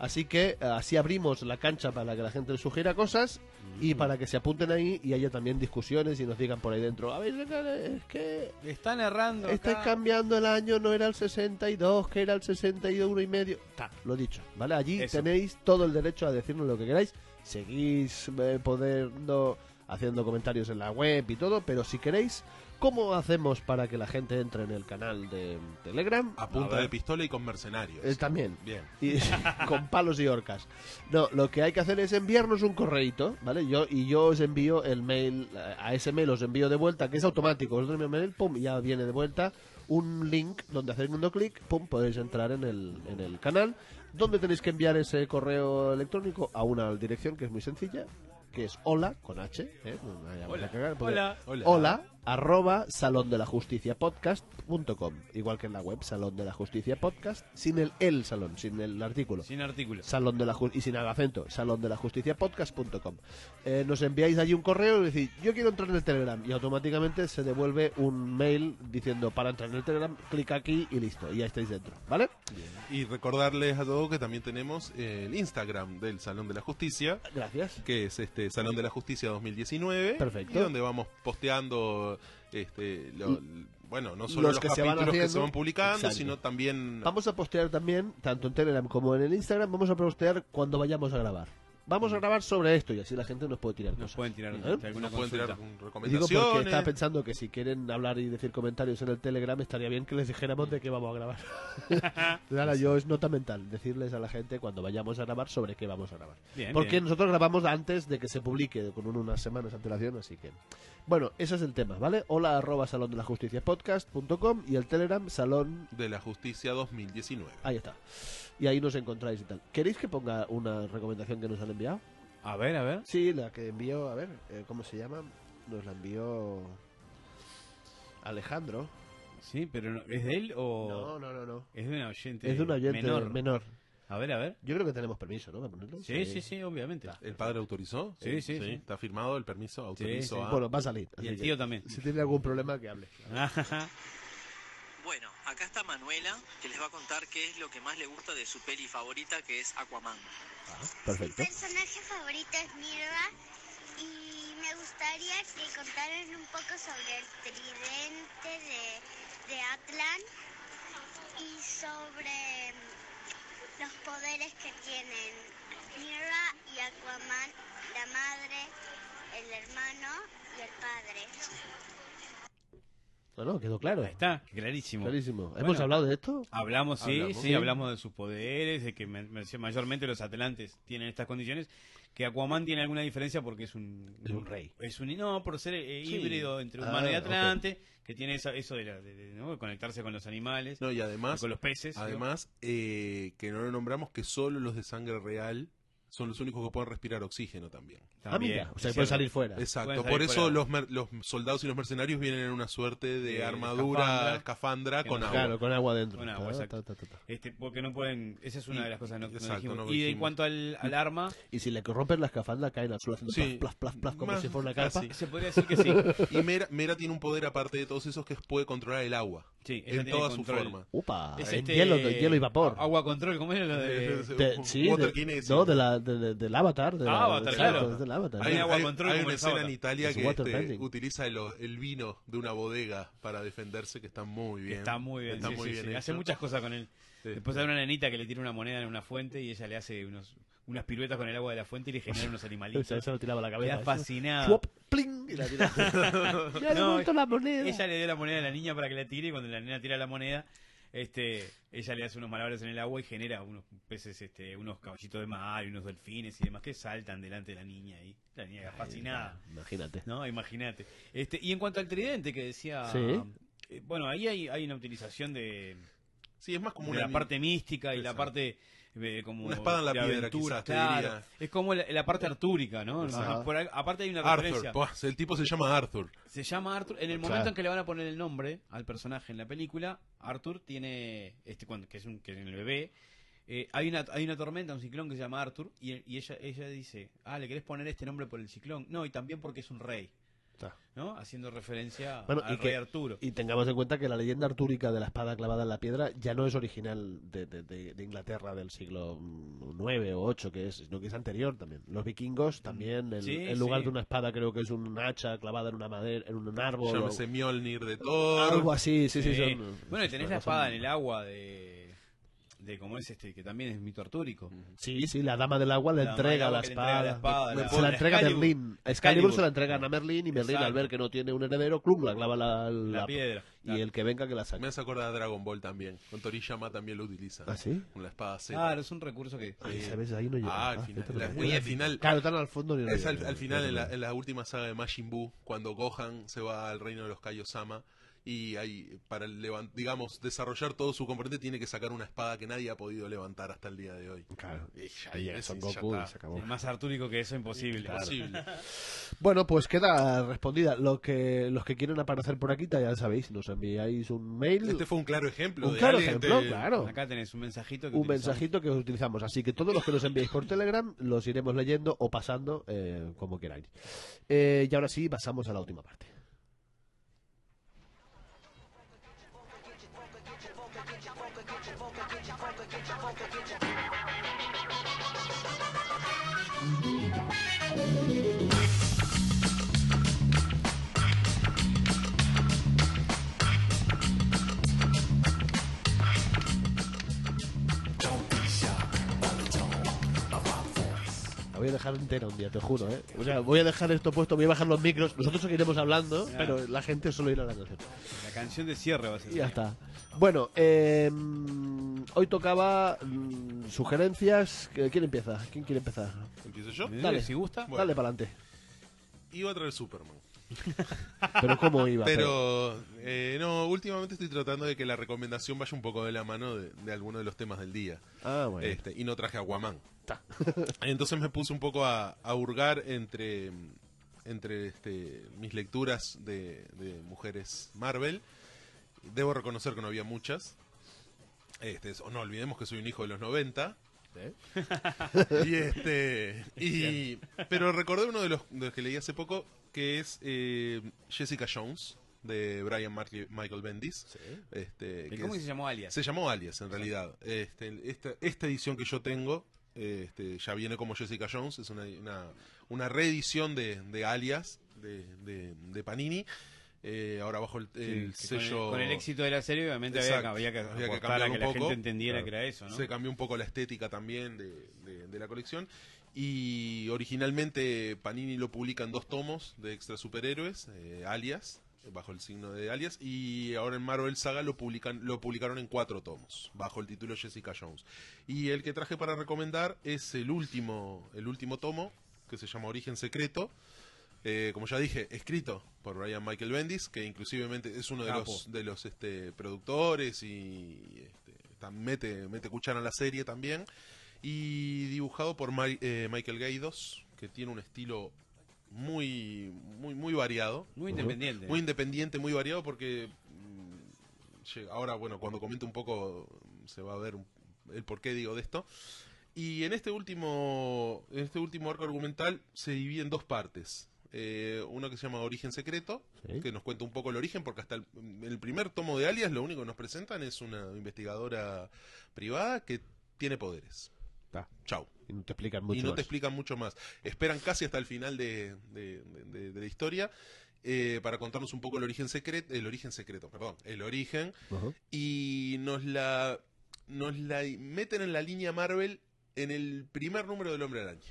Speaker 2: Así que eh, así abrimos la cancha para que la gente nos sugiera cosas y para que se apunten ahí y haya también discusiones y nos digan por ahí dentro, a ver, es que
Speaker 3: Le están errando.
Speaker 2: Estáis
Speaker 3: acá.
Speaker 2: cambiando el año, no era el 62, que era el 61 y medio. Ta, lo dicho, ¿vale? Allí
Speaker 3: Eso.
Speaker 2: tenéis todo el derecho a decirnos lo que queráis. Seguís eh, podiendo- haciendo comentarios en la web y todo, pero si queréis, ¿cómo hacemos para que la gente entre en el canal de Telegram?
Speaker 4: A
Speaker 3: A
Speaker 4: punta
Speaker 3: ver.
Speaker 4: de pistola y con mercenarios.
Speaker 2: Eh, también.
Speaker 4: Bien.
Speaker 2: Y, con palos y orcas. No, lo que hay que hacer es enviarnos un correito, ¿vale? Yo, y yo os envío el mail, eh, a ese mail os envío de vuelta, que es automático. Os doy mi mail, pum, y ya viene de vuelta un link donde hacéis un clic, pum, podéis entrar en el, en el canal. Donde tenéis que enviar ese correo electrónico a una dirección que es muy sencilla, que es hola, con H, ¿eh? No me vayamos a
Speaker 3: Hola,
Speaker 2: cagar, porque-
Speaker 3: hola.
Speaker 4: Hola.
Speaker 2: hola arroba salón de la justicia podcast.com igual que en la web salón de la justicia podcast sin el el salón sin el artículo
Speaker 3: Sin artículo.
Speaker 2: salón de la Ju- y sin acento salón de la justicia podcast.com Eh, nos enviáis allí un correo y decís yo quiero entrar en el telegram y automáticamente se devuelve un mail diciendo para entrar en el telegram clic aquí y listo y ya estáis dentro vale
Speaker 4: Y recordarles a todos que también tenemos eh, el Instagram del Salón de la Justicia.
Speaker 2: gracias
Speaker 4: que es este Salón de la Justicia 2019.
Speaker 2: Perfecto.
Speaker 4: Y donde vamos posteando, este, lo- bueno, no solo
Speaker 2: los
Speaker 4: los,
Speaker 2: que se van
Speaker 4: capítulos que se
Speaker 2: haciendo.
Speaker 4: van publicando,
Speaker 2: Exacto.
Speaker 4: sino también
Speaker 2: Vamos a postear también, tanto en Telegram como en el Instagram, vamos a postear cuando vayamos a grabar. Vamos a grabar sobre esto y así la gente nos puede tirar
Speaker 3: Nos
Speaker 2: cosas.
Speaker 3: pueden tirar
Speaker 2: ¿Eh?
Speaker 3: alguna
Speaker 4: nos pueden
Speaker 3: consulta.
Speaker 4: tirar
Speaker 2: Digo
Speaker 4: recomendaciones.
Speaker 2: porque estaba pensando que si quieren hablar y decir comentarios en el Telegram estaría bien que les dijéramos de qué vamos a grabar. Nada, yo es nota mental decirles a la gente cuando vayamos a grabar sobre qué vamos a grabar.
Speaker 3: Bien,
Speaker 2: porque
Speaker 3: bien.
Speaker 2: nosotros grabamos antes de que se publique con un- unas semanas de antelación, así que... Bueno, ese es el tema, ¿vale? Hola arroba salón de la justicia podcast.com y el Telegram salón
Speaker 4: de la Justicia 2019.
Speaker 2: Ahí está. Y ahí nos encontráis y tal. ¿Queréis que ponga una recomendación que nos han enviado?
Speaker 3: A ver, a ver.
Speaker 2: Sí, la que envió, a ver, eh, ¿cómo se llama? Nos la envió Alejandro.
Speaker 3: Sí, pero no- ¿es de él o.?
Speaker 2: No, no, no, no.
Speaker 3: Es de una oyente.
Speaker 2: Es de un oyente
Speaker 3: menor.
Speaker 2: menor.
Speaker 3: A ver, a ver.
Speaker 2: Yo creo que tenemos permiso, ¿no? ¿Para ponerlo?
Speaker 3: Sí, sí, sí, obviamente.
Speaker 4: ¿El padre autorizó?
Speaker 3: Sí, sí, sí.
Speaker 4: ¿Está firmado el permiso? Autorizo
Speaker 3: sí.
Speaker 4: a-
Speaker 2: Ah. Bueno, va a salir.
Speaker 3: Y
Speaker 2: así
Speaker 3: el
Speaker 2: que
Speaker 3: tío también.
Speaker 2: Si tiene algún problema, que hable.
Speaker 5: Bueno, acá está Manuela, que les va a contar qué es lo que más le gusta de su peli favorita, que es Aquaman.
Speaker 6: Mi
Speaker 2: Perfecto.
Speaker 6: personaje favorito es Mirva y me gustaría que contaran un poco sobre el tridente de, de Atlan y sobre mm, los poderes que tienen Mirva y Aquaman, la madre, el hermano y el padre.
Speaker 2: No, no, quedó claro.
Speaker 3: Está, clarísimo.
Speaker 2: Clarísimo. ¿Hemos
Speaker 3: Bueno. Ah,
Speaker 2: hablado de esto?
Speaker 3: Hablamos, sí,
Speaker 4: Hablamos.
Speaker 3: sí,
Speaker 4: Sí.
Speaker 3: hablamos de sus poderes, de que me- me- mayormente los atlantes tienen estas condiciones, que Aquaman tiene alguna diferencia porque es un,
Speaker 2: Es un rey.
Speaker 3: Es un no, por ser eh,
Speaker 2: Sí.
Speaker 3: híbrido entre
Speaker 2: Ah,
Speaker 3: humano y
Speaker 2: ok.
Speaker 3: atlante, que tiene esa- eso de, la- de- de, ¿no? de conectarse con los animales,
Speaker 4: No, y
Speaker 3: y
Speaker 4: además,
Speaker 3: con los peces. ¿no?
Speaker 4: además eh, que no lo nombramos, que solo los de sangre real son los únicos que pueden respirar oxígeno también.
Speaker 3: También,
Speaker 2: ah, mira. O sea,
Speaker 3: es
Speaker 2: puede
Speaker 3: cierto.
Speaker 2: salir fuera.
Speaker 4: Exacto,
Speaker 3: Pueden salir
Speaker 4: por eso
Speaker 3: fuera.
Speaker 4: los, mer- los soldados y los mercenarios vienen en una suerte de
Speaker 3: De
Speaker 4: armadura, escafandra,
Speaker 3: Que
Speaker 4: con
Speaker 3: no-
Speaker 4: agua.
Speaker 2: Claro, con agua dentro.
Speaker 3: Con agua,
Speaker 2: Ta,
Speaker 3: exacto.
Speaker 2: ta, ta, ta.
Speaker 3: Este, porque no pueden, esa es una
Speaker 4: Y-
Speaker 3: de las cosas que no, no
Speaker 4: exacto,
Speaker 3: dijimos.
Speaker 4: no lo
Speaker 3: y en
Speaker 4: dijimos.
Speaker 3: cuanto al, al arma,
Speaker 2: Y si le corrompen la escafandra, caen al suelo haciendo
Speaker 4: Sí.
Speaker 2: plas, plas, plas, plas, como
Speaker 4: Más
Speaker 2: si fuera una carpa.
Speaker 4: casi.
Speaker 3: se podría decir que Ah, sí.
Speaker 4: Y Mera, Mera tiene un poder aparte de todos esos que es- puede controlar el agua.
Speaker 3: Sí, ella
Speaker 4: en
Speaker 3: tiene
Speaker 4: toda su
Speaker 3: control.
Speaker 4: forma.
Speaker 2: Upa,
Speaker 3: Es
Speaker 2: en
Speaker 3: este-
Speaker 2: hielo, de hielo y vapor.
Speaker 3: Agua control, ¿cómo era lo
Speaker 4: Eh,
Speaker 3: de...?
Speaker 2: De- sí,
Speaker 4: Water
Speaker 2: de-
Speaker 4: Kinesis.
Speaker 2: no, de la, de- de- del avatar. De la-
Speaker 3: Avatar,
Speaker 2: exacto,
Speaker 3: claro.
Speaker 2: es del avatar.
Speaker 4: Hay,
Speaker 3: Tiene agua
Speaker 4: hay-
Speaker 3: control
Speaker 4: hay
Speaker 3: como
Speaker 4: una
Speaker 3: el
Speaker 4: escena
Speaker 3: sábado.
Speaker 4: en Italia
Speaker 2: Es
Speaker 4: que
Speaker 2: water
Speaker 4: este,
Speaker 2: bending.
Speaker 4: utiliza el, el vino de una bodega para defenderse, que está muy bien.
Speaker 3: Está muy bien,
Speaker 4: Está
Speaker 3: sí,
Speaker 4: muy
Speaker 3: sí,
Speaker 4: bien
Speaker 3: sí. Hace
Speaker 4: hecho.
Speaker 3: muchas cosas con él.
Speaker 4: Sí.
Speaker 3: Después hay una nenita que le tira una moneda en una fuente y ella le hace unos, unas piruetas con el agua de la fuente y le genera unos
Speaker 2: O sea,
Speaker 3: animalitos.
Speaker 2: eso lo tiraba a la
Speaker 3: Queda
Speaker 2: cabeza.
Speaker 3: fascinada.
Speaker 2: Chuop, pling, y la tiraba. ya le
Speaker 3: No,
Speaker 2: he vuelto la moneda.
Speaker 3: Ella le dio la moneda a la niña para que la tire y cuando la nena tira la moneda, este, ella le hace unos malabares en el agua y genera unos peces, este, unos caballitos de mar y unos delfines y demás que saltan delante de la niña y la niña queda fascinada.
Speaker 2: Imagínate.
Speaker 3: No, imagínate. Este, y en cuanto al tridente que decía,
Speaker 2: Sí.
Speaker 3: eh, bueno, ahí hay, hay una utilización de,
Speaker 4: Sí, es más como
Speaker 3: de
Speaker 4: una
Speaker 3: la parte mística y la
Speaker 4: Exacto.
Speaker 3: parte eh, como
Speaker 4: Una espada en la
Speaker 3: de
Speaker 4: piedra,
Speaker 3: aventura,
Speaker 4: quizás, te
Speaker 3: claro.
Speaker 4: diría.
Speaker 3: Es como la, la parte artúrica, ¿no?
Speaker 2: Exacto.
Speaker 3: No, por ahí- aparte hay una
Speaker 4: Arthur.
Speaker 3: referencia.
Speaker 4: Buah, el tipo se llama Arthur.
Speaker 3: Se llama Arthur. En el
Speaker 2: Claro.
Speaker 3: momento en que le van a poner el nombre al personaje en la película, Arthur tiene este cuando que es un que es el bebé. eh, hay una hay una tormenta, un ciclón que se llama Arthur y, y ella ella dice, "Ah, le querés poner este nombre por el ciclón." No, y también porque es un rey,
Speaker 2: Está.
Speaker 3: ¿no? Haciendo referencia
Speaker 2: Bueno, y
Speaker 3: al
Speaker 2: que-
Speaker 3: rey Arturo.
Speaker 2: Y tengamos en cuenta que la leyenda artúrica de la espada clavada en la piedra ya no es original de, de- de- de Inglaterra del siglo mm, 9 o 8, que es, sino que es anterior también. Los vikingos también, el,
Speaker 3: Sí,
Speaker 2: en lugar
Speaker 3: sí.
Speaker 2: de una espada creo que es un hacha clavada en una madera, en un árbol. o-
Speaker 4: Llámese Mjolnir de Thor.
Speaker 3: Ah,
Speaker 2: algo así, sí, sí.
Speaker 3: Sí.
Speaker 2: son-
Speaker 3: Eh, bueno, y
Speaker 2: son
Speaker 3: tenés la
Speaker 2: cosas-
Speaker 3: espada en el agua de de cómo es este que también es mito artúrico.
Speaker 2: Sí, sí, la dama del agua le
Speaker 3: La
Speaker 2: entrega
Speaker 3: dama
Speaker 2: la
Speaker 3: que le entrega
Speaker 2: espada.
Speaker 3: la espada,
Speaker 2: Me-
Speaker 3: la-
Speaker 2: se la
Speaker 3: la
Speaker 2: entrega a
Speaker 3: Excalibur.
Speaker 2: Merlín. A Excalibur,
Speaker 3: Excalibur.
Speaker 2: se la entregan a Merlín y Merlín al
Speaker 3: Exacto.
Speaker 2: ver que no tiene un heredero, club, la clava la,
Speaker 3: La,
Speaker 2: la-
Speaker 3: piedra.
Speaker 2: Y el que venga que la saque.
Speaker 4: Me hace acordar a Dragon Ball también. Con Toriyama también lo utiliza.
Speaker 2: ¿Ah, sí?
Speaker 4: Con la espada Z.
Speaker 3: Claro, es un recurso que
Speaker 2: Ay, ¿sabes? Ahí no llega.
Speaker 4: Ah, al final.
Speaker 2: fíjate lo
Speaker 4: la-
Speaker 2: que-
Speaker 4: muy al final.
Speaker 2: Claro, tan al fondo ni lo
Speaker 4: Es al,
Speaker 2: llega.
Speaker 4: al final, en la,
Speaker 2: Eso
Speaker 4: en la última saga de Majin Buu, cuando Gohan se va al reino de los Kaiosama y ahí, para levan- digamos, desarrollar todo su componente, tiene que sacar una espada que nadie ha podido levantar hasta el día de hoy.
Speaker 2: no. Claro. Y ya
Speaker 4: Y
Speaker 2: llega
Speaker 4: es-
Speaker 2: Son
Speaker 4: ya
Speaker 2: Goku
Speaker 4: está.
Speaker 2: y se acabó.
Speaker 3: más artúrico que eso imposible.
Speaker 4: Imposible.
Speaker 2: Bueno, pues queda respondida. Lo que, los que quieren aparecer por aquí, ya sabéis, nos enviáis un mail.
Speaker 4: Este fue un claro ejemplo.
Speaker 2: un
Speaker 4: de
Speaker 2: claro
Speaker 4: alguien
Speaker 2: ejemplo,
Speaker 4: de-
Speaker 2: claro.
Speaker 3: Este, Acá tenés un mensajito que
Speaker 2: Un
Speaker 3: utilizamos.
Speaker 2: mensajito que os utilizamos. Así que todos los que nos enviéis por Telegram los iremos leyendo o pasando eh, como queráis. Eh, y ahora sí, pasamos a la última parte. La voy a dejar entera un día, te juro, ¿eh? O sea, voy a dejar esto puesto, voy a bajar los micros. Nosotros seguiremos hablando,
Speaker 3: Ya.
Speaker 2: pero la gente solo irá a la canción.
Speaker 3: La canción de cierre va a ser.
Speaker 2: Y ya está. Bueno, eh, hoy tocaba mm, sugerencias. ¿Quién empieza? ¿Quién quiere empezar?
Speaker 4: ¿Empiezo yo?
Speaker 3: Eh,
Speaker 2: Dale.
Speaker 3: Si gusta.
Speaker 4: Bueno.
Speaker 2: Dale para adelante.
Speaker 4: Iba a traer Superman.
Speaker 2: Pero ¿cómo iba?
Speaker 4: Pero, eh, no, últimamente estoy tratando de que la recomendación vaya un poco de la mano de, de alguno de los temas del día.
Speaker 2: Ah, bueno.
Speaker 4: Este, y no traje a Guamán. Entonces me puse un poco a, a hurgar entre, entre este, mis lecturas de, de mujeres Marvel. Debo reconocer que no había muchas. Este, so- no olvidemos que soy un hijo de los 90.
Speaker 2: ¿eh?
Speaker 4: Y este. Y, pero recordé uno de los, de los que leí hace poco, que es eh, Jessica Jones, de Brian Mar- Michael Bendis. Este,
Speaker 3: ¿El
Speaker 4: que
Speaker 3: cómic
Speaker 4: es-
Speaker 3: se llamó Alias?
Speaker 4: se llamó Alias, en realidad. Este, esta, esta edición que yo tengo eh, este, ya viene como Jessica Jones, es una, una, una reedición de, de Alias de, de- de Panini. Eh, ahora bajo el, el
Speaker 3: Sí, que con el-
Speaker 4: sello.
Speaker 3: Con, el, éxito de la serie, obviamente había que,
Speaker 4: Exacto.
Speaker 3: había que
Speaker 4: Había que
Speaker 3: aportar a
Speaker 4: cambiarlo un
Speaker 3: que la
Speaker 4: poco.
Speaker 3: gente entendiera
Speaker 4: Claro.
Speaker 3: que era eso, ¿no?
Speaker 4: Se cambió un poco la estética también de, de- de la colección. Y originalmente Panini lo publica en dos tomos de extra superhéroes, eh, alias, bajo el signo de alias. Y ahora en Marvel Saga lo, publican, lo publicaron en cuatro tomos, bajo el título Jessica Jones. Y el que traje para recomendar es el último, el último tomo, que se llama Origen Secreto. Eh, como ya dije, escrito por Brian Michael Bendis, que inclusivemente es uno de
Speaker 3: Capo.
Speaker 4: los, de los este, productores y este, tam- mete, mete cuchara en la serie también. Y dibujado por Ma- eh, Michael Gaidos, que tiene un estilo muy, muy, muy variado.
Speaker 3: Muy independiente.
Speaker 4: Muy independiente, muy variado, porque mm, llega- ahora, bueno, cuando comente un poco mm, se va a ver un- el por qué digo de esto. Y en este último, en este último arco argumental se divide en dos partes. Eh, uno que se llama Origen Secreto,
Speaker 2: Sí.
Speaker 4: que nos cuenta un poco el origen, porque hasta el, el primer tomo de Alias lo único que nos presentan es una investigadora privada que tiene poderes.
Speaker 2: Ta,
Speaker 4: Chau
Speaker 2: Y no te explican mucho.
Speaker 4: y no
Speaker 2: más.
Speaker 4: te explican mucho más. Esperan casi hasta el final de, de- de- de la historia eh, para contarnos un poco el origen secreto, el origen secreto, perdón, el origen
Speaker 2: Ujú.
Speaker 4: y nos la nos la meten en la línea Marvel en el primer número del Hombre Araña.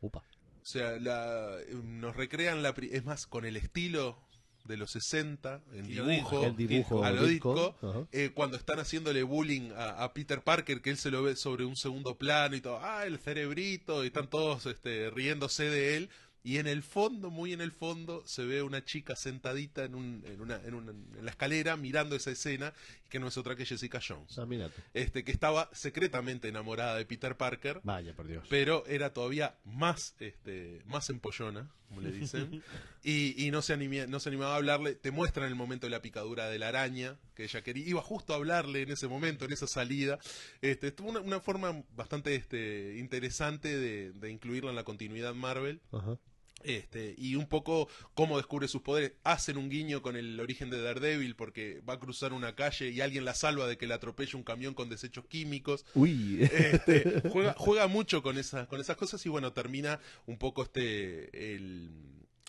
Speaker 2: Upa.
Speaker 4: O sea, la, nos recrean la pri- es más con el estilo de los 60 en dibujo,
Speaker 3: Estilo disco.
Speaker 2: El dibujo.
Speaker 4: a lo
Speaker 2: disco.
Speaker 4: disco,
Speaker 2: Ajá.
Speaker 4: eh, cuando están haciéndole bullying a, a Peter Parker, que él se lo ve sobre un segundo plano y todo, ah, el cerebrito, y están todos este, riéndose de él. Y en el fondo, muy en el fondo, se ve una chica sentadita en, un- en una, en, una- en la escalera mirando esa escena, que no es otra que Jessica Jones,
Speaker 2: Ah, mira tú.
Speaker 4: este, que estaba secretamente enamorada de Peter Parker,
Speaker 2: Vaya, por Dios.
Speaker 4: pero era todavía más este más empollona como le dicen y, y no se animía, no se animaba a hablarle te muestran el momento de la picadura de la araña que ella quería iba justo a hablarle en ese momento en esa salida este estuvo una, una forma bastante este interesante de, de incluirla en la continuidad Marvel
Speaker 2: Ajá.
Speaker 4: este, y un poco cómo descubre sus poderes. Hacen un guiño con el origen de Daredevil porque va a cruzar una calle y alguien la salva de que le atropelle un camión con desechos químicos.
Speaker 2: Uy.
Speaker 4: Este, juega, juega mucho con esas, con esas cosas y bueno, termina un poco este el,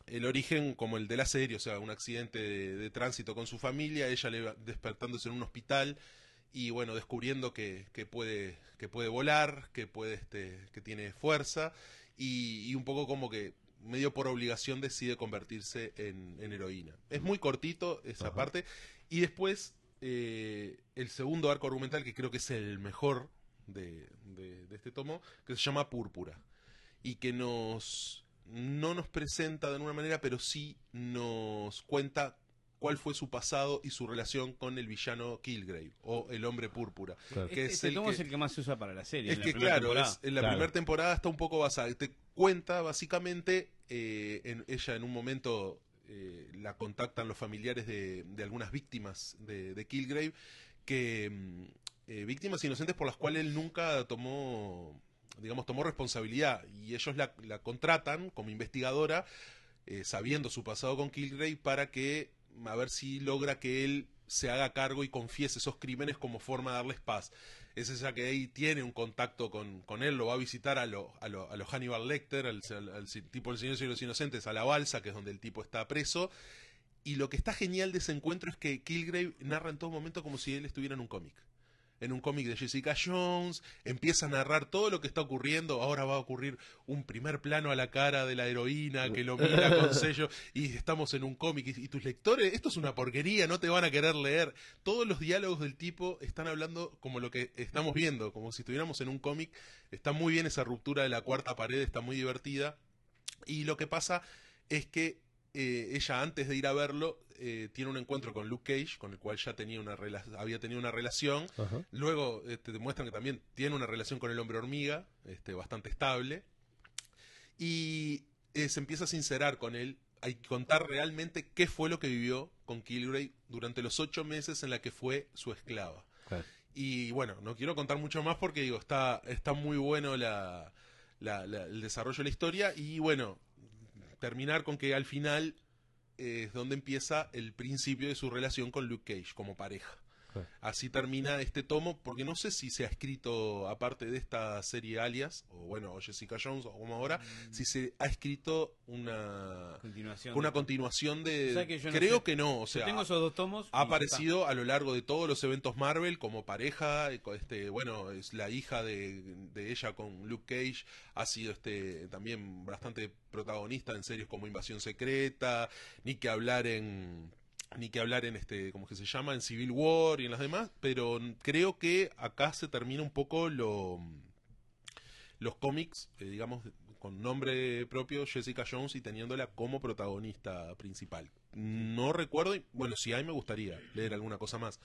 Speaker 4: el origen como el de la serie, o sea, un accidente de, de tránsito con su familia, ella le va- despertándose en un hospital y bueno, descubriendo que, que puede, que puede volar, que puede, este, que tiene fuerza, y, y un poco como que medio por obligación decide convertirse en, en heroína. Es muy cortito esa
Speaker 2: Ajá.
Speaker 4: parte. Y después, eh, el segundo arco argumental, que creo que es el mejor de, de- de este tomo, que se llama Púrpura. Y que nos no nos presenta de alguna manera, pero sí nos cuenta cuál fue su pasado y su relación con el villano Kilgrave o el hombre púrpura.
Speaker 2: Claro.
Speaker 4: que es
Speaker 3: este
Speaker 4: el
Speaker 3: tomo
Speaker 4: que-
Speaker 3: es el que más se usa para la serie.
Speaker 4: Es
Speaker 3: en la
Speaker 4: que
Speaker 3: primera
Speaker 4: claro,
Speaker 3: temporada.
Speaker 4: es- en la
Speaker 2: Claro.
Speaker 4: primera temporada está un poco basada. Te cuenta básicamente, eh, en, ella en un momento eh, la contactan los familiares de, de algunas víctimas de, de Kilgrave, que mm, eh, víctimas inocentes por las cuales él nunca tomó, digamos, tomó responsabilidad. Y ellos la, la contratan como investigadora, eh, sabiendo su pasado con Kilgrave, para que a ver si logra que él se haga cargo y confiese esos crímenes como forma de darles paz es esa que ahí tiene un contacto con, con él, lo va a visitar a los a lo, a lo Hannibal Lecter, al, al- al si- tipo El Silencio de los Inocentes, a la balsa, que es donde el tipo está preso. Y lo que está genial de ese encuentro es que Kilgrave narra en todo momento como si él estuviera en un cómic. En un cómic de Jessica Jones, empieza a narrar todo lo que está ocurriendo. Ahora va a ocurrir un primer plano a la cara de la heroína que lo mira con sello. Y estamos en un cómic. Y, y tus lectores, esto es una porquería, no te van a querer leer todos los diálogos del tipo están hablando como lo que estamos viendo, como si estuviéramos en un cómic. Está muy bien esa ruptura de la cuarta pared, está muy divertida. Y lo que pasa es que eh, ella antes de ir a verlo eh, tiene un encuentro con Luke Cage, con el cual ya tenía una rela- había tenido una relación.
Speaker 2: Ajá.
Speaker 4: Luego este, te muestran que también tiene una relación con el hombre hormiga, este, bastante estable. Y eh, se empieza a sincerar con él, a contar realmente qué fue lo que vivió con Kilgrave durante los ocho meses en la que fue su esclava.
Speaker 2: Claro.
Speaker 4: Y bueno, no quiero contar mucho más porque digo, está, está muy bueno la, la- la- el desarrollo de la historia. Y bueno, terminar con que al final eh, es donde empieza el principio de su relación con Luke Cage como pareja.
Speaker 7: Claro.
Speaker 4: Así termina este tomo, porque no sé si se ha escrito, aparte de esta serie Alias, o bueno, o Jessica Jones, o como ahora, si se ha escrito una,
Speaker 3: Mm. Continuación.
Speaker 4: una continuación de...
Speaker 3: O sea que yo no
Speaker 4: creo
Speaker 3: sé.
Speaker 4: que no, o
Speaker 3: Yo
Speaker 4: sea...
Speaker 3: tengo esos dos tomos. y
Speaker 4: Ha
Speaker 3: ya está.
Speaker 4: aparecido a lo largo de todos los eventos Marvel como pareja, eh, co- este, bueno, es la hija de, de ella con Luke Cage, ha sido este también bastante protagonista en series como Invasión Secreta, ni que hablar en ni que hablar en este, como que se llama, en Civil War y en las demás, pero n- creo que acá se termina un poco lo los cómics, eh, digamos, con nombre propio, Jessica Jones, y teniéndola como protagonista principal. No recuerdo, y bueno, si hay, me gustaría leer alguna cosa más.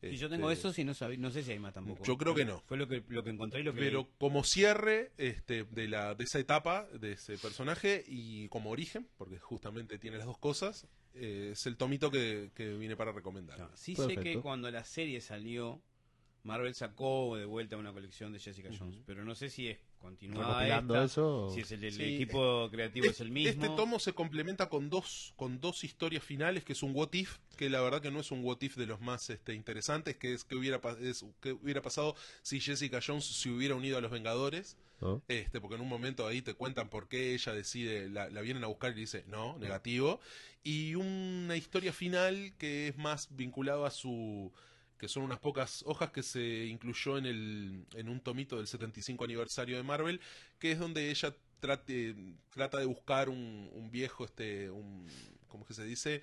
Speaker 3: Y yo tengo
Speaker 4: Este,
Speaker 3: esos y no, sabí- no sé si hay más tampoco.
Speaker 4: Yo creo que no.
Speaker 3: Fue lo que, lo que encontré y lo que.
Speaker 4: Pero como cierre este, de, la, de esa etapa, de ese personaje, y como origen, porque justamente tiene las dos cosas, eh, es el tomito que, que vine para recomendar.
Speaker 3: No, sí sé que
Speaker 7: Perfecto.
Speaker 3: cuando la serie salió, Marvel sacó de vuelta una colección de Jessica Jones. Pero no sé si es continuada
Speaker 7: Recopilando
Speaker 3: esta,
Speaker 7: eso.
Speaker 3: si es el, el
Speaker 4: Sí,
Speaker 3: equipo creativo es el mismo.
Speaker 4: Este tomo se complementa con dos, con dos historias finales, que es un what if, que la verdad que no es un what if de los más este, interesantes, que es que hubiera, pa- es, que hubiera pasado si Jessica Jones se hubiera unido a los Vengadores,
Speaker 7: ¿no?
Speaker 4: este, porque en un momento ahí te cuentan por qué ella decide, la, la vienen a buscar y dice, no, negativo, y una historia final que es más vinculada a su que son unas pocas hojas que se incluyó en el en un tomito del 75 aniversario de Marvel, que es donde ella trate, trata de buscar un, un viejo, este, un, ¿cómo es que se dice?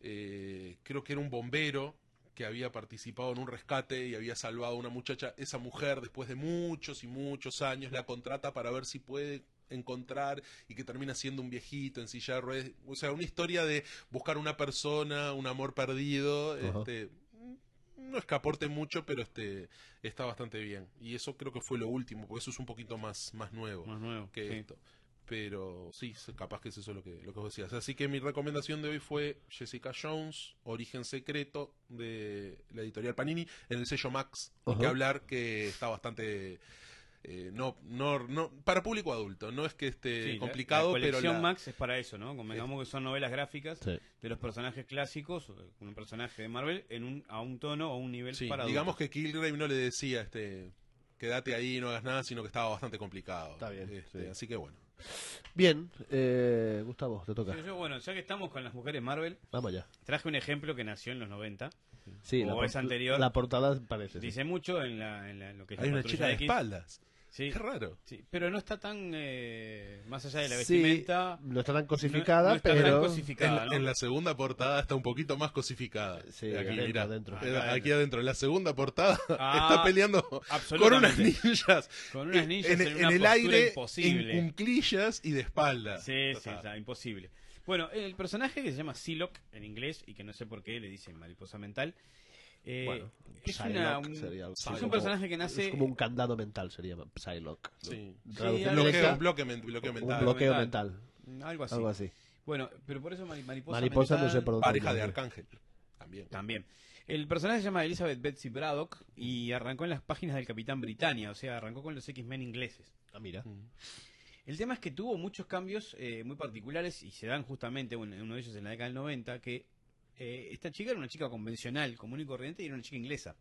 Speaker 4: Eh, creo que era un bombero que había participado en un rescate y había salvado a una muchacha. Esa mujer, después de muchos y muchos años, la contrata para ver si puede encontrar y que termina siendo un viejito en silla de ruedas. O sea, una historia de buscar una persona, un amor perdido.
Speaker 7: Ajá.
Speaker 4: Este, no es que aporte mucho, pero este está bastante bien. Y eso creo que fue lo último, porque eso es un poquito más, más nuevo
Speaker 3: Más nuevo.
Speaker 4: que
Speaker 3: Mm, sí.
Speaker 4: esto. Pero sí, se- capaz que es eso lo que, lo que vos decías. Así que mi recomendación de hoy fue Jessica Jones, Origen Secreto, de la editorial Panini, en el sello Max. Hay que
Speaker 7: Ajá.
Speaker 4: hablar que está bastante... eh, no, no, no, para público adulto, no es que esté
Speaker 3: Sí, la-
Speaker 4: complicado,
Speaker 3: la
Speaker 4: pero
Speaker 3: colección
Speaker 4: la-
Speaker 3: Max es para eso, ¿no? Convengamos que son novelas gráficas
Speaker 7: Sí.
Speaker 3: de los personajes clásicos, un personaje de Marvel, en un, a un tono o un nivel
Speaker 4: sí,
Speaker 3: para
Speaker 4: digamos que
Speaker 3: adultos.
Speaker 4: Kilgrave no le decía, este, quédate ahí, no hagas nada, sino que estaba bastante complicado.
Speaker 2: Está bien,
Speaker 4: Este,
Speaker 2: sí.
Speaker 4: Así que bueno.
Speaker 2: Bien, eh, Gustavo, te toca.
Speaker 3: Sí, yo, bueno, ya que estamos con las mujeres Marvel,
Speaker 2: Vamos allá.
Speaker 3: traje un ejemplo que nació en los 90.
Speaker 7: Sí,
Speaker 3: Como
Speaker 7: la
Speaker 3: es
Speaker 7: por-
Speaker 3: anterior.
Speaker 7: La portada parece. sí.
Speaker 3: Dice mucho en, la, en la- en lo que es
Speaker 4: Hay
Speaker 3: la
Speaker 4: una
Speaker 3: Patrulla
Speaker 4: chica de
Speaker 3: X.
Speaker 4: espaldas.
Speaker 3: Sí,
Speaker 4: Qué raro.
Speaker 3: sí, pero no está tan. eh, más allá de la
Speaker 2: Sí,
Speaker 3: vestimenta.
Speaker 7: no está tan
Speaker 3: no-
Speaker 7: cosificada,
Speaker 3: no está tan
Speaker 7: pero.
Speaker 4: mm, En,
Speaker 3: cosificada, ¿no?
Speaker 4: en la segunda portada está un poquito más cosificada.
Speaker 7: Sí,
Speaker 4: aquí,
Speaker 7: adentro,
Speaker 4: mirá.
Speaker 7: adentro.
Speaker 4: Eh, aquí adentro, en la segunda portada
Speaker 3: Ah,
Speaker 4: está peleando con unas
Speaker 3: Absolutamente.
Speaker 4: ninjas.
Speaker 3: Con unas ninjas en,
Speaker 4: en,
Speaker 3: una
Speaker 4: el
Speaker 3: postura
Speaker 4: aire,
Speaker 3: imposible.
Speaker 4: en cunclillas y de espalda.
Speaker 3: Sí, sí,
Speaker 4: Total.
Speaker 3: o sea, imposible. Bueno, el personaje que se llama Psylocke en inglés y que no sé por qué le dicen mariposa mental. eh,
Speaker 7: Bueno,
Speaker 3: es,
Speaker 7: Psylocke
Speaker 3: una- un,
Speaker 7: sería
Speaker 3: es
Speaker 7: algo
Speaker 3: un
Speaker 7: como-
Speaker 3: personaje que nace.
Speaker 7: Es como un candado mental, sería Psylocke. ¿no?
Speaker 4: Sí.
Speaker 7: Traducción
Speaker 3: algo
Speaker 4: Bloqueo,
Speaker 7: directa,
Speaker 4: un bloqueo, men- bloqueo
Speaker 7: un
Speaker 4: mental.
Speaker 7: bloqueo mental.
Speaker 3: Algo así.
Speaker 7: Algo así.
Speaker 3: Bueno, pero por eso mari- mariposa.
Speaker 7: Mariposa, no
Speaker 3: mental-
Speaker 7: sé por dónde.
Speaker 4: Pareja de
Speaker 7: viene.
Speaker 4: arcángel. También.
Speaker 3: También. El personaje se llama Elizabeth Betsy Braddock y arrancó en las páginas del Capitán Britannia, o sea, arrancó con los X-Men ingleses.
Speaker 7: Ah, mira.
Speaker 3: El tema es que tuvo muchos cambios eh, muy particulares y se dan justamente un- uno de ellos en la década del 90, que eh, esta chica era una chica convencional, común y corriente, y era una chica inglesa.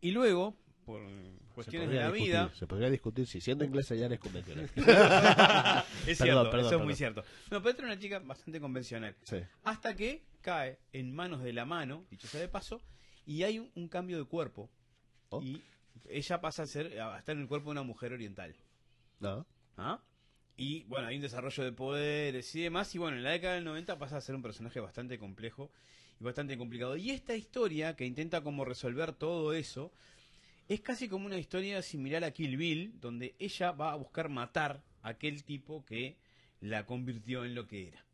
Speaker 3: Y luego, por eh, cuestiones de
Speaker 7: podría
Speaker 3: la
Speaker 7: discutir,
Speaker 3: vida...
Speaker 7: Se podría discutir si siendo inglesa ya eres convencional.
Speaker 3: es
Speaker 7: Perdón,
Speaker 3: cierto,
Speaker 7: perdón,
Speaker 3: eso es muy
Speaker 7: perdón.
Speaker 3: cierto. No, pero esta era una chica bastante convencional.
Speaker 7: sí.
Speaker 3: Hasta que cae en manos de la mano, dicho sea de paso, y hay un, un cambio de cuerpo.
Speaker 7: Oh.
Speaker 3: Y ella pasa a, ser, a estar en el cuerpo de una mujer oriental.
Speaker 7: No.
Speaker 3: ¿Ah? Y bueno, hay un desarrollo de poderes y demás. Y bueno, en la década del 90 pasa a ser un personaje bastante complejo y bastante complicado. Y esta historia que intenta como resolver todo eso es casi como una historia similar a Kill Bill, donde ella va a buscar matar a aquel tipo que la convirtió en lo que era.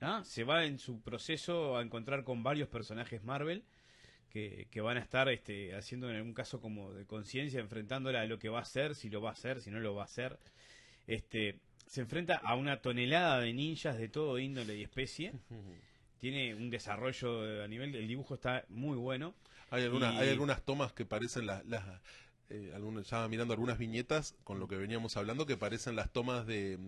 Speaker 3: ¿Ah? Se va en su proceso a encontrar con varios personajes Marvel que, que van a estar este, haciendo en algún caso como de conciencia, enfrentándola a lo que va a hacer, si lo va a hacer, si no lo va a hacer. Este, se enfrenta a una tonelada de ninjas de todo índole y especie. tiene un desarrollo eh, a nivel, el dibujo está muy bueno.
Speaker 4: Hay, algunas
Speaker 3: Y-
Speaker 4: hay algunas tomas que parecen las... las eh, algunas- estaba mirando algunas viñetas con lo que veníamos hablando que parecen las tomas de,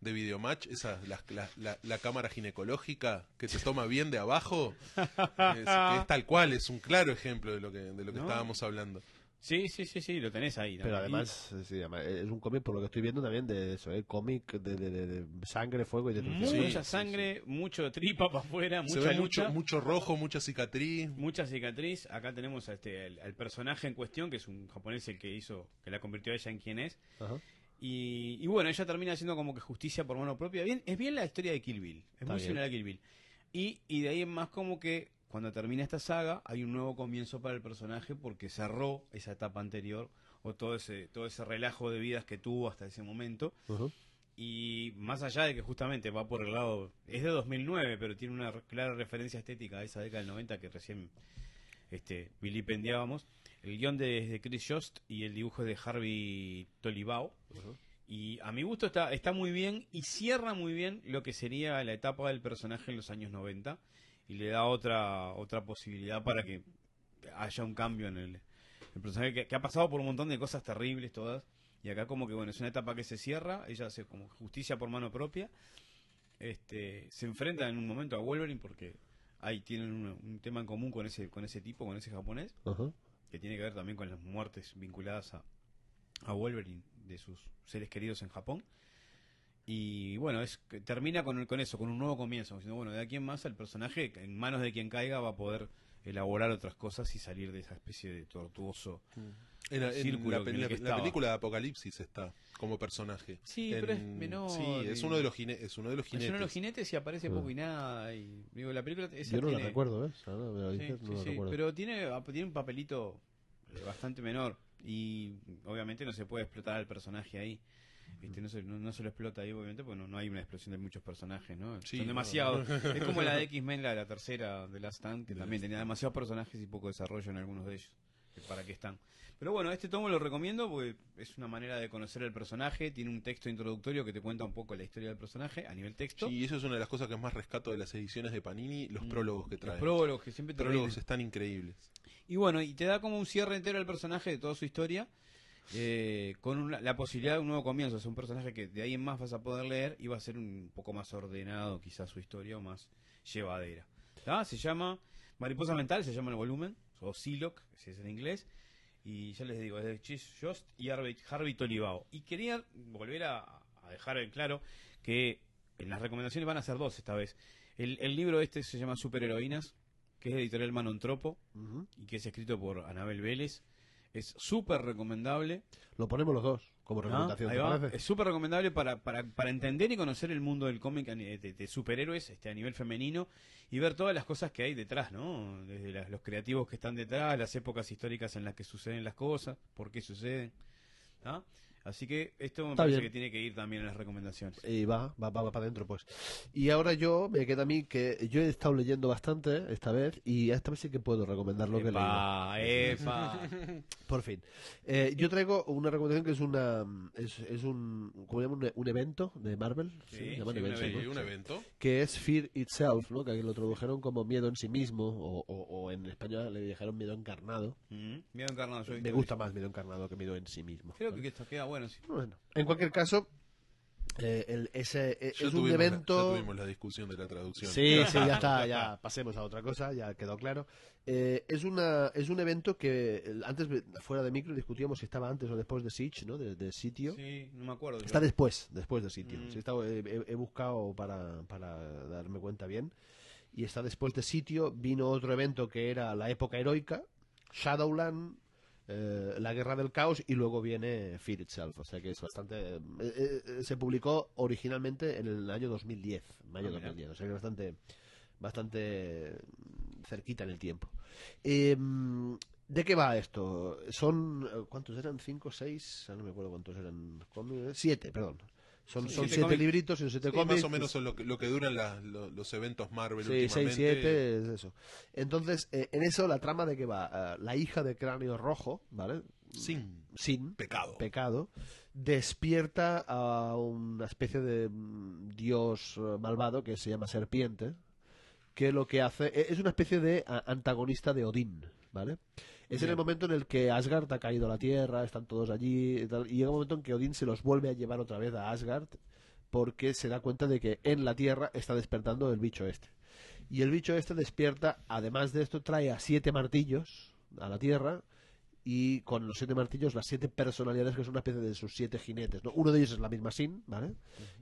Speaker 4: de videomatch, esas, las- las- la, la cámara ginecológica que se toma bien de abajo, es, que es tal cual, es un claro ejemplo de lo que, de lo que
Speaker 3: No.
Speaker 4: estábamos hablando.
Speaker 3: Sí, sí, sí, sí, lo tenés ahí.
Speaker 2: Pero
Speaker 3: también.
Speaker 2: además, sí, además, es un cómic, por lo que estoy viendo también, de eso, ¿eh? cómic de, de- de- de sangre, fuego
Speaker 3: Mm,
Speaker 2: y destrucción.
Speaker 4: Sí,
Speaker 3: mucha
Speaker 4: sí,
Speaker 3: sangre, mucho tripa para afuera, Ah, mucha
Speaker 4: Se ve
Speaker 3: lucha,
Speaker 4: mucho, mucho rojo, mucha cicatriz,
Speaker 3: mucha cicatriz. Acá tenemos a este, al, al personaje en cuestión, que es un japonés el que hizo, que la convirtió a ella en quien es.
Speaker 2: Ajá.
Speaker 3: Y, y bueno, ella termina haciendo como que justicia por mano propia. Bien, es bien la historia de Kill Bill. Es muy
Speaker 2: bien.
Speaker 3: similar a Kill Bill. Y, y de ahí en más como que cuando termina esta saga hay un nuevo comienzo para el personaje porque cerró esa etapa anterior o todo ese, todo ese relajo de vidas que tuvo hasta ese momento.
Speaker 2: Ujú.
Speaker 3: Y más allá de que justamente va por el lado, es de 2009, pero tiene una re- clara referencia estética a esa década del 90 que recién este, vilipendiábamos. El guión de, es de Chris Jost y el dibujo es de Harvey Tolibao. Y a mi gusto está, está muy bien y cierra muy bien lo que sería la etapa del personaje en los años 90 y le da otra, otra posibilidad para que haya un cambio en el, el personaje que, que ha pasado por un montón de cosas terribles todas. Y acá como que bueno, es una etapa que se cierra, ella hace como justicia por mano propia. Este, se enfrenta en un momento a Wolverine porque ahí tienen un, un tema en común con ese, con ese tipo, con ese japonés,
Speaker 2: Ujú.
Speaker 3: que tiene que ver también con las muertes vinculadas a, a Wolverine de sus seres queridos en Japón. Y bueno, es que termina con, con eso, con un nuevo comienzo, diciendo, bueno, de aquí en más el personaje, en manos de quien caiga, va a poder elaborar otras cosas y salir de esa especie de tortuoso
Speaker 4: En, la- en la,
Speaker 3: círculo en
Speaker 4: en
Speaker 3: el
Speaker 4: la-
Speaker 3: que
Speaker 4: la
Speaker 3: estaba.
Speaker 4: película de Apocalipsis está como personaje.
Speaker 3: Sí, pero es menor
Speaker 4: Sí, es
Speaker 3: y-
Speaker 4: uno de los, jine- es uno de los
Speaker 3: Es
Speaker 4: jinetes.
Speaker 3: uno de los jinetes y aparece poco y nada. Y, digo, la película esa
Speaker 2: Yo no la
Speaker 3: tiene-
Speaker 2: recuerdo, ¿ves? Ahora me lo
Speaker 3: Sí,
Speaker 2: dices,
Speaker 3: sí,
Speaker 2: no la
Speaker 3: sí,
Speaker 2: recuerdo.
Speaker 3: pero tiene, ah, tiene un papelito eh, bastante menor. Y obviamente no se puede explotar al personaje ahí. Este, no, se, no, no se lo explota ahí, obviamente, porque no, no hay una explosión de muchos personajes, ¿no?
Speaker 4: Sí,
Speaker 3: Son
Speaker 4: no,
Speaker 3: demasiados. Es como la de X-Men, la, la tercera de Last Stand, que también tenía demasiados personajes y poco desarrollo en algunos de ellos. que ¿Para qué están? Pero bueno, este tomo lo recomiendo porque es una manera de conocer al personaje. Tiene un texto introductorio que te cuenta un poco la historia del personaje a nivel texto.
Speaker 4: Sí, y eso es una de las cosas que más rescato de las ediciones de Panini,
Speaker 2: Mm.
Speaker 4: los prólogos que
Speaker 3: Los
Speaker 4: traen.
Speaker 3: prólogos que siempre
Speaker 4: Los
Speaker 3: te
Speaker 4: prólogos
Speaker 3: rinden.
Speaker 4: están increíbles.
Speaker 3: Y bueno, y te da como un cierre entero al personaje de toda su historia, eh, con una- la posibilidad de un nuevo comienzo. Es un personaje que de ahí en más vas a poder leer y va a ser un poco más ordenado quizás su historia o más llevadera. ¿Tá? Se llama Mariposa Mental, se llama el volumen, o Siloc, si es en inglés. Y ya les digo, es de Chris Jost y Harvey, Harvey Tolibao. Y quería volver a, a dejar en claro que en las recomendaciones van a ser dos esta vez. El, el libro este se llama Superheroínas, que es de editorial Manontropo
Speaker 2: Ujú.
Speaker 3: y que es escrito por Anabel Vélez. Es súper recomendable.
Speaker 2: Lo ponemos los dos como
Speaker 3: ¿no?
Speaker 2: recomendación,
Speaker 3: Ah, Ahí
Speaker 2: ¿te
Speaker 3: va.
Speaker 2: parece?
Speaker 3: Es súper recomendable para, para, para entender y conocer el mundo del cómic a ni- de, de superhéroes este, a nivel femenino y ver todas las cosas que hay detrás, ¿no? Desde las- los creativos que están detrás, las épocas históricas en las que suceden las cosas, por qué suceden. ¿tá? Así que esto me
Speaker 2: Está
Speaker 3: parece
Speaker 2: bien.
Speaker 3: que tiene que ir también en las recomendaciones.
Speaker 2: Y va, va, va, para adentro, pues. Y ahora yo, me queda a mí que yo he estado leyendo bastante esta vez y esta vez sí que puedo recomendar lo que leo.
Speaker 3: Epa, epa.
Speaker 2: Por fin. Eh, yo traigo una recomendación que es una es, es un, ¿cómo se llama? Un, un evento de Marvel.
Speaker 3: Sí,
Speaker 2: Se
Speaker 3: sí,
Speaker 2: llaman
Speaker 3: un
Speaker 2: eventos,
Speaker 3: evento.
Speaker 2: ¿no?
Speaker 4: Hay un evento.
Speaker 2: que es Fear Itself, ¿no? que aquí lo tradujeron como miedo en sí mismo, o, o- o en español le dijeron miedo encarnado.
Speaker 3: Mm, Miedo encarnado. yo he
Speaker 2: Me
Speaker 3: visto
Speaker 2: gusta
Speaker 3: eso.
Speaker 2: más miedo encarnado que miedo en sí mismo.
Speaker 3: Creo que esto queda bueno. sí.
Speaker 2: Bueno, en cualquier caso, eh, el- ese, eh,
Speaker 4: Ya
Speaker 2: es un
Speaker 4: tuvimos la-
Speaker 2: evento...
Speaker 4: ya tuvimos la discusión de la traducción.
Speaker 2: Sí, sí, ya está, ya pasemos a otra cosa, ya quedó claro. Eh, es una es un evento que eh, antes eh, fuera de micro discutíamos si estaba antes o después de Siege, ¿no? De, de sitio.
Speaker 3: Sí, no me acuerdo. yo.
Speaker 2: Está después, después de sitio.
Speaker 3: Mm.
Speaker 2: Sí, está- he, he- he buscado para, para darme cuenta bien. Y está después de sitio. Vino otro evento que era la época heroica, Shadowland, eh, la guerra del caos y luego viene Fear Itself. O sea que es bastante. eh, eh, eh, se publicó originalmente en el año 2010, mayo
Speaker 3: Ah, mira.
Speaker 2: 2010. O sea que bastante, bastante cerquita en el tiempo. Em, ¿De qué va esto? Son, eh, ¿cuántos eran? ¿Cinco, seis? Ah, no me acuerdo cuántos eran. cómics. Siete, perdón. Son,
Speaker 3: Sí,
Speaker 2: son
Speaker 3: siete
Speaker 2: siete
Speaker 3: cómics.
Speaker 2: libritos, son siete
Speaker 4: Sí,
Speaker 2: cómics.
Speaker 4: más o menos son lo que, lo que duran las- lo- los eventos Marvel
Speaker 2: Sí,
Speaker 4: últimamente.
Speaker 2: 6, 7, es eso. Entonces, eh, en eso la trama de que va Ah, la hija de cráneo rojo, ¿vale?
Speaker 4: Sin
Speaker 2: Sin
Speaker 4: pecado.
Speaker 2: pecado, despierta a una especie de mm, dios eh, malvado que se llama serpiente, que lo que hace e- es una especie de a- antagonista de Odín, ¿vale? Es en el momento en el que Asgard ha caído a la Tierra, están todos allí y, tal, y llega un momento en que Odín se los vuelve a llevar otra vez a Asgard porque se da cuenta de que en la Tierra está despertando el bicho este. Y el bicho este despierta, además de esto, trae a siete martillos a la Tierra y con los siete martillos las siete personalidades que son una especie de sus siete jinetes. ¿no? Uno de ellos es la misma Sin, ¿vale?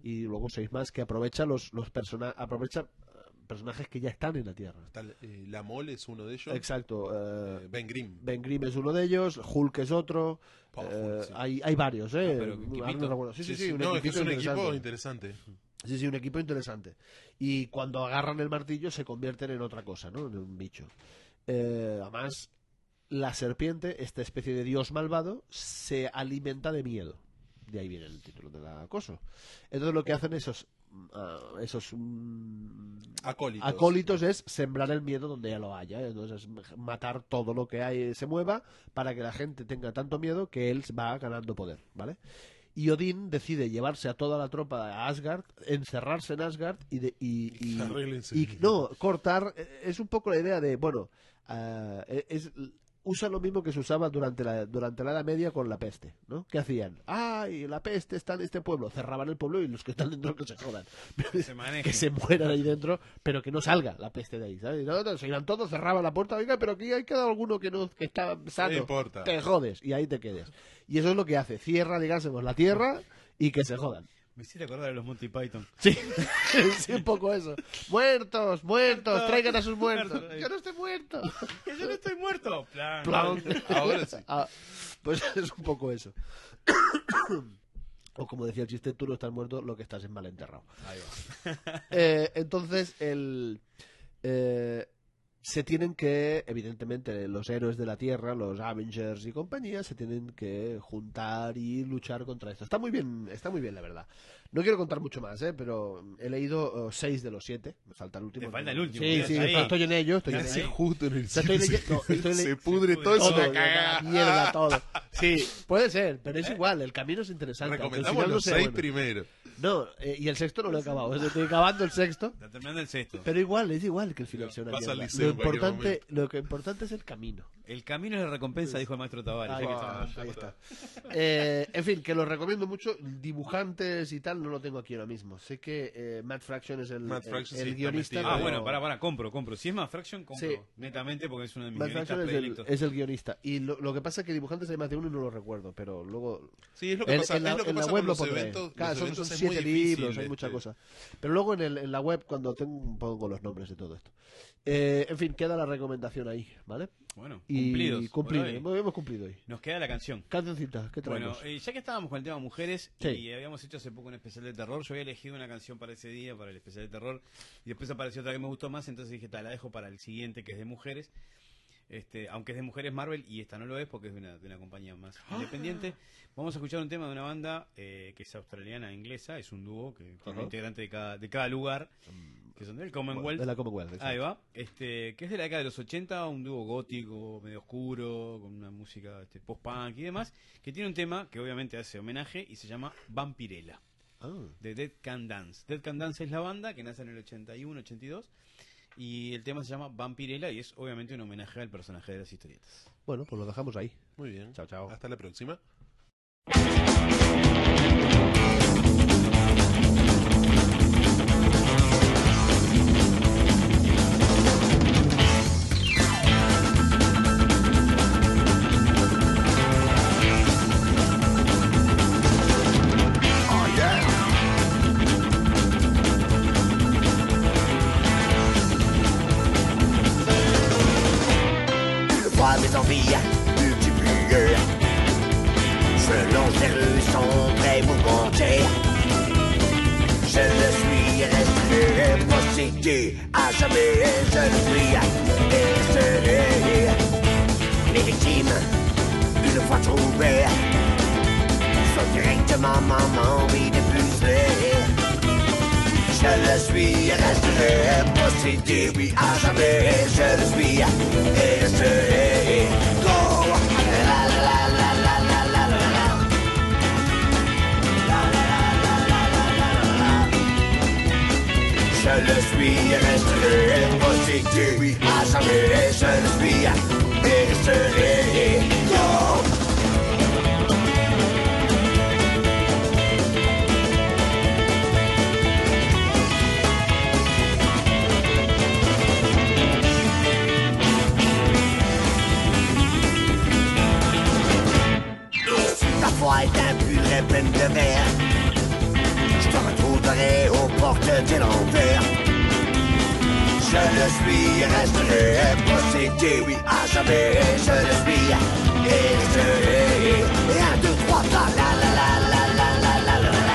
Speaker 2: Y luego seis más que aprovecha los, los persona aprovecha eh, personajes que ya están en la Tierra.
Speaker 4: Tal- eh, la Mole es uno de ellos.
Speaker 2: Exacto. eh,
Speaker 4: Eh, ben Grimm.
Speaker 2: Ben Grimm es uno de ellos, Hulk es otro,
Speaker 4: Pa,
Speaker 2: eh,
Speaker 4: Hulk, sí.
Speaker 2: hay, hay varios, ¿eh?
Speaker 3: Ah, pero
Speaker 2: Ahora
Speaker 3: equipito.
Speaker 2: no recuerdo. Sí, sí, sí, un
Speaker 4: no, es que es
Speaker 2: equipito
Speaker 4: un equipo
Speaker 2: interesante.
Speaker 4: interesante.
Speaker 2: Sí, sí, un equipo interesante. Y cuando agarran el martillo se convierten en otra cosa, ¿no? En un bicho. Eh, además, la serpiente, esta especie de dios malvado, se alimenta de miedo. De ahí viene el título del acoso. Entonces lo que hacen esos... ah, esos mm,
Speaker 4: Acólitos.
Speaker 2: acólitos es sembrar el miedo donde ya lo haya. Entonces es matar todo lo que hay, se mueva, para que la gente tenga tanto miedo que él va ganando poder, ¿vale? Y Odín decide llevarse a toda la tropa a Asgard, encerrarse en Asgard y... de- y, y-
Speaker 4: Arréglense.
Speaker 2: y- no, cortar eh, es un poco la idea de, bueno, ah, es, usa lo mismo que se usaba durante la, durante la Edad Media con la peste, ¿no? ¿Qué hacían? ¡Ay, la peste está en este pueblo! Cerraban el pueblo y los que están dentro que se jodan.
Speaker 3: se maneja.
Speaker 2: que se mueran ahí dentro, pero que no salga la peste de ahí, ¿sabes? Y No, no, se iban todos, cerraban la puerta, oiga, pero aquí hay quedado alguno que no que está sano.
Speaker 4: No importa.
Speaker 2: Te jodes y ahí te quedes. Y eso es lo que hace, cierra, digásemos, la tierra y que se jodan.
Speaker 3: Me hiciste acordar de los Monty Python.
Speaker 2: Sí, sí, un poco eso. Muertos, muertos, traigan a sus muertos.
Speaker 3: Muertos.
Speaker 2: Yo no estoy muerto.
Speaker 3: ¡Que yo no estoy muerto! Plan.
Speaker 2: Plan.
Speaker 4: Ahora sí.
Speaker 2: Ah, pues es un poco eso. O como decía el chiste, tú no estás muerto, lo que estás es mal enterrado. Eh, entonces, el, eh, se tienen que, evidentemente, los héroes de la Tierra, los Avengers y compañía, se tienen que juntar y luchar contra esto. Está muy bien, está muy bien, la verdad. No quiero contar mucho más, ¿eh? pero he leído eh, seis de los siete. Me falta el último.
Speaker 3: Te falta el último,
Speaker 2: Sí,
Speaker 3: mira,
Speaker 2: sí,
Speaker 3: ahí.
Speaker 2: estoy en ello. Estoy en
Speaker 3: Casi
Speaker 2: ello.
Speaker 4: justo en el
Speaker 2: Yo eh, estoy
Speaker 4: cine
Speaker 2: leyendo- no, estoy
Speaker 4: se,
Speaker 2: le-
Speaker 4: pudre todo Ah. es
Speaker 2: Todo,
Speaker 4: una
Speaker 2: de
Speaker 4: cagada.
Speaker 2: la mierda, todo. Sí, puede ser, pero
Speaker 3: Eh.
Speaker 2: es igual, el camino es interesante. aunque el
Speaker 4: Recomendamos
Speaker 2: final no
Speaker 4: los
Speaker 2: sea
Speaker 4: seis
Speaker 2: bueno.
Speaker 4: primero.
Speaker 2: No, eh, y el sexto no lo he acabado, estoy acabando el sexto.
Speaker 3: Está terminando el sexto.
Speaker 2: Pero igual, es igual que el final
Speaker 4: Ya,
Speaker 2: sea una
Speaker 4: vas al
Speaker 2: mierda.
Speaker 4: liceo
Speaker 2: Lo
Speaker 4: en cualquier
Speaker 2: importante,
Speaker 4: momento.
Speaker 2: lo que importante es el camino.
Speaker 3: El camino es la recompensa, dijo el maestro Tavares.
Speaker 2: Ahí
Speaker 3: Ya que
Speaker 2: está,
Speaker 3: estamos.
Speaker 2: ahí está. Eh, en fin, que lo recomiendo mucho. Dibujantes y tal no lo tengo aquí ahora mismo. Sé que eh, Matt Fraction es el,
Speaker 4: Matt
Speaker 2: el-
Speaker 4: Fraction
Speaker 2: el
Speaker 4: sí está
Speaker 2: guionista.
Speaker 4: metido.
Speaker 3: Ah,
Speaker 2: pero-
Speaker 3: bueno, para, para, compro, compro. Si es más Fraction, compro.
Speaker 2: Sí.
Speaker 3: Netamente porque es uno de mis
Speaker 2: Matt
Speaker 3: guionistas
Speaker 2: Fraction es el,
Speaker 3: predilectos.
Speaker 2: es el guionista. Y lo, lo que pasa es que dibujantes hay más de uno y no lo recuerdo, pero luego
Speaker 4: Sí, es lo que
Speaker 2: en,
Speaker 4: pasa,
Speaker 2: en la,
Speaker 4: es lo que
Speaker 2: en la
Speaker 4: pasa
Speaker 2: web
Speaker 4: con
Speaker 2: lo
Speaker 4: los
Speaker 2: pondré.
Speaker 4: eventos.
Speaker 2: Claro,
Speaker 4: los
Speaker 2: son,
Speaker 4: eventos
Speaker 2: son
Speaker 4: es muy
Speaker 2: siete
Speaker 4: difícil,
Speaker 2: libros, hay
Speaker 4: este.
Speaker 2: mucha cosa. Pero luego en, el- en la web, cuando tengo, pongo los nombres de todo esto. Eh, en fin, queda la recomendación ahí, ¿vale?
Speaker 3: Bueno,
Speaker 2: Y
Speaker 3: cumplidos. por
Speaker 2: cumplido,
Speaker 3: hoy.
Speaker 2: hemos, hemos cumplido hoy.
Speaker 3: Nos queda la canción.
Speaker 2: Cancioncita, ¿qué
Speaker 3: Bueno,
Speaker 2: traemos?
Speaker 3: eh, ya que estábamos con el tema mujeres
Speaker 2: Sí.
Speaker 3: y habíamos hecho hace poco un especial de terror, yo había elegido una canción para ese día, para el especial de terror, y después apareció otra que me gustó más, entonces dije, "Ta, la dejo para el siguiente, que es de mujeres. Este, aunque es de mujeres Marvel y esta no lo es porque es de una, de una compañía más independiente. Vamos a escuchar un tema de una banda eh, que es australiana inglesa, es un dúo que tiene un integrante de cada, de cada lugar, que son del Commonwealth.
Speaker 2: de la Commonwealth.
Speaker 3: eh, Ahí
Speaker 2: exacto.
Speaker 3: va. Este, que es de la década de los 80, un dúo gótico, medio oscuro, con una música este, post-punk y demás, que tiene un tema que obviamente hace homenaje y se llama Vampirella,
Speaker 2: Ah,
Speaker 3: de Dead Can Dance. Dead Can Dance es la banda que nace en el 81, 82, y el tema se llama Vampirella y es obviamente un homenaje al personaje de las historietas.
Speaker 2: bueno, pues lo dejamos ahí.
Speaker 4: Muy bien.
Speaker 2: Chao, chao.
Speaker 4: Hasta la próxima.
Speaker 8: Froid mais en vie, hein, multiplié. Selon ces rues sont prêts vous compter. Je ne suis resté prostitué à jamais. Je suis hein, esselé. Mes victimes, une fois trouvées, sont directement maman envie de puceler. Je le suis, resterai possédé, oui, à jamais, je le suis, et je serai. Go! La la la la la la la la la. La la la la la la la la la. Je le suis resté positif à jamais, je suis extérieur. Si ta foi est impure et pleine de verre, je te retrouverai aux portes de l'enfer. Je le suis, resterai possédé, oui, à jamais, je le suis, et je serai. Et un, deux, trois, la la la la la la la la la la.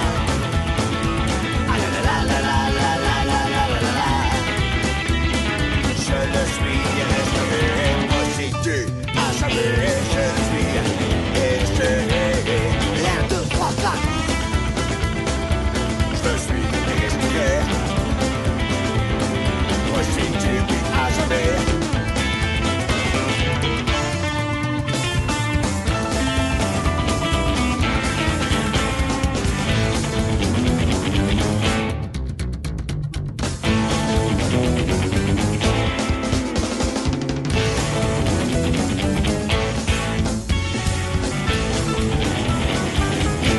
Speaker 8: Ah, la, la, la, la, la, la, la, la, la, la, la. Je le suis, resterai possédé, à jamais, je le suis, et je serai. Et un, deux, trois, quatre. Je suis resté possédé, oui, à jamais.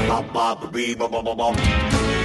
Speaker 8: Bop, bop, bee, bop, bop, bop, bop.